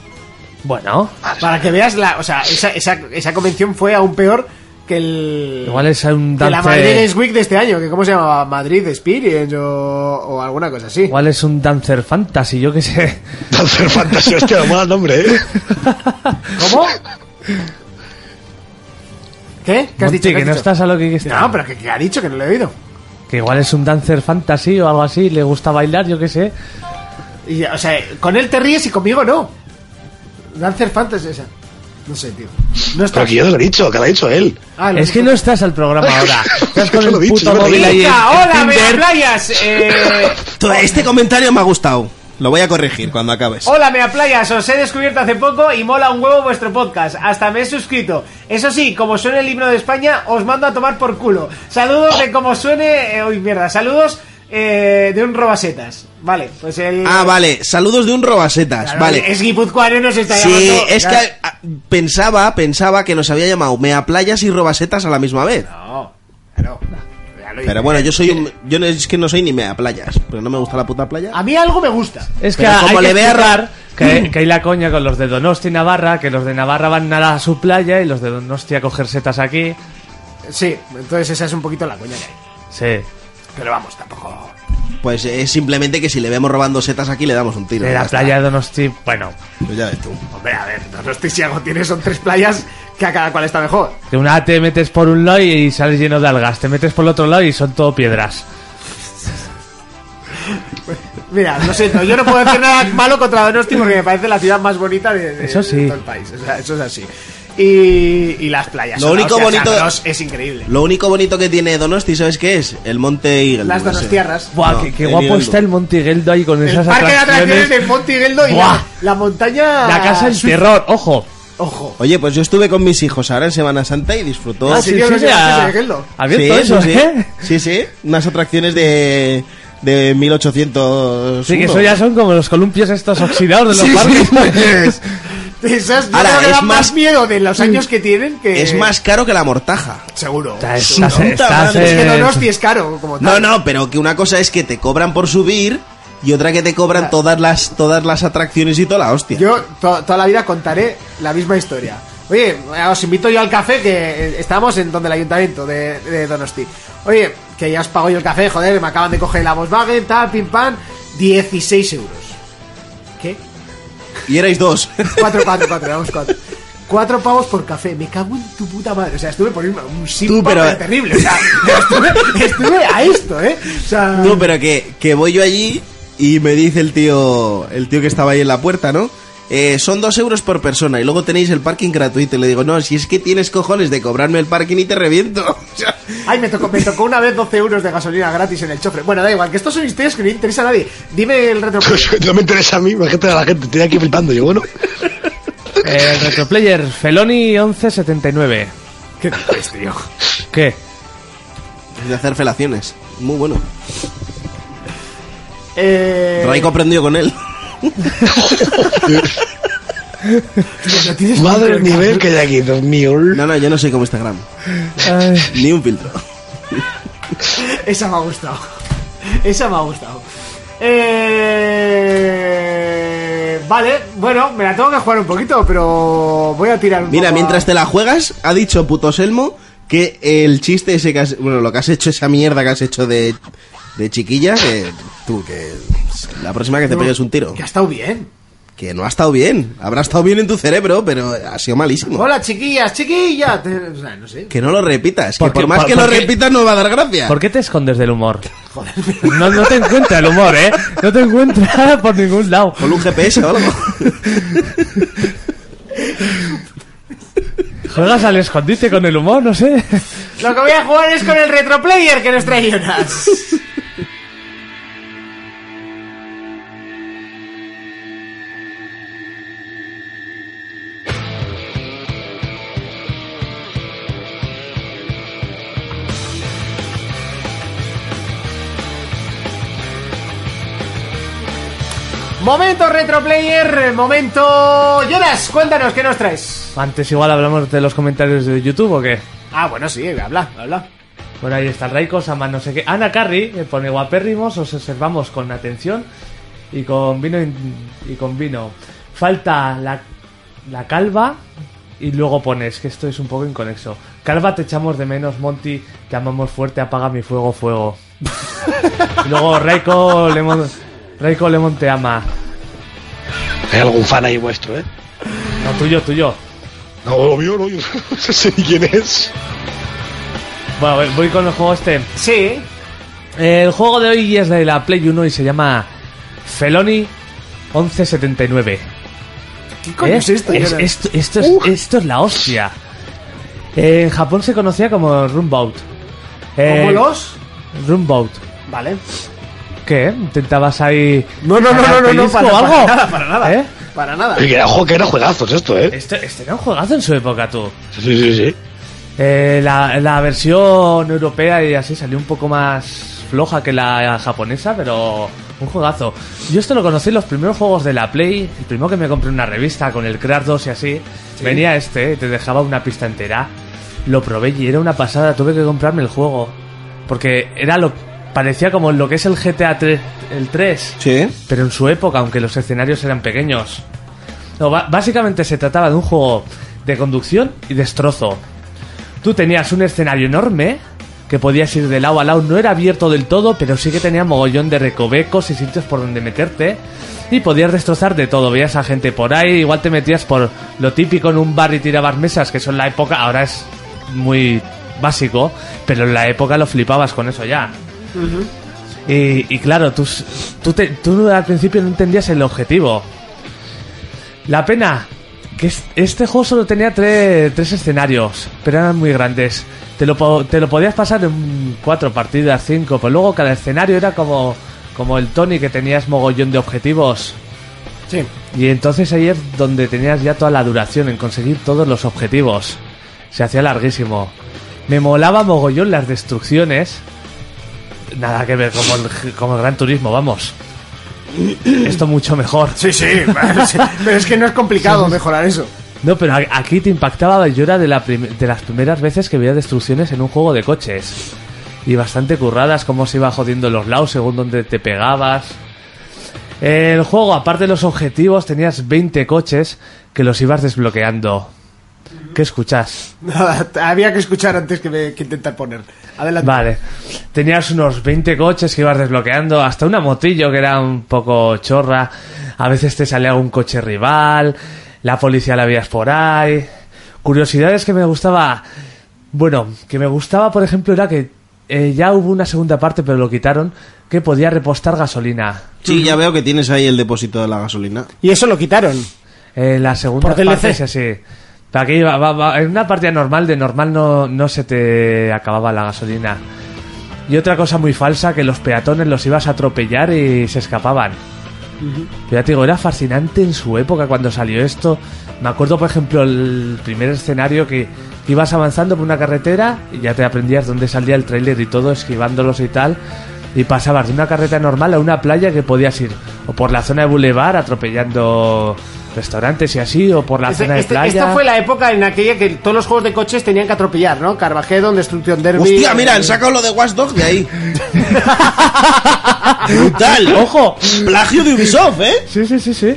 [SPEAKER 4] Bueno,
[SPEAKER 2] Para que veas la. O sea, esa, esa- esa convención fue aún peor que el.
[SPEAKER 4] igual es un
[SPEAKER 2] que la
[SPEAKER 4] dance.
[SPEAKER 2] Madrid Games Week de este año, que cómo se llamaba Madrid Experience o, o alguna cosa así.
[SPEAKER 4] Igual es un dancer fantasy, yo qué sé.
[SPEAKER 5] Dancer Fantasy, hostia, mal nombre, ¿eh?
[SPEAKER 2] ¿Cómo? ¿Qué? ¿Qué has
[SPEAKER 4] Monty,
[SPEAKER 2] dicho? ¿Qué
[SPEAKER 4] que
[SPEAKER 2] has
[SPEAKER 4] no
[SPEAKER 2] dicho?
[SPEAKER 4] estás a lo que que
[SPEAKER 2] No, pero que, que ha dicho que no lo he oído.
[SPEAKER 4] Que igual es un dancer fantasy o algo así, le gusta bailar, yo qué sé.
[SPEAKER 2] Y, o sea, con él te ríes y conmigo no. Dancer Fantasy esa. No sé, tío. No
[SPEAKER 5] Pero
[SPEAKER 2] estás.
[SPEAKER 5] que yo no lo he dicho, que lo ha dicho él.
[SPEAKER 2] Ah, lo
[SPEAKER 4] es que
[SPEAKER 2] dijo-
[SPEAKER 4] no estás al programa ahora. Estás con
[SPEAKER 5] Yo lo he
[SPEAKER 4] el
[SPEAKER 5] dicho,
[SPEAKER 4] puto
[SPEAKER 5] yo lo he
[SPEAKER 4] móvil
[SPEAKER 5] dicho.
[SPEAKER 4] ahí. en-
[SPEAKER 2] Venga, hola,
[SPEAKER 4] en
[SPEAKER 2] Mega
[SPEAKER 4] Tinder.
[SPEAKER 2] Playas. Eh,
[SPEAKER 3] Tú, Este comentario me ha gustado. Lo voy a corregir cuando acabes.
[SPEAKER 2] hola, Mega Playas. Os he descubierto hace poco y mola un huevo vuestro podcast. Hasta me he suscrito. Eso sí, como suene el himno de España, os mando a tomar por culo. Saludos de como suene. eh, uy, mierda. Saludos eh, de un robasetas. Vale, pues el.
[SPEAKER 3] Ah, vale. Saludos de un robasetas.
[SPEAKER 2] Claro,
[SPEAKER 3] vale.
[SPEAKER 2] Es guipuzcoano, nos está
[SPEAKER 3] Sí,
[SPEAKER 2] llamando.
[SPEAKER 3] es que
[SPEAKER 2] Claro.
[SPEAKER 3] ah, pensaba, pensaba que nos había llamado mea playas y robasetas a la misma vez.
[SPEAKER 2] No, claro. Ya lo
[SPEAKER 3] Pero
[SPEAKER 2] hice.
[SPEAKER 3] bueno, yo soy un, yo no, es que no soy ni mea playas, porque no me gusta la puta playa.
[SPEAKER 4] Ah.
[SPEAKER 2] A mí algo me gusta.
[SPEAKER 4] Es que
[SPEAKER 3] Pero
[SPEAKER 4] hay
[SPEAKER 3] como
[SPEAKER 4] que
[SPEAKER 3] le vea
[SPEAKER 4] explicar
[SPEAKER 3] raro-
[SPEAKER 4] que, que hay la coña con los de Donosti y Navarra, que los de Navarra van nada a su playa y los de Donosti a coger setas aquí.
[SPEAKER 2] Sí, entonces esa es un poquito la coña que hay.
[SPEAKER 4] Sí.
[SPEAKER 2] Pero vamos, tampoco.
[SPEAKER 3] Pues es simplemente que si le vemos robando setas aquí le damos un tiro.
[SPEAKER 4] De
[SPEAKER 3] ya
[SPEAKER 4] la
[SPEAKER 3] está.
[SPEAKER 4] playa de Donosti, bueno,
[SPEAKER 3] Pues ya ves tú.
[SPEAKER 2] Hombre, a ver, no, no estoy si algo tiene, son tres playas que a cada cual está mejor.
[SPEAKER 4] que una te metes por un lado y sales lleno de algas, te metes por el otro lado y son todo piedras.
[SPEAKER 2] Mira, lo siento, yo no puedo decir nada malo contra Donosti porque me parece la ciudad más bonita de, de-
[SPEAKER 4] Eso sí.
[SPEAKER 2] de todo el país. O sea, eso es así. Y, y las playas.
[SPEAKER 3] Lo
[SPEAKER 2] ¿no?
[SPEAKER 3] único
[SPEAKER 2] O sea,
[SPEAKER 3] bonito-
[SPEAKER 2] Zaragoza es increíble.
[SPEAKER 3] Lo único bonito que tiene Donosti, ¿sabes qué es? El monte Eagle.
[SPEAKER 2] Las
[SPEAKER 3] no sé.
[SPEAKER 2] donostiarras.
[SPEAKER 4] Buah,
[SPEAKER 3] No,
[SPEAKER 4] qué, qué
[SPEAKER 3] el
[SPEAKER 4] guapo
[SPEAKER 3] Hidalgo.
[SPEAKER 4] está el Montigeldo ahí con
[SPEAKER 2] El
[SPEAKER 4] esas
[SPEAKER 2] parque de atracciones
[SPEAKER 4] atracciones.
[SPEAKER 2] de Monte Higueldo y
[SPEAKER 4] Buah.
[SPEAKER 2] la, la montaña.
[SPEAKER 4] La casa del
[SPEAKER 2] suiza.
[SPEAKER 4] terror, ojo.
[SPEAKER 2] Ojo.
[SPEAKER 3] Oye, pues yo estuve con mis hijos ahora en Semana Santa y disfrutó.
[SPEAKER 2] Ah, sí, tío, no sé,
[SPEAKER 4] ya-
[SPEAKER 2] no sé, Geldo.
[SPEAKER 4] Abierto
[SPEAKER 3] sí,
[SPEAKER 4] eso,
[SPEAKER 3] sí, sí.
[SPEAKER 4] ¿eh?
[SPEAKER 3] Sí, sí. Unas atracciones de, de 1800.
[SPEAKER 4] Sí, que eso ya son como los columpios estos oxidados de los
[SPEAKER 3] Sí, sí,
[SPEAKER 4] parques.
[SPEAKER 3] pues.
[SPEAKER 2] Esas yo
[SPEAKER 3] Ahora,
[SPEAKER 2] creo que
[SPEAKER 3] es
[SPEAKER 2] dan más
[SPEAKER 3] más- Mm.
[SPEAKER 2] miedo de los años que tienen que.
[SPEAKER 3] Es más caro que la mortaja.
[SPEAKER 2] Seguro.
[SPEAKER 4] Está- estás-
[SPEAKER 3] puta
[SPEAKER 4] estás
[SPEAKER 3] madre,
[SPEAKER 2] Es que
[SPEAKER 4] en-
[SPEAKER 2] Donosti es caro, como
[SPEAKER 3] No,
[SPEAKER 2] tal.
[SPEAKER 3] no, pero que una cosa es que te cobran por subir y otra que te cobran todas las, todas las atracciones y toda la hostia.
[SPEAKER 2] Yo to- toda la vida contaré la misma historia. Oye, eh, os invito yo al café que eh, estamos en donde el ayuntamiento de, de Donosti. Oye, que ya os pago yo el café, joder, me acaban de coger la Volkswagen, tal, pim pam, 16 euros. ¿Qué?
[SPEAKER 3] Y erais dos.
[SPEAKER 2] 4, 4, 4, vamos, 4. 4 pavos por café, me cago en tu puta madre. O sea, estuve por irme a un sitio
[SPEAKER 3] pero- eh.
[SPEAKER 2] terrible. O sea, estuve, estuve a esto, ¿eh? O sea,
[SPEAKER 3] No, pero que, que voy yo allí y me dice el tío, el tío que estaba ahí en la puerta, ¿no? Eh, son dos euros por persona y luego tenéis el parking gratuito. Y le digo, no, si es que tienes cojones de cobrarme el parking y te reviento. O sea,
[SPEAKER 2] Ay, me tocó, me tocó una vez 12 euros de gasolina gratis en el chofre. Bueno, da igual, que estos son historias que no interesa a nadie. Dime el retro.
[SPEAKER 5] no me interesa a mí, imagínate a la gente, estoy aquí flipando. Yo, bueno,
[SPEAKER 4] Eh, El retroplayer, Feloni 1179.
[SPEAKER 2] ¿Qué dices, tío?
[SPEAKER 4] ¿Qué?
[SPEAKER 3] de hacer felaciones. Muy bueno.
[SPEAKER 2] Eh.
[SPEAKER 3] Ray comprendió con él.
[SPEAKER 2] no tienes
[SPEAKER 5] madre
[SPEAKER 2] filtro,
[SPEAKER 5] del nivel que hay aquí, Dios mío.
[SPEAKER 3] No, no, yo no soy como Instagram.
[SPEAKER 4] Ay,
[SPEAKER 3] Ni un filtro.
[SPEAKER 2] cabrón. Esa me ha gustado. Esa me ha gustado. Eh. Vale, bueno, me la tengo que jugar un poquito, pero voy a tirar un poco
[SPEAKER 3] Mira,
[SPEAKER 2] a-
[SPEAKER 3] mientras te la juegas, ha dicho puto Selmo que el chiste ese que has, bueno, lo que has hecho, esa mierda que has hecho de, de chiquilla, que tú, que la próxima que te pegues un tiro.
[SPEAKER 2] Que ha estado bien.
[SPEAKER 3] Que no ha estado bien. Habrá estado bien en tu cerebro, pero ha sido malísimo.
[SPEAKER 2] Hola, chiquillas, chiquillas. Te- O sea, no sé.
[SPEAKER 3] Que no lo repitas, que
[SPEAKER 4] ¿Por qué?
[SPEAKER 3] por más
[SPEAKER 4] ¿Por-
[SPEAKER 3] que
[SPEAKER 4] por
[SPEAKER 3] lo
[SPEAKER 4] qué?
[SPEAKER 3] repitas no va a dar gracia.
[SPEAKER 4] ¿Por qué te escondes del humor?
[SPEAKER 2] Joder.
[SPEAKER 4] No, no te encuentra el humor, ¿eh? No te encuentra por ningún lado.
[SPEAKER 3] Con un GPS o algo.
[SPEAKER 4] Juegas al escondite con el humor, no sé.
[SPEAKER 2] Lo que voy a jugar es con el retroplayer que nos trae Jonas. Momento retroplayer, momento Jonas, cuéntanos qué nos traes.
[SPEAKER 4] Antes igual hablamos de los comentarios de YouTube o qué.
[SPEAKER 2] Ah, bueno, sí, habla, habla.
[SPEAKER 4] Bueno, ahí está Raiko, Saman, no sé qué. Ana Carri eh, pone guapérrimos, os observamos con atención y con vino. in- Y con vino. Falta la, la calva y luego pones, que esto es un poco inconexo. Calva, te echamos de menos, Monty, te amamos fuerte, apaga mi fuego, fuego. y luego Raiko Lemon, Raiko Lemon te ama.
[SPEAKER 5] Hay algún fan ahí vuestro, ¿eh?
[SPEAKER 4] No, tuyo, tuyo.
[SPEAKER 5] No, obvio, no, yo no sé ni quién es.
[SPEAKER 4] Bueno, voy- voy con el juego este.
[SPEAKER 2] Sí.
[SPEAKER 4] El juego de hoy es de la Play 1 y se llama Feloni 1179.
[SPEAKER 2] ¿Qué coño
[SPEAKER 4] ¿Eh?
[SPEAKER 2] es esto?
[SPEAKER 4] Es-
[SPEAKER 2] Yo no-
[SPEAKER 4] esto, esto es, esto es la hostia. Eh, En Japón se conocía como Rumbout. eh,
[SPEAKER 2] ¿Como los?
[SPEAKER 4] Rumbout.
[SPEAKER 2] Vale.
[SPEAKER 4] ¿Qué? ¿Intentabas ahí...
[SPEAKER 2] No, no, no, no, no, no,
[SPEAKER 4] pellizco
[SPEAKER 2] para-
[SPEAKER 4] o algo?
[SPEAKER 2] para nada, para nada.
[SPEAKER 4] ¿Eh?
[SPEAKER 2] Para nada.
[SPEAKER 5] Oye, que era, ojo, que era juegazos esto, ¿eh?
[SPEAKER 4] Este, este era un juegazo en su época, tú.
[SPEAKER 5] Sí, sí, sí.
[SPEAKER 4] Eh, la, la versión europea y así salió un poco más floja que la japonesa, pero un juegazo. Yo esto lo conocí en los primeros juegos de la Play. El primero que me compré una revista con el Crash 2 y así. Venía este, te dejaba una pista entera. Lo probé y era una pasada. Tuve que comprarme el juego. Porque era lo. Parecía como lo que es el GTA 3, el 3
[SPEAKER 3] Sí.
[SPEAKER 4] pero en su época, aunque los escenarios eran pequeños. No, ba- básicamente se trataba de un juego de conducción y destrozo. Tú tenías un escenario enorme que podías ir de lado a lado, no era abierto del todo, pero sí que tenía mogollón de recovecos y sitios por donde meterte. Y podías destrozar de todo, veías a gente por ahí, igual te metías por lo típico en un bar y tirabas mesas, que eso en la época ahora es muy básico, pero en la época lo flipabas con eso ya. Y, y claro, tú, s- tú, te- tú al principio no entendías el objetivo. La pena, que es- este juego solo tenía tre- tres escenarios, pero eran muy grandes. Te lo, po- te lo podías pasar en cuatro partidas, cinco, pero luego cada escenario era como, como el Tony que tenías mogollón de objetivos.
[SPEAKER 2] Sí.
[SPEAKER 4] Y entonces ahí es donde tenías ya toda la duración en conseguir todos los objetivos. Se hacía larguísimo. Me molaba mogollón las destrucciones. Nada que ver como el, como el Gran Turismo, vamos. Esto mucho mejor.
[SPEAKER 2] Sí, sí, vale, sí. Pero es que no es complicado mejorar eso.
[SPEAKER 4] No, pero a- aquí te impactaba. Yo era de, la prim- de las primeras veces que veía destrucciones en un juego de coches. Y bastante curradas, cómo se iba jodiendo los lados según donde te pegabas. El juego, aparte de los objetivos, tenías 20 coches que los ibas desbloqueando. ¿Qué escuchas?
[SPEAKER 2] Nada, había que escuchar antes que, me- que intentar poner. Adelante.
[SPEAKER 4] Vale. Tenías unos 20 coches que ibas desbloqueando, hasta una motillo que era un poco chorra. A veces te salía un coche rival, la policía la veías por ahí. Curiosidades que me gustaba. Bueno, que me gustaba, por ejemplo, era que eh, ya hubo una segunda parte, pero lo quitaron, que podía repostar gasolina.
[SPEAKER 3] Sí, ya veo que tienes ahí el depósito de la gasolina.
[SPEAKER 2] Y eso lo quitaron.
[SPEAKER 4] Eh, la segunda
[SPEAKER 2] Por DLC.
[SPEAKER 4] parte es así. Para que iba- va- va- en una partida normal, de normal no, no se te acababa la gasolina. Y otra cosa muy falsa, que los peatones los ibas a atropellar y se escapaban. Pero ya te digo, era fascinante en su época cuando salió esto. Me acuerdo, por ejemplo, el primer escenario que que ibas avanzando por una carretera y ya te aprendías dónde salía el tráiler y todo, esquivándolos y tal. Y pasabas de una carretera normal a una playa que podías ir o por la zona de bulevar atropellando restaurantes y así, o por la
[SPEAKER 2] Este-
[SPEAKER 4] zona de
[SPEAKER 2] este-
[SPEAKER 4] playa.
[SPEAKER 2] esta fue la época en aquella que todos los juegos de coches tenían que atropellar, ¿no? Carvajedon, Destrucción Derby.
[SPEAKER 3] Hostia, mira,
[SPEAKER 2] eh,
[SPEAKER 3] han sacado lo de Watch Dogs de ahí. Brutal.
[SPEAKER 4] ¡Ojo!
[SPEAKER 3] Plagio de Ubisoft, ¿eh?
[SPEAKER 4] Sí, sí, sí, sí.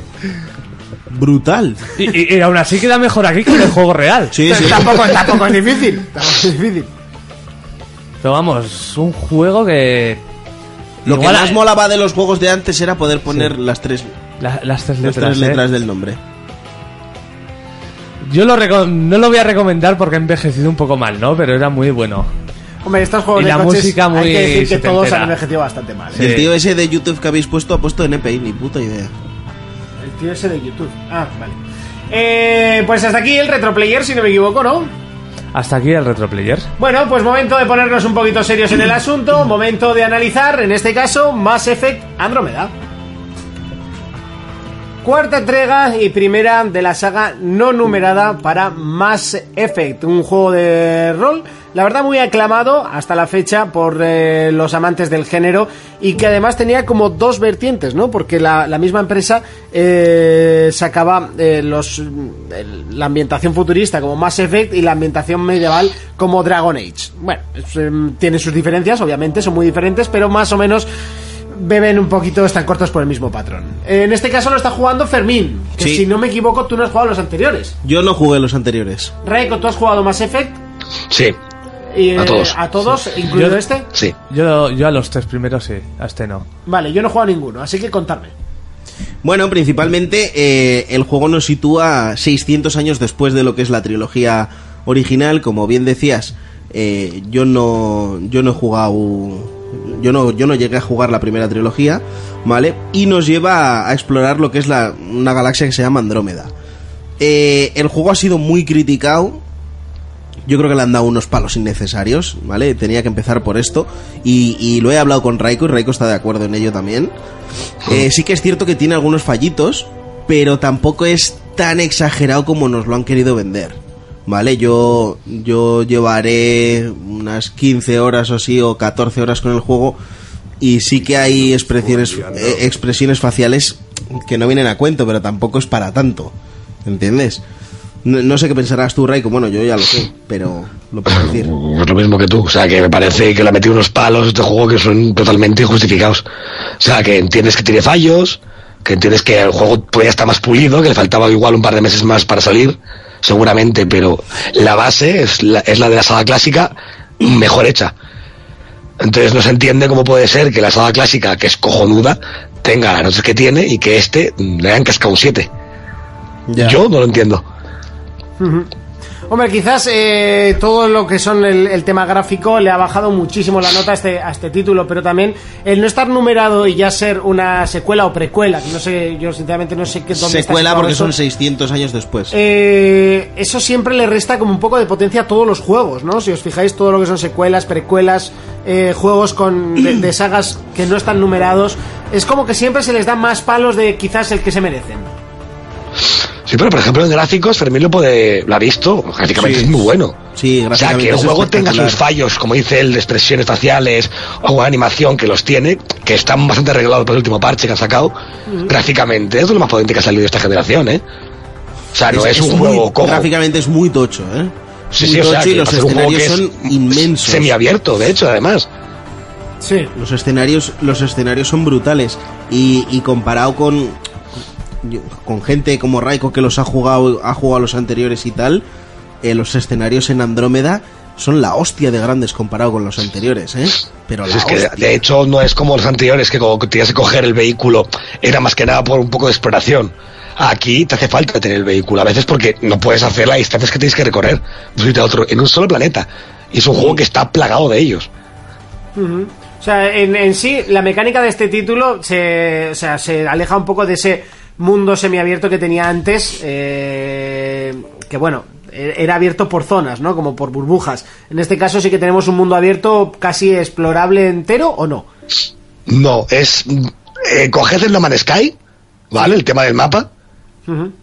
[SPEAKER 3] Brutal.
[SPEAKER 4] Y, y- y aún así queda mejor aquí que en el juego real.
[SPEAKER 3] Sí, sí.
[SPEAKER 2] Tampoco, tampoco es difícil. Tampoco es difícil.
[SPEAKER 4] Pero vamos, un juego que...
[SPEAKER 3] Lo que
[SPEAKER 4] Igual-
[SPEAKER 3] más molaba de los juegos de antes era poder poner las tres,
[SPEAKER 4] la- las tres
[SPEAKER 3] las
[SPEAKER 4] letras,
[SPEAKER 3] tres
[SPEAKER 4] ¿eh?
[SPEAKER 3] letras del nombre.
[SPEAKER 4] Yo lo reco- no lo voy a recomendar porque ha envejecido un poco mal, ¿no? Pero era muy bueno.
[SPEAKER 2] Hombre, estos juegos
[SPEAKER 4] Y
[SPEAKER 2] de
[SPEAKER 4] la
[SPEAKER 2] coches
[SPEAKER 4] música muy
[SPEAKER 2] hay que decir que
[SPEAKER 4] setentera.
[SPEAKER 2] todos han envejecido bastante mal.
[SPEAKER 4] Sí.
[SPEAKER 2] ¿eh?
[SPEAKER 3] El tío ese de YouTube que habéis puesto ha puesto NPI, ni puta idea.
[SPEAKER 2] El tío ese de YouTube. Ah, vale. Eh, pues hasta aquí el retroplayer, si no me equivoco, ¿no?
[SPEAKER 4] Hasta aquí el retroplayer.
[SPEAKER 2] Bueno, pues momento de ponernos un poquito serios en el asunto, momento de analizar, en este caso, Mass Effect Andrómeda. Cuarta entrega y primera de la saga no numerada para Mass Effect, un juego de rol, la verdad muy aclamado hasta la fecha por eh, los amantes del género y que además tenía como dos vertientes, ¿no? Porque la, la misma empresa eh, sacaba eh, los, mm, el- la ambientación futurista como Mass Effect y la ambientación medieval como Dragon Age. Bueno, es, em, tiene sus diferencias, obviamente, son muy diferentes, pero más o menos beben un poquito, están cortos por el mismo patrón. En este caso lo está jugando Fermín, que
[SPEAKER 3] Sí.
[SPEAKER 2] si no me equivoco tú no has jugado los anteriores.
[SPEAKER 3] Yo no jugué los anteriores.
[SPEAKER 2] Raiko, tú has jugado Mass Effect
[SPEAKER 5] Sí,
[SPEAKER 2] y,
[SPEAKER 5] A
[SPEAKER 2] eh,
[SPEAKER 5] todos.
[SPEAKER 2] a todos incluido
[SPEAKER 4] Yo-
[SPEAKER 2] este.
[SPEAKER 5] sí.
[SPEAKER 4] Yo, yo a los tres primeros sí, a este no.
[SPEAKER 2] Vale, yo no he jugado ninguno, así que contadme.
[SPEAKER 3] Bueno, principalmente eh, el juego nos sitúa 600 años después de lo que es la trilogía original. Como bien decías, eh, yo no yo no he jugado yo no yo no llegué a jugar la primera trilogía, ¿vale? Y nos lleva a, a explorar lo que es la, una galaxia que se llama Andrómeda. Eh, el juego ha sido muy criticado. Yo creo que le han dado unos palos innecesarios, ¿vale? Tenía que empezar por esto. Y, y lo he hablado con Raiko y Raiko está de acuerdo en ello también. Eh, sí que es cierto que tiene algunos fallitos, pero tampoco es tan exagerado como nos lo han querido vender. Vale, yo, yo llevaré unas 15 horas o así o 14 horas con el juego y sí que hay expresiones, eh, expresiones faciales que no vienen a cuento, pero tampoco es para tanto. ¿Entiendes? No, no sé qué pensarás tú, Raiko. Bueno, yo ya lo sé, pero lo puedo decir.
[SPEAKER 5] Es lo mismo que tú, o sea, que me parece que le ha metido unos palos a este juego que son totalmente injustificados. O sea, que entiendes que tiene fallos, que entiendes que el juego todavía está más pulido, que le faltaba igual un par de meses más para salir, seguramente, pero la base es la, es la de la saga clásica mejor hecha. Entonces no se entiende cómo puede ser que la saga clásica, que es cojonuda, tenga las noches que tiene y que este mm, le hayan cascado un 7.
[SPEAKER 3] Ya.
[SPEAKER 5] Yo no lo entiendo.
[SPEAKER 2] Hombre, quizás eh, todo lo que son el, el tema gráfico le ha bajado muchísimo la nota a este, a este título, pero también el no estar numerado y ya ser una secuela o precuela, que no sé, yo sinceramente no sé qué dónde está
[SPEAKER 3] Secuela
[SPEAKER 2] situado
[SPEAKER 3] porque
[SPEAKER 2] eso.
[SPEAKER 3] son 600 años después.
[SPEAKER 2] Eh, eso siempre le resta como un poco de potencia a todos los juegos, ¿no? Si os fijáis, todo lo que son secuelas, precuelas, eh, juegos con, de, de sagas que no están numerados, es como que siempre se les dan más palos de quizás el que se merecen.
[SPEAKER 5] Sí, pero por ejemplo en gráficos, Fermín lo, puede, lo ha visto, gráficamente
[SPEAKER 3] Sí.
[SPEAKER 5] es muy bueno.
[SPEAKER 3] Sí,
[SPEAKER 5] O sea,
[SPEAKER 3] gráficamente
[SPEAKER 5] que el
[SPEAKER 3] es
[SPEAKER 5] juego tenga
[SPEAKER 3] espectacular.
[SPEAKER 5] sus fallos, como dice él, de expresiones faciales o de animación que los tiene, que están bastante arreglados por el último parche que han sacado, gráficamente es lo más potente que ha salido de esta generación, ¿eh? O sea, no es, un
[SPEAKER 3] muy-
[SPEAKER 5] juego cojo.
[SPEAKER 3] Gráficamente es muy tocho, ¿eh?
[SPEAKER 5] Sí,
[SPEAKER 3] Muy
[SPEAKER 5] sí, o sea,
[SPEAKER 3] tocho y
[SPEAKER 5] que
[SPEAKER 3] los
[SPEAKER 5] hacer un juego que
[SPEAKER 3] escenarios
[SPEAKER 5] es
[SPEAKER 3] son inmensos.
[SPEAKER 5] Semiabierto, de hecho, además.
[SPEAKER 2] Sí.
[SPEAKER 3] Los escenarios, los escenarios son brutales. Y, y comparado con, con gente como Raiko que los ha jugado, ha jugado los anteriores y tal, eh, los escenarios en Andrómeda son la hostia de grandes comparado con los anteriores, ¿eh? Pero la
[SPEAKER 5] es que,
[SPEAKER 3] hostia.
[SPEAKER 5] de hecho, no es como los anteriores, que como que tenías que coger el vehículo, era más que nada por un poco de exploración. Aquí te hace falta tener el vehículo, a veces porque no puedes hacer las distancias que tienes que recorrer de un sitio a otro, en un solo planeta. Y es un juego que está plagado de ellos.
[SPEAKER 2] O sea, en, en sí, la mecánica de este título se, o sea, se aleja un poco de ese mundo semiabierto que tenía antes, eh, que bueno, e- era abierto por zonas, ¿no? Como por burbujas. En este caso sí que tenemos un mundo abierto casi explorable entero o no.
[SPEAKER 5] No, es. mm, Eh, coged el No Man's Sky, ¿vale? El tema del mapa.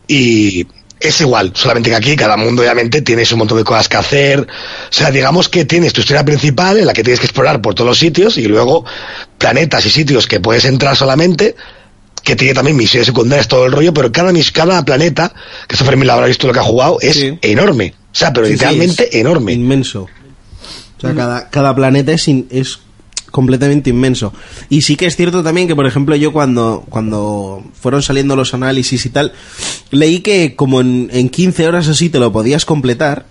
[SPEAKER 5] Y es igual, solamente que aquí cada mundo obviamente tienes un montón de cosas que hacer. O sea, digamos que tienes tu historia principal en la que tienes que explorar por todos los sitios y luego planetas y sitios que puedes entrar solamente. Que tiene también misiones secundarias, todo el rollo, pero cada, mis- cada planeta, que eso Fermín lo habrá visto lo que ha jugado, es
[SPEAKER 3] Sí.
[SPEAKER 5] enorme. O sea, pero
[SPEAKER 3] Sí, sí,
[SPEAKER 5] literalmente
[SPEAKER 3] es
[SPEAKER 5] enorme. Mm.
[SPEAKER 3] Inmenso. O sea, cada, cada planeta es, in- es completamente inmenso. Y sí que es cierto también que, por ejemplo, yo cuando, cuando fueron saliendo los análisis y tal, leí que como en, en 15 horas o así te lo podías completar.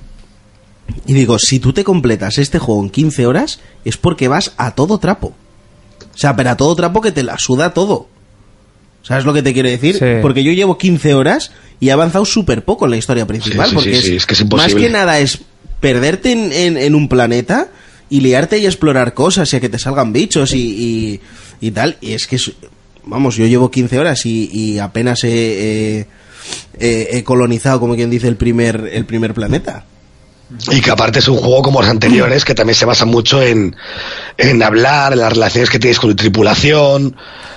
[SPEAKER 3] Y digo, si tú te completas este juego en 15 horas, es porque vas a todo trapo. O sea, pero a todo trapo que te la suda todo. ¿Sabes lo que te quiero decir?
[SPEAKER 4] Sí.
[SPEAKER 3] Porque yo llevo 15 horas y he avanzado súper poco en la historia principal.
[SPEAKER 5] Sí, sí,
[SPEAKER 3] porque
[SPEAKER 5] sí, sí, es que es
[SPEAKER 3] Más
[SPEAKER 5] imposible.
[SPEAKER 3] que nada es perderte en, en- en un planeta y liarte y explorar cosas y a que te salgan bichos y, y- y tal. Y es que, es- vamos, yo llevo 15 horas y, y apenas he, he- he- he colonizado, como quien dice, el primer, el primer planeta.
[SPEAKER 5] Y que aparte es un juego como los anteriores, que también se basa mucho en, en hablar, en las relaciones que tienes con tu tripulación,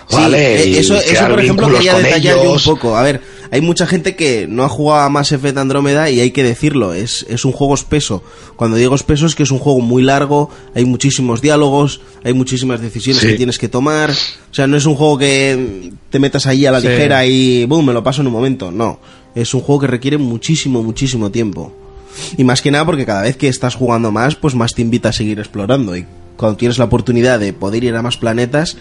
[SPEAKER 3] Sí,
[SPEAKER 5] ¿vale?
[SPEAKER 3] eh,
[SPEAKER 5] Y
[SPEAKER 3] eso, eso,
[SPEAKER 5] crear
[SPEAKER 3] por ejemplo,
[SPEAKER 5] vínculos
[SPEAKER 3] quería
[SPEAKER 5] con
[SPEAKER 3] detallar yo un
[SPEAKER 5] ellos.
[SPEAKER 3] poco. A ver, hay mucha gente que no ha jugado a Mass Effect Andrómeda y hay que decirlo, es, es un juego espeso. Cuando digo espeso es que es un juego muy largo, hay muchísimos diálogos, hay muchísimas decisiones
[SPEAKER 5] Sí.
[SPEAKER 3] que tienes que tomar. O sea, no es un juego que te metas ahí a la
[SPEAKER 4] Sí.
[SPEAKER 3] ligera y boom, me lo paso en un momento. No, es un juego que requiere muchísimo, muchísimo tiempo. Y más que nada porque cada vez que estás jugando más, pues más te invita a seguir explorando. Y cuando tienes la oportunidad de poder ir a más planetas,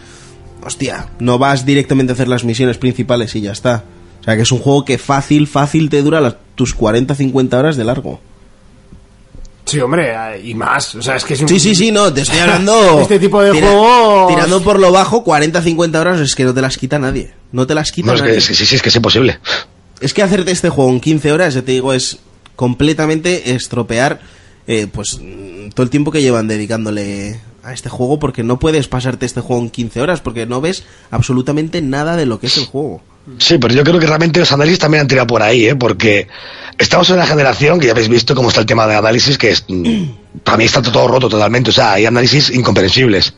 [SPEAKER 3] hostia, no vas directamente a hacer las misiones principales y ya está. O sea que es un juego que fácil, fácil te dura las- tus 40-50 horas de largo.
[SPEAKER 2] Sí, hombre, eh, y más. O sea, es que es un-
[SPEAKER 3] Sí, sí, sí, no, te estoy hablando.
[SPEAKER 2] Este tipo de
[SPEAKER 3] Tira-
[SPEAKER 2] juegos-
[SPEAKER 3] Tirando por lo bajo, 40, 50 horas es que no te las quita nadie. No te las quita
[SPEAKER 5] No, es
[SPEAKER 3] nadie.
[SPEAKER 5] que, es que sí, sí, es que es imposible.
[SPEAKER 3] Es que hacerte este juego en 15 horas, ya te digo, es completamente estropear eh, pues mm, todo el tiempo que llevan dedicándole a este juego porque no puedes pasarte este juego en 15 horas porque no ves absolutamente nada de lo que es el juego.
[SPEAKER 5] Sí, pero yo creo que realmente los análisis también han tirado por ahí, ¿eh? porque estamos en una generación que ya habéis visto cómo está el tema de análisis, que es, mm, para mí está todo roto totalmente. O sea, hay análisis incomprensibles.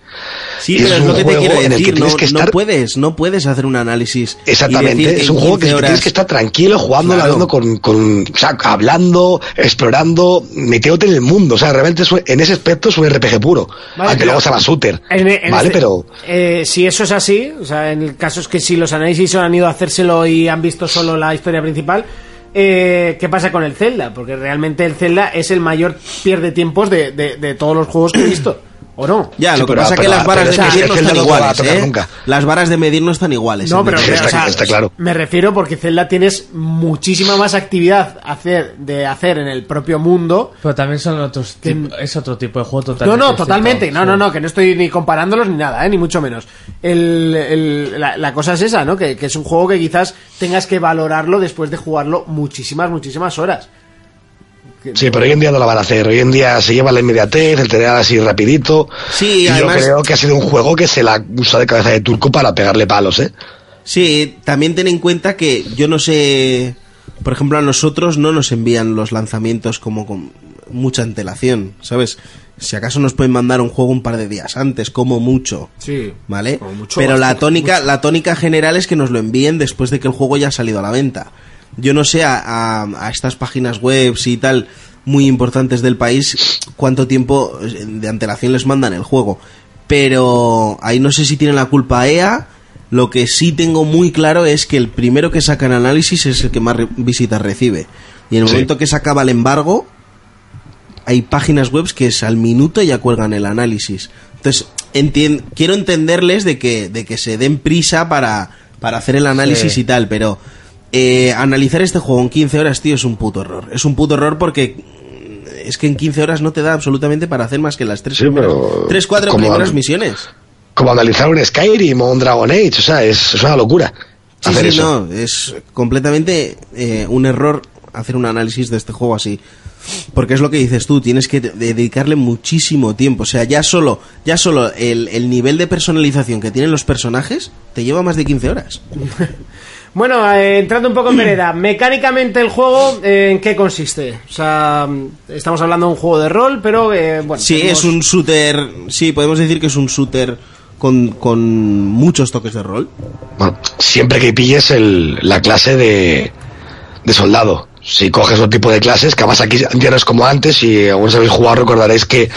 [SPEAKER 3] Sí,
[SPEAKER 5] Y
[SPEAKER 3] pero
[SPEAKER 5] es
[SPEAKER 3] es,
[SPEAKER 5] un
[SPEAKER 3] lo que te
[SPEAKER 5] juego
[SPEAKER 3] quiero
[SPEAKER 5] en el que
[SPEAKER 3] decir, no,
[SPEAKER 5] tienes que
[SPEAKER 3] no
[SPEAKER 5] estar-
[SPEAKER 3] puedes, no puedes hacer un análisis. y
[SPEAKER 5] Exactamente,
[SPEAKER 3] decir
[SPEAKER 5] es
[SPEAKER 3] en
[SPEAKER 5] un juego que
[SPEAKER 3] 15
[SPEAKER 5] tienes
[SPEAKER 3] horas-
[SPEAKER 5] que estar tranquilo jugando,
[SPEAKER 3] Claro.
[SPEAKER 5] hablando con, con- o sea, hablando, explorando, metiéndote en el mundo. O sea, realmente es un- en ese aspecto es un RPG puro.
[SPEAKER 2] Vale,
[SPEAKER 5] aunque
[SPEAKER 2] pero-
[SPEAKER 5] luego se llama shooter.
[SPEAKER 2] En- en
[SPEAKER 5] vale,
[SPEAKER 2] este-
[SPEAKER 5] pero.
[SPEAKER 2] eh, si eso es así, o sea, en el caso es que si los análisis han ido a hacérselo y han visto solo la historia principal, eh, ¿qué pasa con el Zelda? Porque realmente el Zelda es el mayor pierde tiempos de, de- de todos los juegos que he visto. ¿O no?
[SPEAKER 3] Ya,
[SPEAKER 5] Sí,
[SPEAKER 3] lo que
[SPEAKER 5] pero-
[SPEAKER 3] pasa es que
[SPEAKER 5] pero-
[SPEAKER 3] las varas de
[SPEAKER 5] pero es que
[SPEAKER 3] medir no
[SPEAKER 5] el
[SPEAKER 3] están
[SPEAKER 5] Zelda no te va a
[SPEAKER 3] iguales,
[SPEAKER 5] tocar
[SPEAKER 3] ¿eh?
[SPEAKER 5] nunca.
[SPEAKER 3] Las varas de medir no están iguales.
[SPEAKER 2] No,
[SPEAKER 3] en
[SPEAKER 2] pero
[SPEAKER 3] el-
[SPEAKER 5] Está-
[SPEAKER 2] o sea,
[SPEAKER 5] está claro.
[SPEAKER 2] Me refiero porque Zelda tienes muchísima más actividad hacer, de hacer en el propio mundo.
[SPEAKER 4] Pero también son otros
[SPEAKER 2] Que-
[SPEAKER 4] tip- es otro tipo de juego
[SPEAKER 2] No,
[SPEAKER 4] totalmente.
[SPEAKER 2] no,
[SPEAKER 4] distinto,
[SPEAKER 2] totalmente. No,
[SPEAKER 4] sí.
[SPEAKER 2] no, no, que no estoy ni comparándolos ni nada, ¿eh? ni mucho menos. El, el- la, la cosa es esa, ¿no? Que, que es un juego que quizás tengas que valorarlo después de jugarlo muchísimas, muchísimas horas.
[SPEAKER 5] Sí, pero hoy en día no la van a hacer. Hoy en día se lleva la inmediatez, el tener así rapidito.
[SPEAKER 3] Sí,
[SPEAKER 5] y
[SPEAKER 3] además-
[SPEAKER 5] yo creo que ha sido un juego que se la usa de cabeza de turco para pegarle palos, ¿eh?
[SPEAKER 3] Sí, también ten en cuenta que yo no sé, por ejemplo, a nosotros no nos envían los lanzamientos como con mucha antelación, ¿sabes? Si acaso nos pueden mandar un juego un par de días antes, como mucho.
[SPEAKER 2] Sí.
[SPEAKER 3] ¿Vale?
[SPEAKER 2] Como mucho,
[SPEAKER 3] Pero la
[SPEAKER 2] bastante,
[SPEAKER 3] tónica, la tónica general es que nos lo envíen después de que el juego ya ha salido a la venta. Yo no sé a, a- a estas páginas web y tal muy importantes del país cuánto tiempo eh, de antelación les mandan el juego. Pero ahí no sé si tienen la culpa EA. Lo que sí tengo muy claro es que el primero que sacan análisis es el que más re- visitas recibe. Y en el
[SPEAKER 5] Sí.
[SPEAKER 3] momento que se acaba el embargo, hay páginas web que es al minuto ya cuelgan el análisis. Entonces, entien- quiero entenderles de que, de que se den prisa para, para hacer el análisis
[SPEAKER 4] Sí.
[SPEAKER 3] y tal, pero eh, analizar este juego en 15 horas, tío, es un puto error. Es un puto error porque mm, es que en 15 horas no te da absolutamente para hacer más que las 3,
[SPEAKER 5] Sí, pero-
[SPEAKER 3] 4
[SPEAKER 5] como
[SPEAKER 3] primeras
[SPEAKER 5] al-
[SPEAKER 3] misiones.
[SPEAKER 5] Como analizar un Skyrim o un Dragon Age. O sea, es, es una locura
[SPEAKER 3] Sí,
[SPEAKER 5] hacer
[SPEAKER 3] sí,
[SPEAKER 5] eso.
[SPEAKER 3] no, es completamente eh, un error hacer un análisis de este juego así. Porque es lo que dices tú, tienes que dedicarle muchísimo tiempo. O sea, ya solo, ya solo el, el nivel de personalización que tienen los personajes te lleva más de 15 horas.
[SPEAKER 2] Bueno, eh, entrando un poco en vereda, mecánicamente el juego, eh, ¿en qué consiste? O sea, mm, estamos hablando de un juego de rol, pero eh, bueno.
[SPEAKER 3] Sí,
[SPEAKER 2] tenemos-
[SPEAKER 3] es un shooter. Sí, podemos decir que es un shooter con, con muchos toques de rol.
[SPEAKER 5] Bueno, siempre que pilles el- la clase de, de soldado. Si coges otro tipo de clases, que además aquí ya no es como antes, y aún sabéis jugar, recordaréis que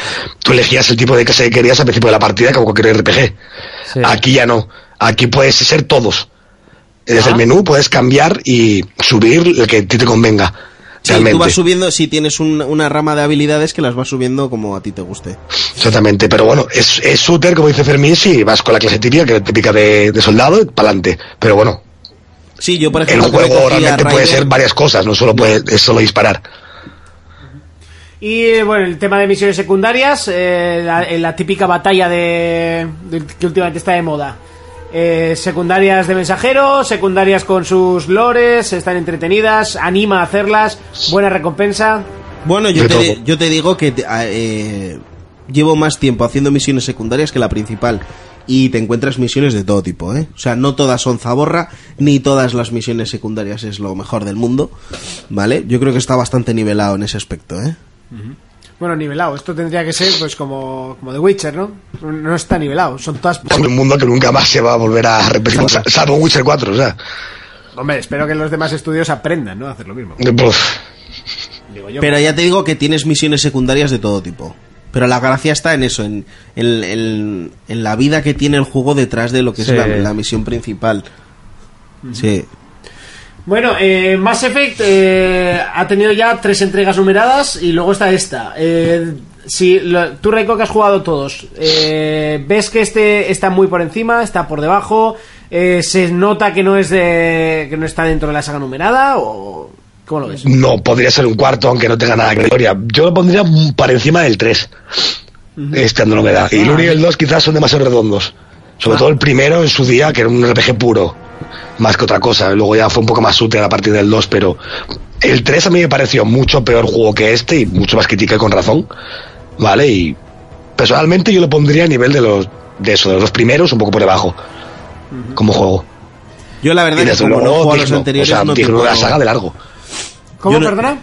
[SPEAKER 5] tú elegías el tipo de clase que querías al principio de la partida, como cualquier RPG.
[SPEAKER 4] Sí.
[SPEAKER 5] Aquí ya no. Aquí puedes ser todos. Desde
[SPEAKER 3] Ah.
[SPEAKER 5] el menú puedes cambiar y subir el que a ti te convenga.
[SPEAKER 3] Sí, tú
[SPEAKER 5] realmente.
[SPEAKER 3] vas subiendo, si tienes un- una rama de habilidades que las vas subiendo como a ti te guste.
[SPEAKER 5] Exactamente, pero bueno, es, es shooter, como dice Fermín, si vas con la clase típica, que es típica de, de soldado, y pa'lante. Pero bueno,
[SPEAKER 3] Sí, yo por
[SPEAKER 5] el
[SPEAKER 3] ejemplo. que le
[SPEAKER 5] juego
[SPEAKER 3] cogí a
[SPEAKER 5] realmente puede
[SPEAKER 3] Raiden-
[SPEAKER 5] ser varias cosas, no solo puede, es solo disparar.
[SPEAKER 2] Y eh, bueno, el tema de misiones secundarias, eh, la, eh, la típica batalla de, de- que últimamente está de moda. Eh, secundarias de mensajeros, secundarias con sus lores, están entretenidas, anima a hacerlas, buena recompensa.
[SPEAKER 3] Bueno, yo
[SPEAKER 5] De
[SPEAKER 3] te,
[SPEAKER 5] todo.
[SPEAKER 3] yo te digo que te- a- eh, llevo más tiempo haciendo misiones secundarias que la principal. Y te encuentras misiones de todo tipo, ¿eh? O sea, no todas son zaborra, ni todas las misiones secundarias es lo mejor del mundo, ¿vale? Yo creo que está bastante nivelado en ese aspecto, ¿eh?
[SPEAKER 2] Bueno, nivelado, esto tendría que ser pues como, como The Witcher, ¿no? No está nivelado, son todas...
[SPEAKER 5] Con un mundo que nunca más se va a volver a repetir, sa- salvo Witcher 4, o sea.
[SPEAKER 2] Hombre, espero que los demás estudios aprendan, ¿no? A hacer lo mismo.
[SPEAKER 5] Uf.
[SPEAKER 2] Digo yo.
[SPEAKER 3] Pero ya te digo que tienes misiones secundarias de todo tipo. Pero la gracia está en eso, en, en- en- en la vida que tiene el juego detrás de lo que
[SPEAKER 4] Sí.
[SPEAKER 3] es la, la misión principal. Sí.
[SPEAKER 2] Bueno, eh, Mass Effect eh, ha tenido ya tres entregas numeradas y luego está esta. Eh, si lo- tú, Raiko, que has jugado todos, eh, ves que este está muy por encima, está por debajo, eh, se nota que no es de, que no está dentro de la saga numerada o ¿Cómo lo ves?
[SPEAKER 5] No, podría ser un cuarto, aunque no tenga nada que ver con la historia. Yo lo pondría mm, para encima del 3. Este Andrómeda. Y el 1 y el 2 quizás son demasiado redondos. Sobre todo el primero en su día, que era un RPG puro. Más que otra cosa. Luego ya fue un poco más útil a partir del 2, pero el 3 a mí me pareció mucho peor juego que este y mucho más crítica y con razón. ¿Vale? Y personalmente yo lo pondría a nivel de los de eso, de los dos primeros, un poco por debajo. Como juego.
[SPEAKER 3] Yo la verdad
[SPEAKER 5] Y
[SPEAKER 3] es que
[SPEAKER 5] desde
[SPEAKER 3] como no
[SPEAKER 5] luego
[SPEAKER 3] juego a los
[SPEAKER 5] digno, o
[SPEAKER 3] anteriores
[SPEAKER 5] sea,
[SPEAKER 3] no
[SPEAKER 5] digno de la
[SPEAKER 3] tengo-
[SPEAKER 5] saga de largo.
[SPEAKER 2] ¿Cómo,
[SPEAKER 3] Yo no-
[SPEAKER 2] perdona?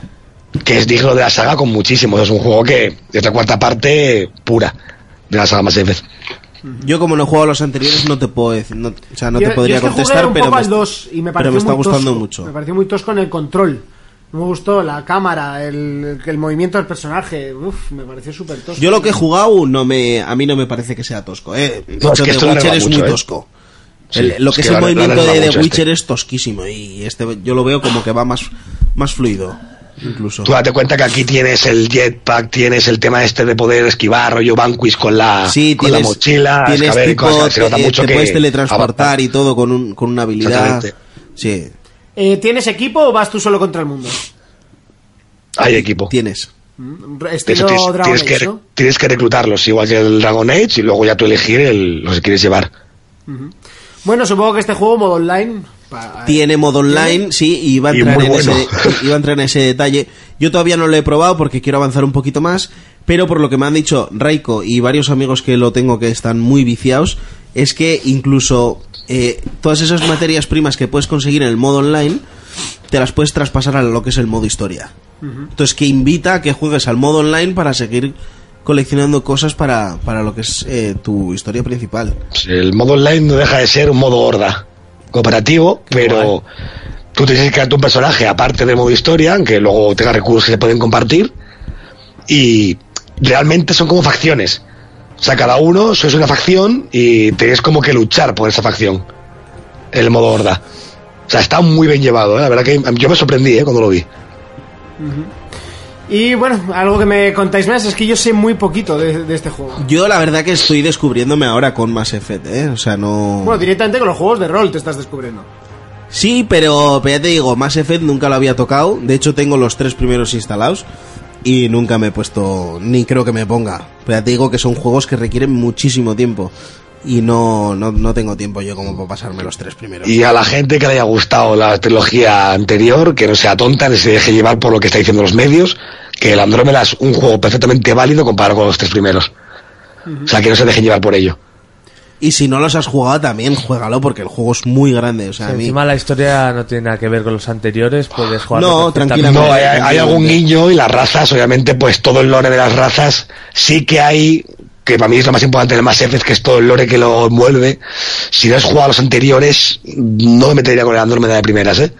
[SPEAKER 5] que es digno de la saga con muchísimo. Es un juego que es la cuarta parte pura de la saga Mass Effect.
[SPEAKER 3] Yo como no he jugado a los anteriores no te puedo decir, no- o sea, no
[SPEAKER 2] Yo-
[SPEAKER 3] te podría
[SPEAKER 2] yo es que jugué
[SPEAKER 3] contestar,
[SPEAKER 2] un
[SPEAKER 3] pero
[SPEAKER 2] poco
[SPEAKER 3] me,
[SPEAKER 2] al 2 y me
[SPEAKER 3] pero
[SPEAKER 2] pareció
[SPEAKER 3] me está
[SPEAKER 2] muy
[SPEAKER 3] gustando
[SPEAKER 2] tosco.
[SPEAKER 3] mucho.
[SPEAKER 2] Me pareció muy tosco en el control. No me gustó la cámara, el, el movimiento del personaje. Uf, me pareció súper tosco.
[SPEAKER 3] Yo lo que he jugado no me, a mí no me parece que sea tosco, eh. De
[SPEAKER 5] No, es
[SPEAKER 3] hecho,
[SPEAKER 5] que esto
[SPEAKER 3] The
[SPEAKER 5] no le
[SPEAKER 3] Witcher
[SPEAKER 5] va
[SPEAKER 3] es
[SPEAKER 5] mucho,
[SPEAKER 3] muy
[SPEAKER 5] eh.
[SPEAKER 3] tosco.
[SPEAKER 5] Sí,
[SPEAKER 3] El- lo
[SPEAKER 5] es
[SPEAKER 3] que es el
[SPEAKER 5] que la- la
[SPEAKER 3] movimiento
[SPEAKER 5] le
[SPEAKER 3] de
[SPEAKER 5] va
[SPEAKER 3] The
[SPEAKER 5] mucho a este.
[SPEAKER 3] Witcher es tosquísimo y este yo lo veo como que va más, más fluido, incluso.
[SPEAKER 5] Tú date cuenta que aquí tienes el jetpack, tienes el tema este de poder esquivar, rollo Vanquish con la,
[SPEAKER 3] Sí,
[SPEAKER 5] con
[SPEAKER 3] tienes,
[SPEAKER 5] la mochila,
[SPEAKER 3] tienes
[SPEAKER 5] escaber y
[SPEAKER 3] tipo,
[SPEAKER 5] cosas, se nota
[SPEAKER 3] te,
[SPEAKER 5] mucho
[SPEAKER 3] te
[SPEAKER 5] que
[SPEAKER 3] puedes teletransportar
[SPEAKER 5] avanza.
[SPEAKER 3] y todo con, un, con una habilidad.
[SPEAKER 5] Exactamente.
[SPEAKER 3] Sí,
[SPEAKER 2] Eh, ¿Tienes equipo o vas tú solo contra el mundo?
[SPEAKER 5] Hay equipo.
[SPEAKER 3] tienes.
[SPEAKER 2] Mm,
[SPEAKER 5] De hecho,
[SPEAKER 2] Estilo
[SPEAKER 5] tienes,
[SPEAKER 2] Dragon
[SPEAKER 5] tienes
[SPEAKER 2] Age,
[SPEAKER 5] que,
[SPEAKER 2] ¿no?
[SPEAKER 5] tienes que reclutarlos, igual que el Dragon Age, y luego ya tú elegir el- los que quieres llevar.
[SPEAKER 2] Bueno, supongo que este juego, modo online... pa- eh.
[SPEAKER 3] Tiene modo online, sí, y va a
[SPEAKER 5] Y
[SPEAKER 3] entrar,
[SPEAKER 5] muy
[SPEAKER 3] en,
[SPEAKER 5] bueno.
[SPEAKER 3] ese, iba a entrar en ese detalle. Yo todavía no lo he probado porque quiero avanzar un poquito más, pero por lo que me han dicho Raiko y varios amigos que lo tengo que están muy viciados, es que incluso eh, todas esas materias primas que puedes conseguir en el modo online, te las puedes traspasar a lo que es el modo historia. Entonces, que invita a que juegues al modo online para seguir coleccionando cosas para, para lo que es eh, tu historia principal.
[SPEAKER 5] Pues El modo online no deja de ser un modo horda cooperativo, pero tú tienes que crear tu personaje aparte del modo historia, aunque luego tenga recursos que se pueden compartir. Y realmente son como facciones. O sea, cada uno sois una facción y tenéis como que luchar por esa facción. El modo horda. O sea, está muy bien llevado, ¿eh? la verdad que yo me sorprendí ¿eh? cuando lo vi.
[SPEAKER 2] Y bueno, algo que me contáis más es que yo sé muy poquito de, de este juego.
[SPEAKER 3] Yo la verdad que estoy descubriéndome ahora con Mass Effect, ¿eh? O sea, no...
[SPEAKER 2] Bueno, directamente con los juegos de rol te estás descubriendo.
[SPEAKER 3] Sí, pero, pero ya te digo, Mass Effect nunca lo había tocado. De hecho, tengo los tres primeros instalados y nunca me he puesto, ni creo que me ponga. Pero ya te digo que son juegos que requieren muchísimo tiempo y no, no, no tengo tiempo yo como para pasarme los tres primeros.
[SPEAKER 5] Y a la gente que le haya gustado la trilogía anterior, que no sea tonta, ni se deje llevar por lo que está diciendo los medios, que el Andrómeda es un juego perfectamente válido comparado con los tres primeros. O sea, que no se dejen llevar por ello.
[SPEAKER 3] Y si no los has jugado también, juégalo porque el juego es muy grande. O sea, a mí...
[SPEAKER 4] Encima la historia no tiene nada que ver con los anteriores, puedes jugar.
[SPEAKER 3] No, tranquilamente.
[SPEAKER 5] No, hay, hay algún guiño y las razas, obviamente, pues todo el lore de las razas sí que hay, que para mí es lo más importante del Mass Effect, que es todo el lore que lo envuelve. Si no has jugado a los anteriores, no me metería con el Andrómeda de primeras, ¿eh?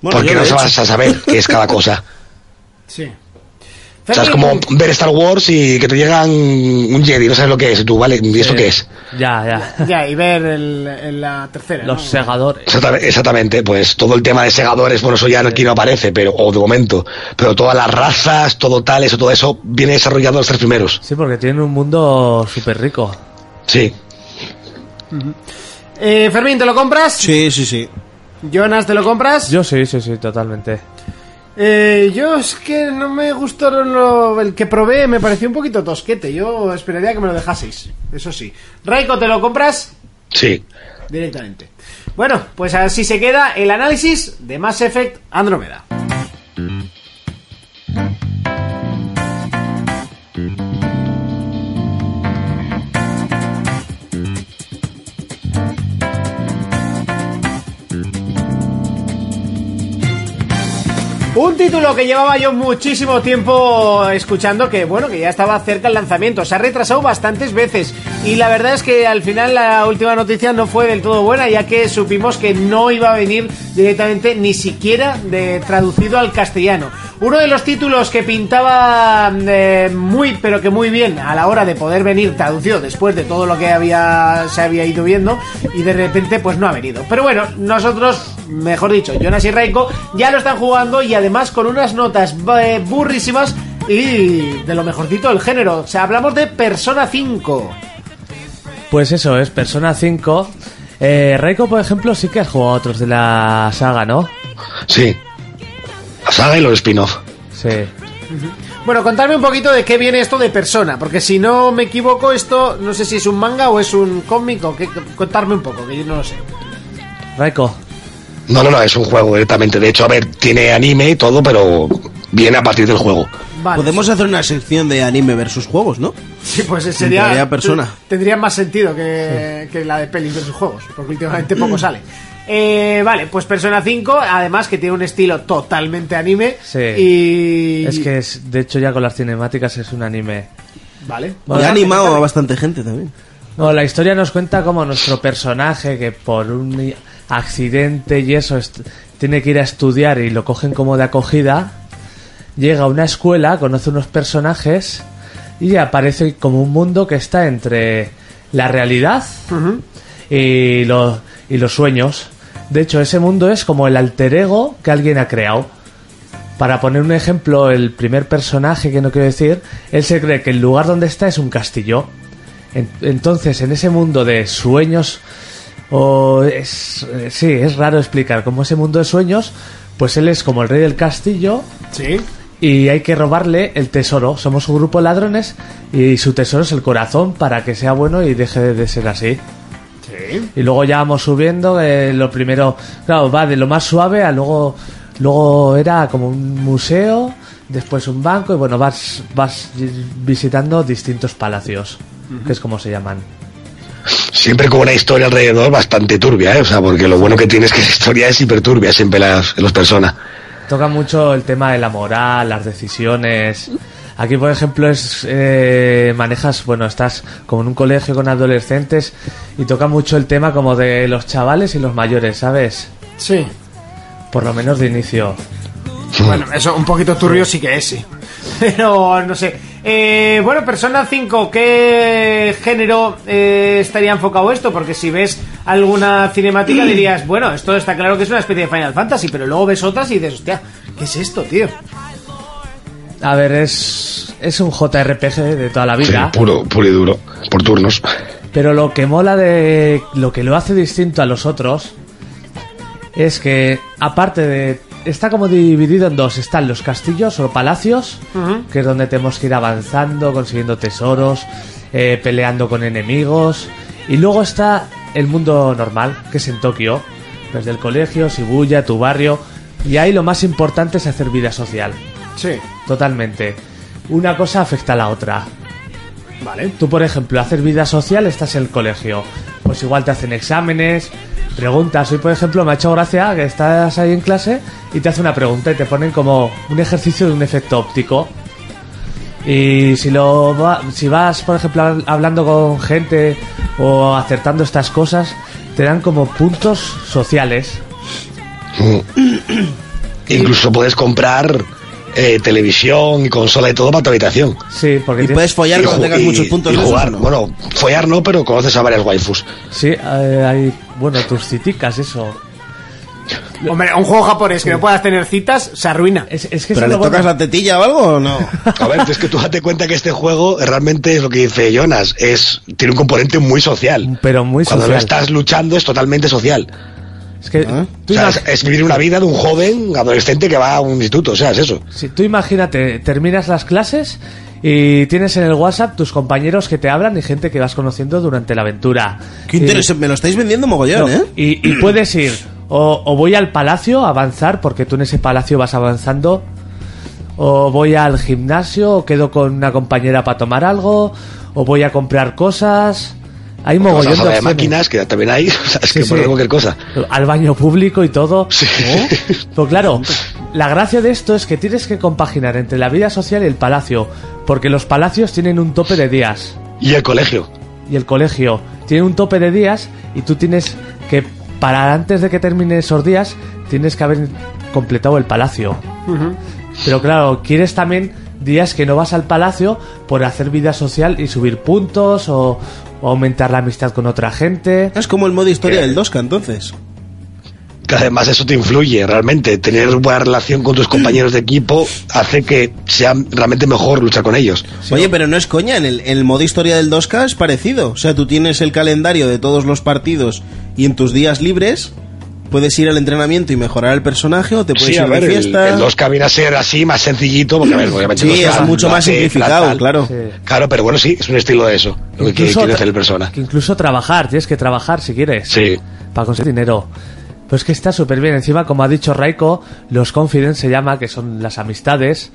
[SPEAKER 3] Bueno,
[SPEAKER 5] Porque
[SPEAKER 3] yo
[SPEAKER 5] no
[SPEAKER 3] lo he
[SPEAKER 5] vas
[SPEAKER 3] hecho.
[SPEAKER 5] a saber qué es cada cosa.
[SPEAKER 2] Sí.
[SPEAKER 5] O sea, es como ver Star Wars y que te llegan un Jedi, no sabes lo que es, y tú, ¿vale? ¿Y esto qué es?
[SPEAKER 4] Ya, ya.
[SPEAKER 2] Ya, y ver el, el- la tercera. ¿no?
[SPEAKER 4] Los segadores.
[SPEAKER 5] Exacta- Exactamente, pues todo el tema de segadores, bueno, eso ya no- aquí no aparece, pero, o de momento, pero todas las razas, todo tal, eso, todo eso, viene desarrollado en los tres primeros.
[SPEAKER 4] Sí, porque tienen un mundo súper rico.
[SPEAKER 5] Sí.
[SPEAKER 2] Eh, Fermín, ¿te lo compras?
[SPEAKER 3] Sí, sí, sí.
[SPEAKER 2] Jonas, ¿te lo compras?
[SPEAKER 4] Yo sí, sí, sí, totalmente.
[SPEAKER 2] Eh, yo es que no me gustó lo- el que probé, me pareció un poquito tosquete. Yo esperaría que me lo dejaseis, eso sí. Raiko, ¿te lo compras?
[SPEAKER 5] Sí.
[SPEAKER 2] Directamente. Bueno, pues así se queda el análisis de Mass Effect Andromeda. Un título que llevaba yo muchísimo tiempo escuchando que, bueno, que ya estaba cerca el lanzamiento. Se ha retrasado bastantes veces. Y la verdad es que al final la última noticia no fue del todo buena, ya que supimos que no iba a venir directamente ni siquiera de, traducido al castellano. Uno de los títulos que pintaba eh, muy, pero que muy bien a la hora de poder venir traducido después de todo lo que había, se había ido viendo y de repente pues no ha venido. Pero bueno, nosotros mejor dicho, Jonas y Reiko ya lo están jugando y además con unas notas eh, burrísimas y de lo mejorcito del género. O sea, hablamos de Persona 5.
[SPEAKER 4] Pues eso es, Persona 5. Eh, Reiko, por ejemplo, sí que has jugado a otros de la saga, ¿no?
[SPEAKER 5] Sí. La saga y los spin-off.
[SPEAKER 4] Sí.
[SPEAKER 2] Bueno, contadme un poquito de qué viene esto de persona, porque si no me equivoco, esto no sé si es un manga o es un cómic o qué. Contarme un poco, que yo no lo sé.
[SPEAKER 4] Raiko.
[SPEAKER 5] No, no, no, es un juego directamente. De hecho, a ver, tiene anime y todo, pero viene a partir del juego.
[SPEAKER 2] Vale.
[SPEAKER 3] Podemos hacer una sección de anime versus juegos, ¿no?
[SPEAKER 2] Sí, pues sería.
[SPEAKER 3] Tendría persona.
[SPEAKER 2] Tendría más sentido que, que la de pelis versus juegos, porque últimamente poco sale. Eh, vale, pues Persona 5, además que tiene un estilo totalmente anime.
[SPEAKER 4] Sí.
[SPEAKER 2] Y.
[SPEAKER 4] Es que, es, de hecho, ya con las cinemáticas es un anime.
[SPEAKER 2] Vale.
[SPEAKER 3] Y ha animado a bastante gente también.
[SPEAKER 4] No, la historia nos cuenta como nuestro personaje que por un i- accidente y eso est- tiene que ir a estudiar y lo cogen como de acogida. Llega a una escuela, conoce unos personajes y aparece como un mundo que está entre la realidad y, lo- y los sueños. De hecho, ese mundo es como el alter ego que alguien ha creado. Para poner un ejemplo, el primer personaje que no quiero decir, él se cree que el lugar donde está es un castillo. En- entonces, en ese mundo de sueños, o es, eh, sí, es raro explicar, como ese mundo de sueños, pues él es como el rey del castillo
[SPEAKER 2] Sí.
[SPEAKER 4] y hay que robarle el tesoro. Somos un grupo de ladrones y su tesoro es el corazón para que sea bueno y deje de, de ser así.
[SPEAKER 2] Sí.
[SPEAKER 4] Y luego ya vamos subiendo, eh, lo primero, claro, va de lo más suave a luego, luego era como un museo, después un banco y bueno, vas, vas visitando distintos palacios, que es como se llaman.
[SPEAKER 5] Siempre con una historia alrededor bastante turbia, ¿eh? O sea, porque lo bueno que tiene es que la historia es hiperturbia siempre las, los personas.
[SPEAKER 4] Toca mucho el tema de la moral, las decisiones. Aquí, por ejemplo, es eh, manejas, bueno, estás como en un colegio con adolescentes y toca mucho el tema como de los chavales y los mayores, ¿sabes?
[SPEAKER 2] Sí.
[SPEAKER 4] Por lo menos de inicio.
[SPEAKER 2] Bueno, eso un poquito turbio sí que es, sí. Pero no sé. Eh, bueno, Persona 5, ¿qué género eh, estaría enfocado esto? Porque si ves alguna cinemática dirías, bueno, esto está claro que es una especie de Final Fantasy, pero luego ves otras y dices, hostia, ¿qué es esto, tío?
[SPEAKER 4] A ver, es, es un JRPG de toda la
[SPEAKER 5] Sí,
[SPEAKER 4] vida.
[SPEAKER 5] puro, puro y duro, por turnos.
[SPEAKER 4] Pero lo que mola de. Lo que lo hace distinto a los otros. Es que, aparte de. Está como dividido en dos: están los castillos o palacios, que es donde tenemos que ir avanzando, consiguiendo tesoros, eh, peleando con enemigos. Y luego está el mundo normal, que es en Tokio: desde el colegio, Shibuya, tu barrio. Y ahí lo más importante es hacer vida social,
[SPEAKER 2] Sí,
[SPEAKER 4] totalmente. Una cosa afecta a la otra.
[SPEAKER 2] vale.
[SPEAKER 4] Tú, por ejemplo, haces vida social, estás en el colegio. Pues igual te hacen exámenes, preguntas. Hoy, por ejemplo, me ha hecho gracia que estás ahí en clase y te hace una pregunta y te ponen como un ejercicio de un efecto óptico. Y si, lo va- si vas, por ejemplo, hab- hablando con gente o acertando estas cosas, te dan como puntos sociales.
[SPEAKER 5] Incluso puedes comprar eh, televisión y consola y todo para tu habitación.
[SPEAKER 4] Sí, porque
[SPEAKER 3] Y
[SPEAKER 4] tienes-
[SPEAKER 3] puedes follar cuando
[SPEAKER 5] ju-
[SPEAKER 3] tengas muchos puntos
[SPEAKER 5] y
[SPEAKER 3] de esos,
[SPEAKER 5] jugar.
[SPEAKER 3] ¿no?
[SPEAKER 5] Bueno, follar no, pero conoces a varias waifus.
[SPEAKER 4] Sí, eh, hay, bueno, tus citicas, eso.
[SPEAKER 2] Hombre, un juego japonés que no puedas tener citas se arruina.
[SPEAKER 4] Es, es que eso
[SPEAKER 3] ¿Pero
[SPEAKER 4] es
[SPEAKER 3] le
[SPEAKER 4] lo bueno.
[SPEAKER 3] tocas la tetilla o algo o no?
[SPEAKER 5] A ver, es que tú date cuenta que este juego realmente es lo que dice Jonas, es tiene un componente muy social.
[SPEAKER 4] Pero muy
[SPEAKER 5] Cuando
[SPEAKER 4] social.
[SPEAKER 5] no estás luchando es totalmente social.
[SPEAKER 4] Es que
[SPEAKER 3] ¿Ah?
[SPEAKER 5] ¿Eh? O
[SPEAKER 4] tú
[SPEAKER 5] sea,
[SPEAKER 4] imag-
[SPEAKER 5] es, es vivir una vida de un joven adolescente que va a un instituto, o sea, es eso.
[SPEAKER 4] Si tú imagínate, terminas las clases y tienes en el WhatsApp tus compañeros que te hablan y gente que vas conociendo durante la aventura.
[SPEAKER 3] Qué
[SPEAKER 4] Y-
[SPEAKER 3] interesante, me lo estáis vendiendo mogollón,
[SPEAKER 4] no,
[SPEAKER 3] ¿eh?
[SPEAKER 4] y, y puedes ir o, o voy al palacio a avanzar porque tú en ese palacio vas avanzando o voy al gimnasio o quedo con una compañera para tomar algo o voy a comprar cosas. Hay
[SPEAKER 5] Pues
[SPEAKER 4] mogollón
[SPEAKER 5] Vas a la
[SPEAKER 4] de
[SPEAKER 5] sala de
[SPEAKER 4] opciones.
[SPEAKER 5] máquinas que también hay, o sea, es
[SPEAKER 4] Sí,
[SPEAKER 5] que
[SPEAKER 4] sí.
[SPEAKER 5] poner cualquier cosa.
[SPEAKER 4] Al baño público y todo.
[SPEAKER 5] Sí.
[SPEAKER 4] ¿Eh? Pero claro, la gracia de esto es que tienes que compaginar entre la vida social y el palacio, porque los palacios tienen un tope de días
[SPEAKER 5] Y el colegio.
[SPEAKER 4] y el colegio tiene un tope de días y tú tienes que para antes de que termine esos días tienes que haber completado el palacio. Pero claro, quieres también días que no vas al palacio por hacer vida social y subir puntos o, o aumentar la amistad con otra gente.
[SPEAKER 3] Es como el modo historia del Dosca, entonces.
[SPEAKER 5] Que además eso te influye realmente. Tener buena relación con tus compañeros de equipo hace que sea realmente mejor luchar con ellos.
[SPEAKER 3] Oye, pero no es coña, en el, en el modo historia del 2K es parecido. O sea, tú tienes el calendario de todos los partidos y en tus días libres Puedes ir al entrenamiento y mejorar el personaje o te puedes
[SPEAKER 5] Sí,
[SPEAKER 3] ir
[SPEAKER 5] a ver,
[SPEAKER 3] de
[SPEAKER 5] el,
[SPEAKER 3] fiesta.
[SPEAKER 5] el 2 que viene a ser así, más sencillito, porque a ver, obviamente
[SPEAKER 3] Sí,
[SPEAKER 5] los
[SPEAKER 3] es
[SPEAKER 5] fans,
[SPEAKER 3] mucho
[SPEAKER 5] la
[SPEAKER 3] más
[SPEAKER 5] tecla,
[SPEAKER 3] simplificado,
[SPEAKER 5] tal.
[SPEAKER 3] claro.
[SPEAKER 4] Sí.
[SPEAKER 5] Claro, pero bueno, sí, es un estilo de eso, lo que quiere
[SPEAKER 4] Incluso
[SPEAKER 5] quiere
[SPEAKER 4] tra-
[SPEAKER 5] hacer el persona.
[SPEAKER 4] Que incluso trabajar, tienes que trabajar si quieres.
[SPEAKER 5] Sí.
[SPEAKER 4] Para conseguir dinero. Pues que está súper bien. Encima, como ha dicho Raiko, los confidence se llama, que son las amistades.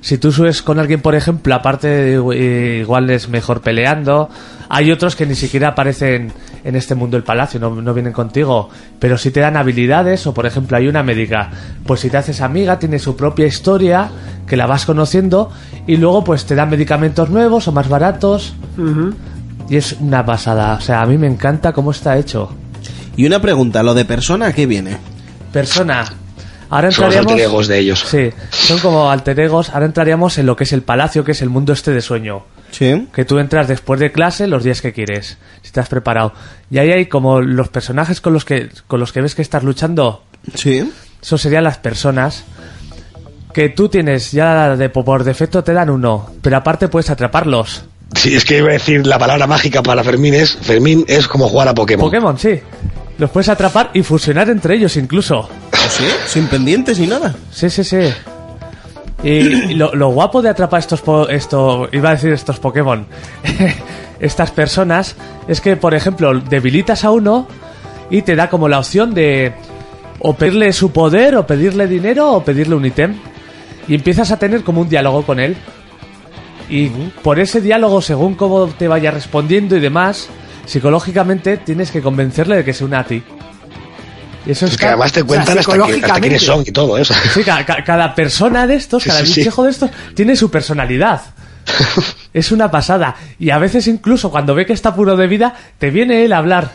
[SPEAKER 4] Si tú subes con alguien, por ejemplo, aparte eh, igual es mejor peleando. Hay otros que ni siquiera aparecen en este mundo del palacio, no, no vienen contigo. Pero si te dan habilidades, o por ejemplo hay una médica, pues si te haces amiga, tiene su propia historia, que la vas conociendo, y luego pues te dan medicamentos nuevos o más baratos. Y es una pasada. O sea, a mí me encanta cómo está hecho.
[SPEAKER 3] Y una pregunta, ¿lo de persona qué viene?
[SPEAKER 4] Persona. Ahora
[SPEAKER 5] Son los
[SPEAKER 4] entraríamos.
[SPEAKER 5] alter egos de ellos.
[SPEAKER 4] Sí, son como alter egos. Ahora entraríamos en lo que es el palacio, que es el mundo este de sueño.
[SPEAKER 3] Sí.
[SPEAKER 4] Que tú entras después de clase los días que quieres, si te has preparado. Y ahí hay como los personajes con los que, con los que ves que estás luchando,
[SPEAKER 3] Sí.
[SPEAKER 4] eso serían las personas que tú tienes ya de por defecto te dan uno, pero aparte puedes atraparlos.
[SPEAKER 5] Sí, es que iba a decir la palabra mágica para Fermín es, Fermín es como jugar a Pokémon.
[SPEAKER 4] Pokémon, sí. Los puedes atrapar y fusionar entre ellos incluso.
[SPEAKER 3] Pues Sí, sin pendientes ni nada.
[SPEAKER 4] Sí, sí, sí. Y, y lo, lo guapo de atrapar estos po- esto iba a decir estos Pokémon, estas personas es que por ejemplo debilitas a uno y te da como la opción de o pedirle su poder o pedirle dinero o pedirle un ítem y empiezas a tener como un diálogo con él y por ese diálogo según cómo te vaya respondiendo y demás psicológicamente tienes que convencerle de que se una a ti. Y eso
[SPEAKER 5] Es que
[SPEAKER 4] está-
[SPEAKER 5] además te cuentan hasta, que- hasta
[SPEAKER 2] psicológicamente.
[SPEAKER 5] quiénes son y todo eso.
[SPEAKER 4] Sí, ca- ca- cada, persona de estos,
[SPEAKER 5] Sí,
[SPEAKER 4] cada
[SPEAKER 5] sí, sí.
[SPEAKER 4] bichejo de estos, tiene su personalidad. es una pasada. Y a veces incluso cuando ve que está puro de vida, te viene él a hablar.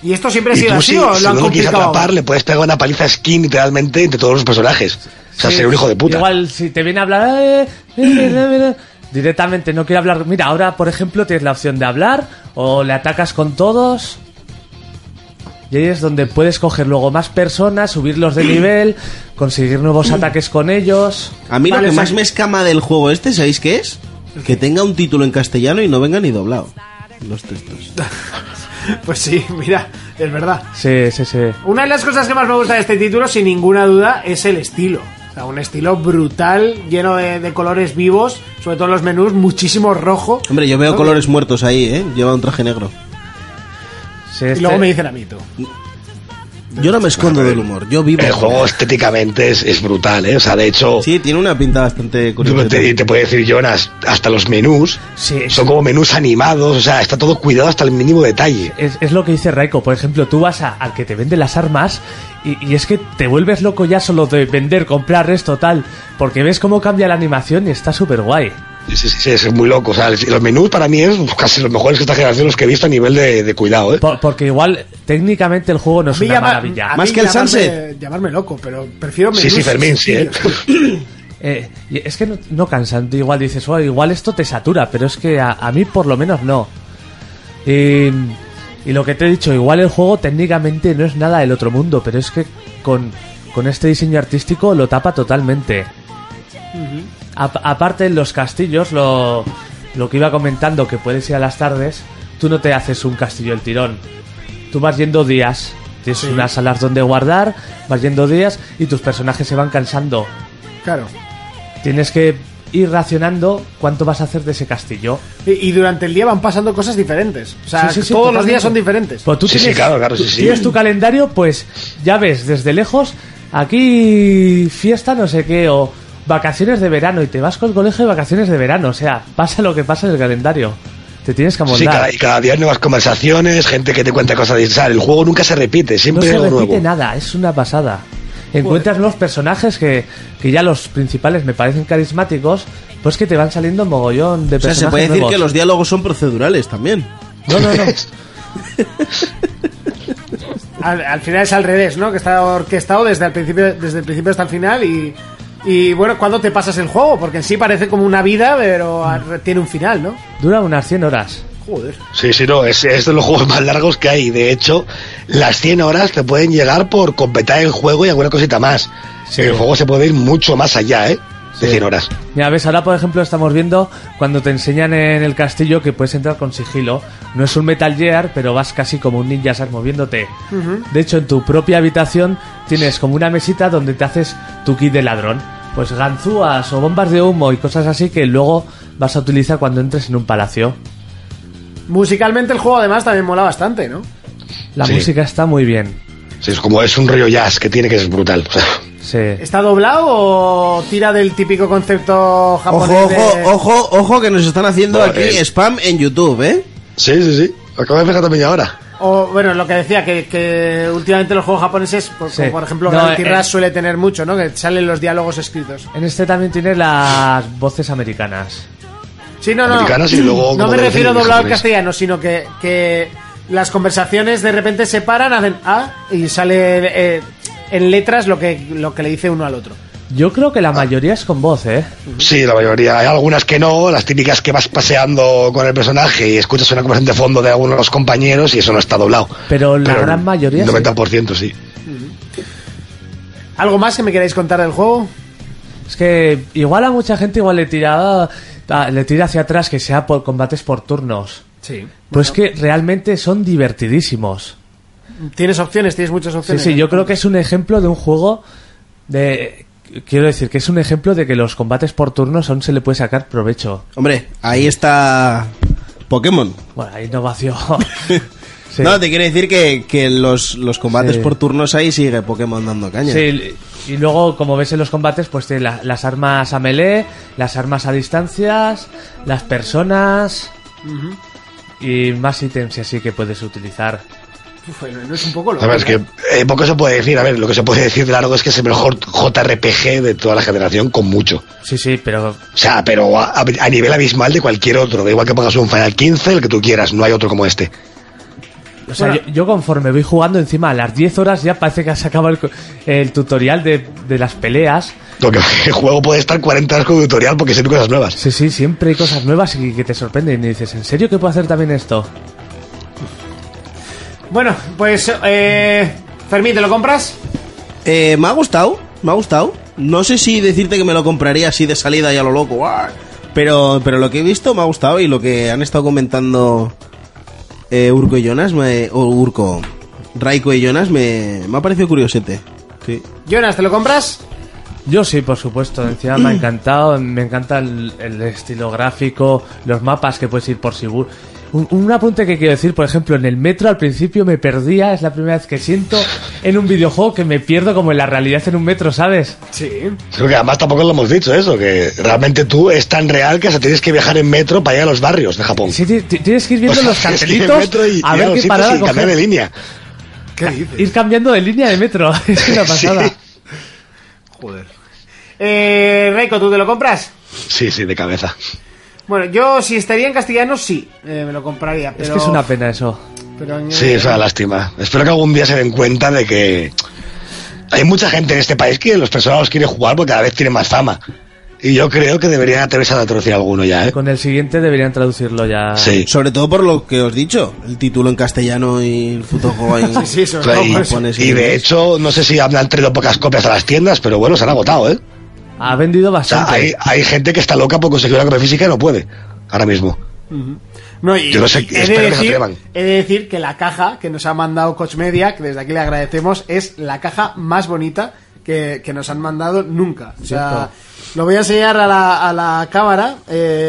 [SPEAKER 2] ¿Y esto siempre ha
[SPEAKER 5] Y
[SPEAKER 2] sido
[SPEAKER 5] tú,
[SPEAKER 2] así
[SPEAKER 5] si,
[SPEAKER 2] o
[SPEAKER 5] si
[SPEAKER 2] lo han
[SPEAKER 5] no lo quieres
[SPEAKER 2] complicado?
[SPEAKER 5] atrapar, le puedes pegar una paliza skin literalmente entre todos los personajes. O sea,
[SPEAKER 4] Sí.
[SPEAKER 5] ser un hijo de puta.
[SPEAKER 4] Igual si te viene a hablar... "Eh, eh, eh, eh, eh", directamente, no quiere hablar. Mira, ahora por ejemplo tienes la opción de hablar o le atacas con todos. Y ahí es donde puedes coger luego más personas, subirlos de nivel, conseguir nuevos ataques con ellos.
[SPEAKER 3] A mí
[SPEAKER 2] Vale,
[SPEAKER 3] lo
[SPEAKER 2] o
[SPEAKER 3] que
[SPEAKER 2] sea-
[SPEAKER 3] más me escama del juego este, ¿sabéis qué es? Que tenga un título en castellano y no venga ni doblado. Los textos.
[SPEAKER 2] Pues sí, mira, es verdad.
[SPEAKER 4] Sí, sí, sí.
[SPEAKER 2] Una de las cosas que más me gusta de este título, sin ninguna duda, es el estilo. O sea, un estilo brutal, lleno de, de colores vivos, sobre todo en los menús, muchísimo rojo.
[SPEAKER 3] Hombre, yo veo
[SPEAKER 2] ¿No?
[SPEAKER 3] colores muertos ahí, ¿eh? Lleva un traje negro.
[SPEAKER 4] Sí,
[SPEAKER 2] Y
[SPEAKER 4] este-
[SPEAKER 2] luego me dicen a mí tú.
[SPEAKER 3] Yo no me escondo del humor, yo vivo.
[SPEAKER 5] El
[SPEAKER 3] con
[SPEAKER 5] juego
[SPEAKER 3] él.
[SPEAKER 5] estéticamente es, es brutal, ¿eh? O sea, de hecho,
[SPEAKER 3] Sí, tiene una pinta bastante curiosa.
[SPEAKER 5] tú te, te puede decir Jonas, hasta los menús
[SPEAKER 4] Sí,
[SPEAKER 5] son como menús animados, o sea, está todo cuidado hasta el mínimo detalle.
[SPEAKER 4] Es, es lo que dice Raiko, por ejemplo, tú vas a- al que te vende las armas y, y es que te vuelves loco ya solo de vender, comprar esto, tal, porque ves cómo cambia la animación y está súper guay.
[SPEAKER 5] Sí, sí, sí, es muy loco. O sea, el- los menús para mí es casi los mejores que esta generación los que he visto a nivel de, de cuidado, ¿eh?
[SPEAKER 4] Por- porque igual técnicamente el juego no es
[SPEAKER 2] A mí
[SPEAKER 4] una
[SPEAKER 2] llama-
[SPEAKER 4] maravilla.
[SPEAKER 2] a mí
[SPEAKER 3] Más que el
[SPEAKER 2] llamarme-
[SPEAKER 3] Sunset.
[SPEAKER 2] Llamarme loco, pero prefiero
[SPEAKER 5] Sí,
[SPEAKER 2] menús
[SPEAKER 5] sí, Fermín, sí, ¿eh?
[SPEAKER 2] sencillos.
[SPEAKER 4] Eh, y es que no, no cansan, igual dices, "Oh, igual esto te satura, pero es que a, a mí por lo menos no. Y, y lo que te he dicho, igual el juego técnicamente no es nada del otro mundo, pero es que con, con este diseño artístico lo tapa totalmente. Ap- aparte en los castillos, lo, lo que iba comentando, que puedes ir a las tardes, tú no te haces un castillo el tirón. Tú vas yendo días. Tienes unas salas donde guardar, vas yendo días y tus personajes se van cansando.
[SPEAKER 2] Claro.
[SPEAKER 4] Tienes que ir racionando cuánto vas a hacer de ese castillo.
[SPEAKER 2] Y, y durante el día van pasando cosas diferentes. O sea,
[SPEAKER 4] Sí, sí, sí,
[SPEAKER 2] todos los
[SPEAKER 4] totalmente.
[SPEAKER 2] días son diferentes.
[SPEAKER 4] Pues tú
[SPEAKER 5] Sí, sí,
[SPEAKER 4] tienes,
[SPEAKER 5] claro, claro, sí,
[SPEAKER 4] tú
[SPEAKER 5] sí.
[SPEAKER 4] tienes tu calendario, pues ya ves desde lejos, aquí fiesta no sé qué, o vacaciones de verano, y te vas con el colegio de vacaciones de verano. O sea, pasa lo que pasa en el calendario. Te tienes que
[SPEAKER 5] Sí,
[SPEAKER 4] amoldar.
[SPEAKER 5] cada, y cada día hay nuevas conversaciones, gente que te cuenta cosas. de- O sea, el juego nunca se repite,
[SPEAKER 4] no
[SPEAKER 5] siempre
[SPEAKER 4] se
[SPEAKER 5] hay algo
[SPEAKER 4] repite
[SPEAKER 5] nuevo.
[SPEAKER 4] nada, es una pasada. Encuentras nuevos personajes que, que ya los principales me parecen carismáticos, pues que te van saliendo mogollón de
[SPEAKER 3] O sea,
[SPEAKER 4] personajes
[SPEAKER 3] se puede decir
[SPEAKER 4] nuevos.
[SPEAKER 3] que los diálogos son procedurales también.
[SPEAKER 4] No, no, no.
[SPEAKER 2] Al, al final es al revés, ¿no? Que está orquestado desde el principio, desde el principio hasta el final y, y bueno, ¿cuándo te pasas el juego? Porque en sí parece como una vida, pero a- tiene un final, ¿no?
[SPEAKER 4] Dura unas 100 horas.
[SPEAKER 2] Joder.
[SPEAKER 5] Sí, sí, no, es, es de los juegos más largos que hay. De hecho, las 100 horas te pueden llegar por completar el juego y alguna cosita más.
[SPEAKER 4] Sí.
[SPEAKER 5] El juego se puede ir mucho más allá, ¿eh? de 100 horas.
[SPEAKER 4] Mira, ves, ahora por ejemplo estamos viendo cuando te enseñan en el castillo que puedes entrar con sigilo. No es un Metal Gear, pero vas casi como un ninja ¿sabes? moviéndote. De hecho, en tu propia habitación tienes como una mesita donde te haces tu kit de ladrón. Pues ganzúas o bombas de humo y cosas así que luego vas a utilizar cuando entres en un palacio.
[SPEAKER 2] Musicalmente el juego además también mola bastante, ¿no?
[SPEAKER 4] La
[SPEAKER 5] Sí.
[SPEAKER 4] música está muy bien.
[SPEAKER 5] Sí, es como es un rollo jazz que tiene que es brutal. O sea,
[SPEAKER 4] Sí.
[SPEAKER 2] ¿Está doblado o tira del típico concepto
[SPEAKER 3] Ojo,
[SPEAKER 2] japonés? de-
[SPEAKER 3] ojo, ojo, ojo, que nos están haciendo
[SPEAKER 5] Vale.
[SPEAKER 3] aquí spam en YouTube, ¿eh?
[SPEAKER 5] sí, sí, sí. Acabo de fijar también ahora.
[SPEAKER 2] O, bueno, lo que decía, que, que últimamente los juegos japoneses, por,
[SPEAKER 4] Sí.
[SPEAKER 2] como por ejemplo,
[SPEAKER 4] No,
[SPEAKER 2] Gravity
[SPEAKER 4] eh,
[SPEAKER 2] Rush suele tener mucho, ¿no? Que salen los diálogos escritos.
[SPEAKER 4] En este también tiene las voces americanas.
[SPEAKER 2] Sí, no, no.
[SPEAKER 5] Americanas y luego
[SPEAKER 2] no
[SPEAKER 5] como
[SPEAKER 2] me
[SPEAKER 5] de
[SPEAKER 2] refiero
[SPEAKER 5] cine
[SPEAKER 2] doblado al
[SPEAKER 5] japonés.
[SPEAKER 2] castellano, sino que, que las conversaciones de repente se paran, hacen ah, y sale eh, en letras lo que, lo que le dice uno al otro.
[SPEAKER 4] Yo creo que la mayoría es con voz, ¿eh?
[SPEAKER 5] Sí, la mayoría. Hay algunas que no, las típicas que vas paseando con el personaje y escuchas una conversación de fondo de algunos compañeros y eso no está doblado.
[SPEAKER 4] Pero la gran mayoría sí.
[SPEAKER 5] 90% sí.
[SPEAKER 2] ¿Algo más que me queráis contar del juego?
[SPEAKER 4] Es que igual a mucha gente igual le tira, ah, le tira hacia atrás que sea por combates por turnos.
[SPEAKER 2] Sí.
[SPEAKER 4] Pues que realmente son divertidísimos.
[SPEAKER 2] Tienes opciones, tienes muchas
[SPEAKER 4] Sí,
[SPEAKER 2] opciones.
[SPEAKER 4] sí, yo creo que es un ejemplo de un juego de... Quiero decir que es un ejemplo de que los combates por turnos aún se le puede sacar provecho.
[SPEAKER 3] Hombre, ahí está Pokémon.
[SPEAKER 4] Bueno, la innovación. Sí.
[SPEAKER 3] No, te quiero decir que, que los, los combates
[SPEAKER 4] Sí.
[SPEAKER 3] por turnos ahí sigue Pokémon dando caña.
[SPEAKER 4] Sí, y luego, como ves en los combates, pues tiene la- las armas a melee, las armas a distancias, las personas y más ítems y así que puedes utilizar.
[SPEAKER 2] Bueno, no es un poco lo
[SPEAKER 5] A ver, es que eh, poco se puede decir. A ver, lo que se puede decir de largo es que es el mejor JRPG de toda la generación con mucho.
[SPEAKER 4] Sí, sí, pero
[SPEAKER 5] O sea, pero a, a nivel abismal de cualquier otro. Da igual que pongas un Final 15, el que tú quieras, no hay otro como este.
[SPEAKER 4] o sea,
[SPEAKER 2] Bueno.
[SPEAKER 4] yo, yo conforme voy jugando encima a las 10 horas ya parece que has acabado el, co- el tutorial de, de las peleas.
[SPEAKER 5] Lo que el juego puede estar 40 horas con tutorial porque se cosas nuevas.
[SPEAKER 4] Sí, sí, siempre hay cosas nuevas y que te sorprenden y dices, ¿en serio que puedo hacer también esto?
[SPEAKER 2] Bueno, pues eh, Fermín, ¿te lo compras?
[SPEAKER 3] Eh, me ha gustado, me ha gustado. No sé si decirte que me lo compraría así de salida y a lo loco, ¡guau! pero, pero lo que he visto me ha gustado y lo que han estado comentando eh, Urco y Jonas, me, o Urco, Raiko y Jonas, me, me ha parecido curiosete. Sí.
[SPEAKER 2] Jonas, ¿te lo compras?
[SPEAKER 4] Yo sí, por supuesto, encima me ha encantado, me encanta el, el estilo gráfico, los mapas que puedes ir por Sibur. Un, un apunte que quiero decir, por ejemplo, en el metro al principio me perdía, es la primera vez que siento en un videojuego que me pierdo como en la realidad en un metro, ¿sabes?
[SPEAKER 2] Sí.
[SPEAKER 5] Creo que además tampoco lo hemos dicho eso, que realmente tú es tan real que hasta tienes que viajar en metro para llegar a los barrios de Japón.
[SPEAKER 4] Sí, ti- ti- tienes que ir viendo
[SPEAKER 5] O sea,
[SPEAKER 4] los
[SPEAKER 5] es que en
[SPEAKER 4] cartelitos
[SPEAKER 5] metro y
[SPEAKER 4] a
[SPEAKER 5] llegar
[SPEAKER 4] ver
[SPEAKER 5] los
[SPEAKER 4] qué
[SPEAKER 5] sitios
[SPEAKER 4] parada
[SPEAKER 5] sin cambiar de
[SPEAKER 4] coger,
[SPEAKER 5] línea.
[SPEAKER 2] ¿Qué dices?
[SPEAKER 4] ir cambiando de línea de metro, es una
[SPEAKER 5] Sí.
[SPEAKER 4] pasada.
[SPEAKER 2] Joder. Eh, Reiko, ¿tú te lo compras?
[SPEAKER 5] Sí, sí, de cabeza.
[SPEAKER 2] Bueno, yo si estaría en castellano, sí, eh, me lo compraría. Pero,
[SPEAKER 4] Es que es una pena eso.
[SPEAKER 2] pero en-
[SPEAKER 5] Sí, es una lástima. Espero que algún día se den cuenta de que hay mucha gente en este país que los personajes quiere jugar porque cada vez tiene más fama. Y yo creo que deberían atreverse a traducir alguno ya, ¿eh?
[SPEAKER 4] Con el siguiente deberían traducirlo ya.
[SPEAKER 5] Sí.
[SPEAKER 3] Sobre todo por lo que os he dicho, el título en castellano y el puto juego en,
[SPEAKER 2] Sí, eso,
[SPEAKER 5] Claro,
[SPEAKER 2] no,
[SPEAKER 5] y-
[SPEAKER 2] pues-
[SPEAKER 3] japonés
[SPEAKER 5] y de
[SPEAKER 3] inglés.
[SPEAKER 5] hecho, no sé si han traído pocas copias a las tiendas, pero bueno, se han agotado, ¿eh?
[SPEAKER 4] Ha vendido
[SPEAKER 5] O sea,
[SPEAKER 4] bastante.
[SPEAKER 5] hay, hay gente que está loca por conseguir una copia física y no puede, ahora mismo.
[SPEAKER 2] no, y-
[SPEAKER 5] yo no sé,
[SPEAKER 2] y he,
[SPEAKER 5] espero
[SPEAKER 2] de
[SPEAKER 5] que se
[SPEAKER 2] decir,
[SPEAKER 5] atrevan.
[SPEAKER 2] he de decir que la caja que nos ha mandado Coach Media, que desde aquí le agradecemos, es la caja más bonita que, que nos han mandado nunca. O sea, lo voy a enseñar a la, a la cámara.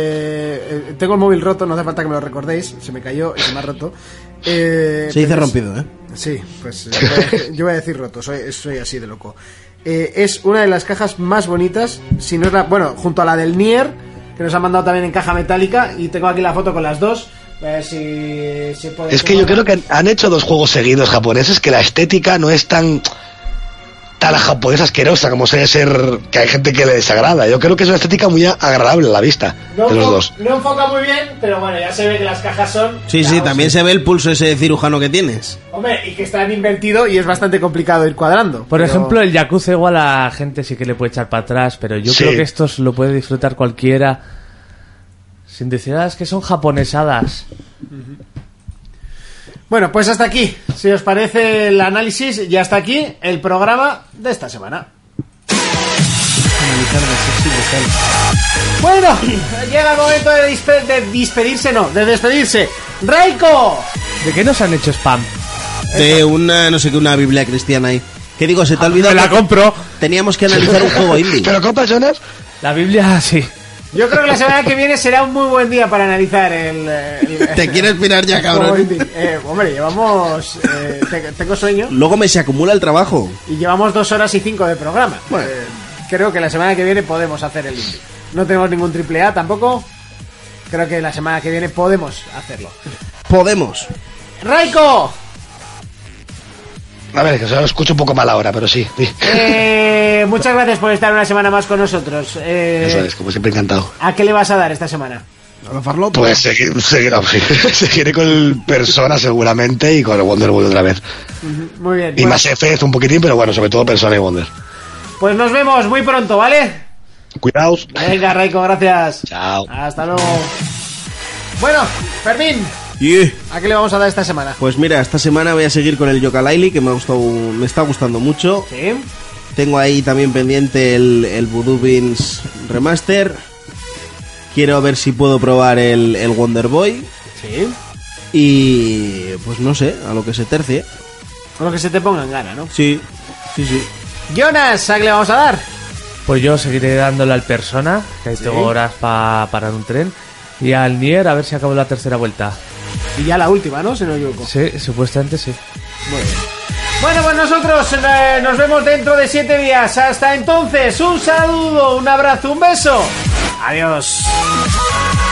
[SPEAKER 2] eh, eh, tengo el móvil roto, no hace falta que me lo recordéis. Se me cayó y se me ha roto. Eh,
[SPEAKER 3] Se dice
[SPEAKER 2] pero es-
[SPEAKER 3] rompido, ¿eh?
[SPEAKER 2] Sí, pues eh, voy a decir- yo voy a decir roto, soy, soy así de loco. Eh, es una de las cajas más bonitas, si no es la, bueno, junto a la del Nier, que nos ha mandado también en caja metálica, y tengo aquí la foto con las dos. A ver si, si puedo
[SPEAKER 5] Es que yo creo que han, han hecho dos juegos seguidos japoneses que la estética no es tan tan japonesa asquerosa como suele ser que hay gente que le desagrada. Yo creo que es una estética muy a- agradable a la vista
[SPEAKER 2] no,
[SPEAKER 5] de los
[SPEAKER 2] enfo-
[SPEAKER 5] dos.
[SPEAKER 2] no enfoca muy bien, pero bueno, ya se ve que las cajas son.
[SPEAKER 3] Sí, sí,
[SPEAKER 2] Claro,
[SPEAKER 3] también se ve el pulso ese cirujano que tienes.
[SPEAKER 2] Hombre, y que están invertido y es bastante complicado ir cuadrando.
[SPEAKER 4] Por
[SPEAKER 2] pero-
[SPEAKER 4] ejemplo, el Yakuza igual a gente sí que le puede echar para atrás, pero yo
[SPEAKER 5] Sí.
[SPEAKER 4] creo que estos lo puede disfrutar cualquiera. Sin decir, "Ah, es que son japonesadas.
[SPEAKER 2] Bueno, pues hasta aquí, si os parece el análisis, y hasta aquí el programa de esta semana.
[SPEAKER 3] dejar de ser sindical.
[SPEAKER 2] Bueno, llega el momento de, dispe- de despedirse, no, de despedirse. ¡Raiko!
[SPEAKER 4] ¿De qué nos han hecho spam?
[SPEAKER 3] De una, no sé qué, una Biblia cristiana ahí. ¿Qué digo? Se te ha olvidado. que
[SPEAKER 4] compro.
[SPEAKER 3] Teníamos que analizar un juego indie.
[SPEAKER 5] ¿Pero compras, Jonas?
[SPEAKER 4] La Biblia, sí.
[SPEAKER 2] Yo creo que la semana que viene será un muy buen día para analizar el. el-
[SPEAKER 3] Te quieres pirar ya,
[SPEAKER 2] Como
[SPEAKER 3] cabrón.
[SPEAKER 2] indie. Eh, hombre, llevamos. eh, te- tengo sueño
[SPEAKER 3] Luego me se acumula el trabajo.
[SPEAKER 2] y llevamos dos horas y cinco de programa. Eh, creo que la semana que viene podemos hacer el indie. No tenemos ningún triple A tampoco. Creo que la semana que viene podemos hacerlo.
[SPEAKER 3] Podemos.
[SPEAKER 2] ¡Raiko!
[SPEAKER 5] A ver, que se lo escucho un poco mal ahora, pero sí. sí.
[SPEAKER 2] eh, muchas gracias por estar una semana más con nosotros. Eh,
[SPEAKER 5] Eso es, como siempre encantado.
[SPEAKER 2] ¿A qué le vas a dar esta semana?
[SPEAKER 5] Pues seguir- seguir- seguiré con el Persona seguramente y con el Wonder Woman otra vez.
[SPEAKER 2] Muy bien. Pues,
[SPEAKER 5] Y
[SPEAKER 2] bueno,
[SPEAKER 5] más eh. F un poquitín, pero bueno, sobre todo Persona y Wonder.
[SPEAKER 2] pues nos vemos muy pronto, ¿vale?
[SPEAKER 5] Cuidaos.
[SPEAKER 2] Venga, Raiko, gracias.
[SPEAKER 5] Chao.
[SPEAKER 2] Hasta luego. Bueno, Fermín,
[SPEAKER 3] Yeah.
[SPEAKER 2] ¿a qué le vamos a dar esta semana?
[SPEAKER 3] Pues mira, esta semana voy a seguir con el Yokalaili, que me ha gustado, me está gustando mucho.
[SPEAKER 2] Sí.
[SPEAKER 3] Tengo ahí también pendiente el, el Voodoo Beans Remaster. Quiero ver si puedo probar el, el Wonder Boy.
[SPEAKER 2] Sí.
[SPEAKER 3] Y pues no sé, a lo que se tercie.
[SPEAKER 2] Con lo que se te ponga en gana, ¿no?
[SPEAKER 3] Sí, sí, sí.
[SPEAKER 2] Jonas, ¿a qué le vamos a dar?
[SPEAKER 4] Pues yo seguiré dándole al Persona, que ahí tengo horas para parar un tren. Y al Nier, a ver si acabo la tercera vuelta.
[SPEAKER 2] Y ya la última, ¿no? Si no me equivoco.
[SPEAKER 4] Sí, supuestamente sí.
[SPEAKER 2] Bueno, pues nosotros eh, nos vemos dentro de siete días. Hasta entonces, un saludo, un abrazo, un beso. Adiós.
[SPEAKER 6] Thank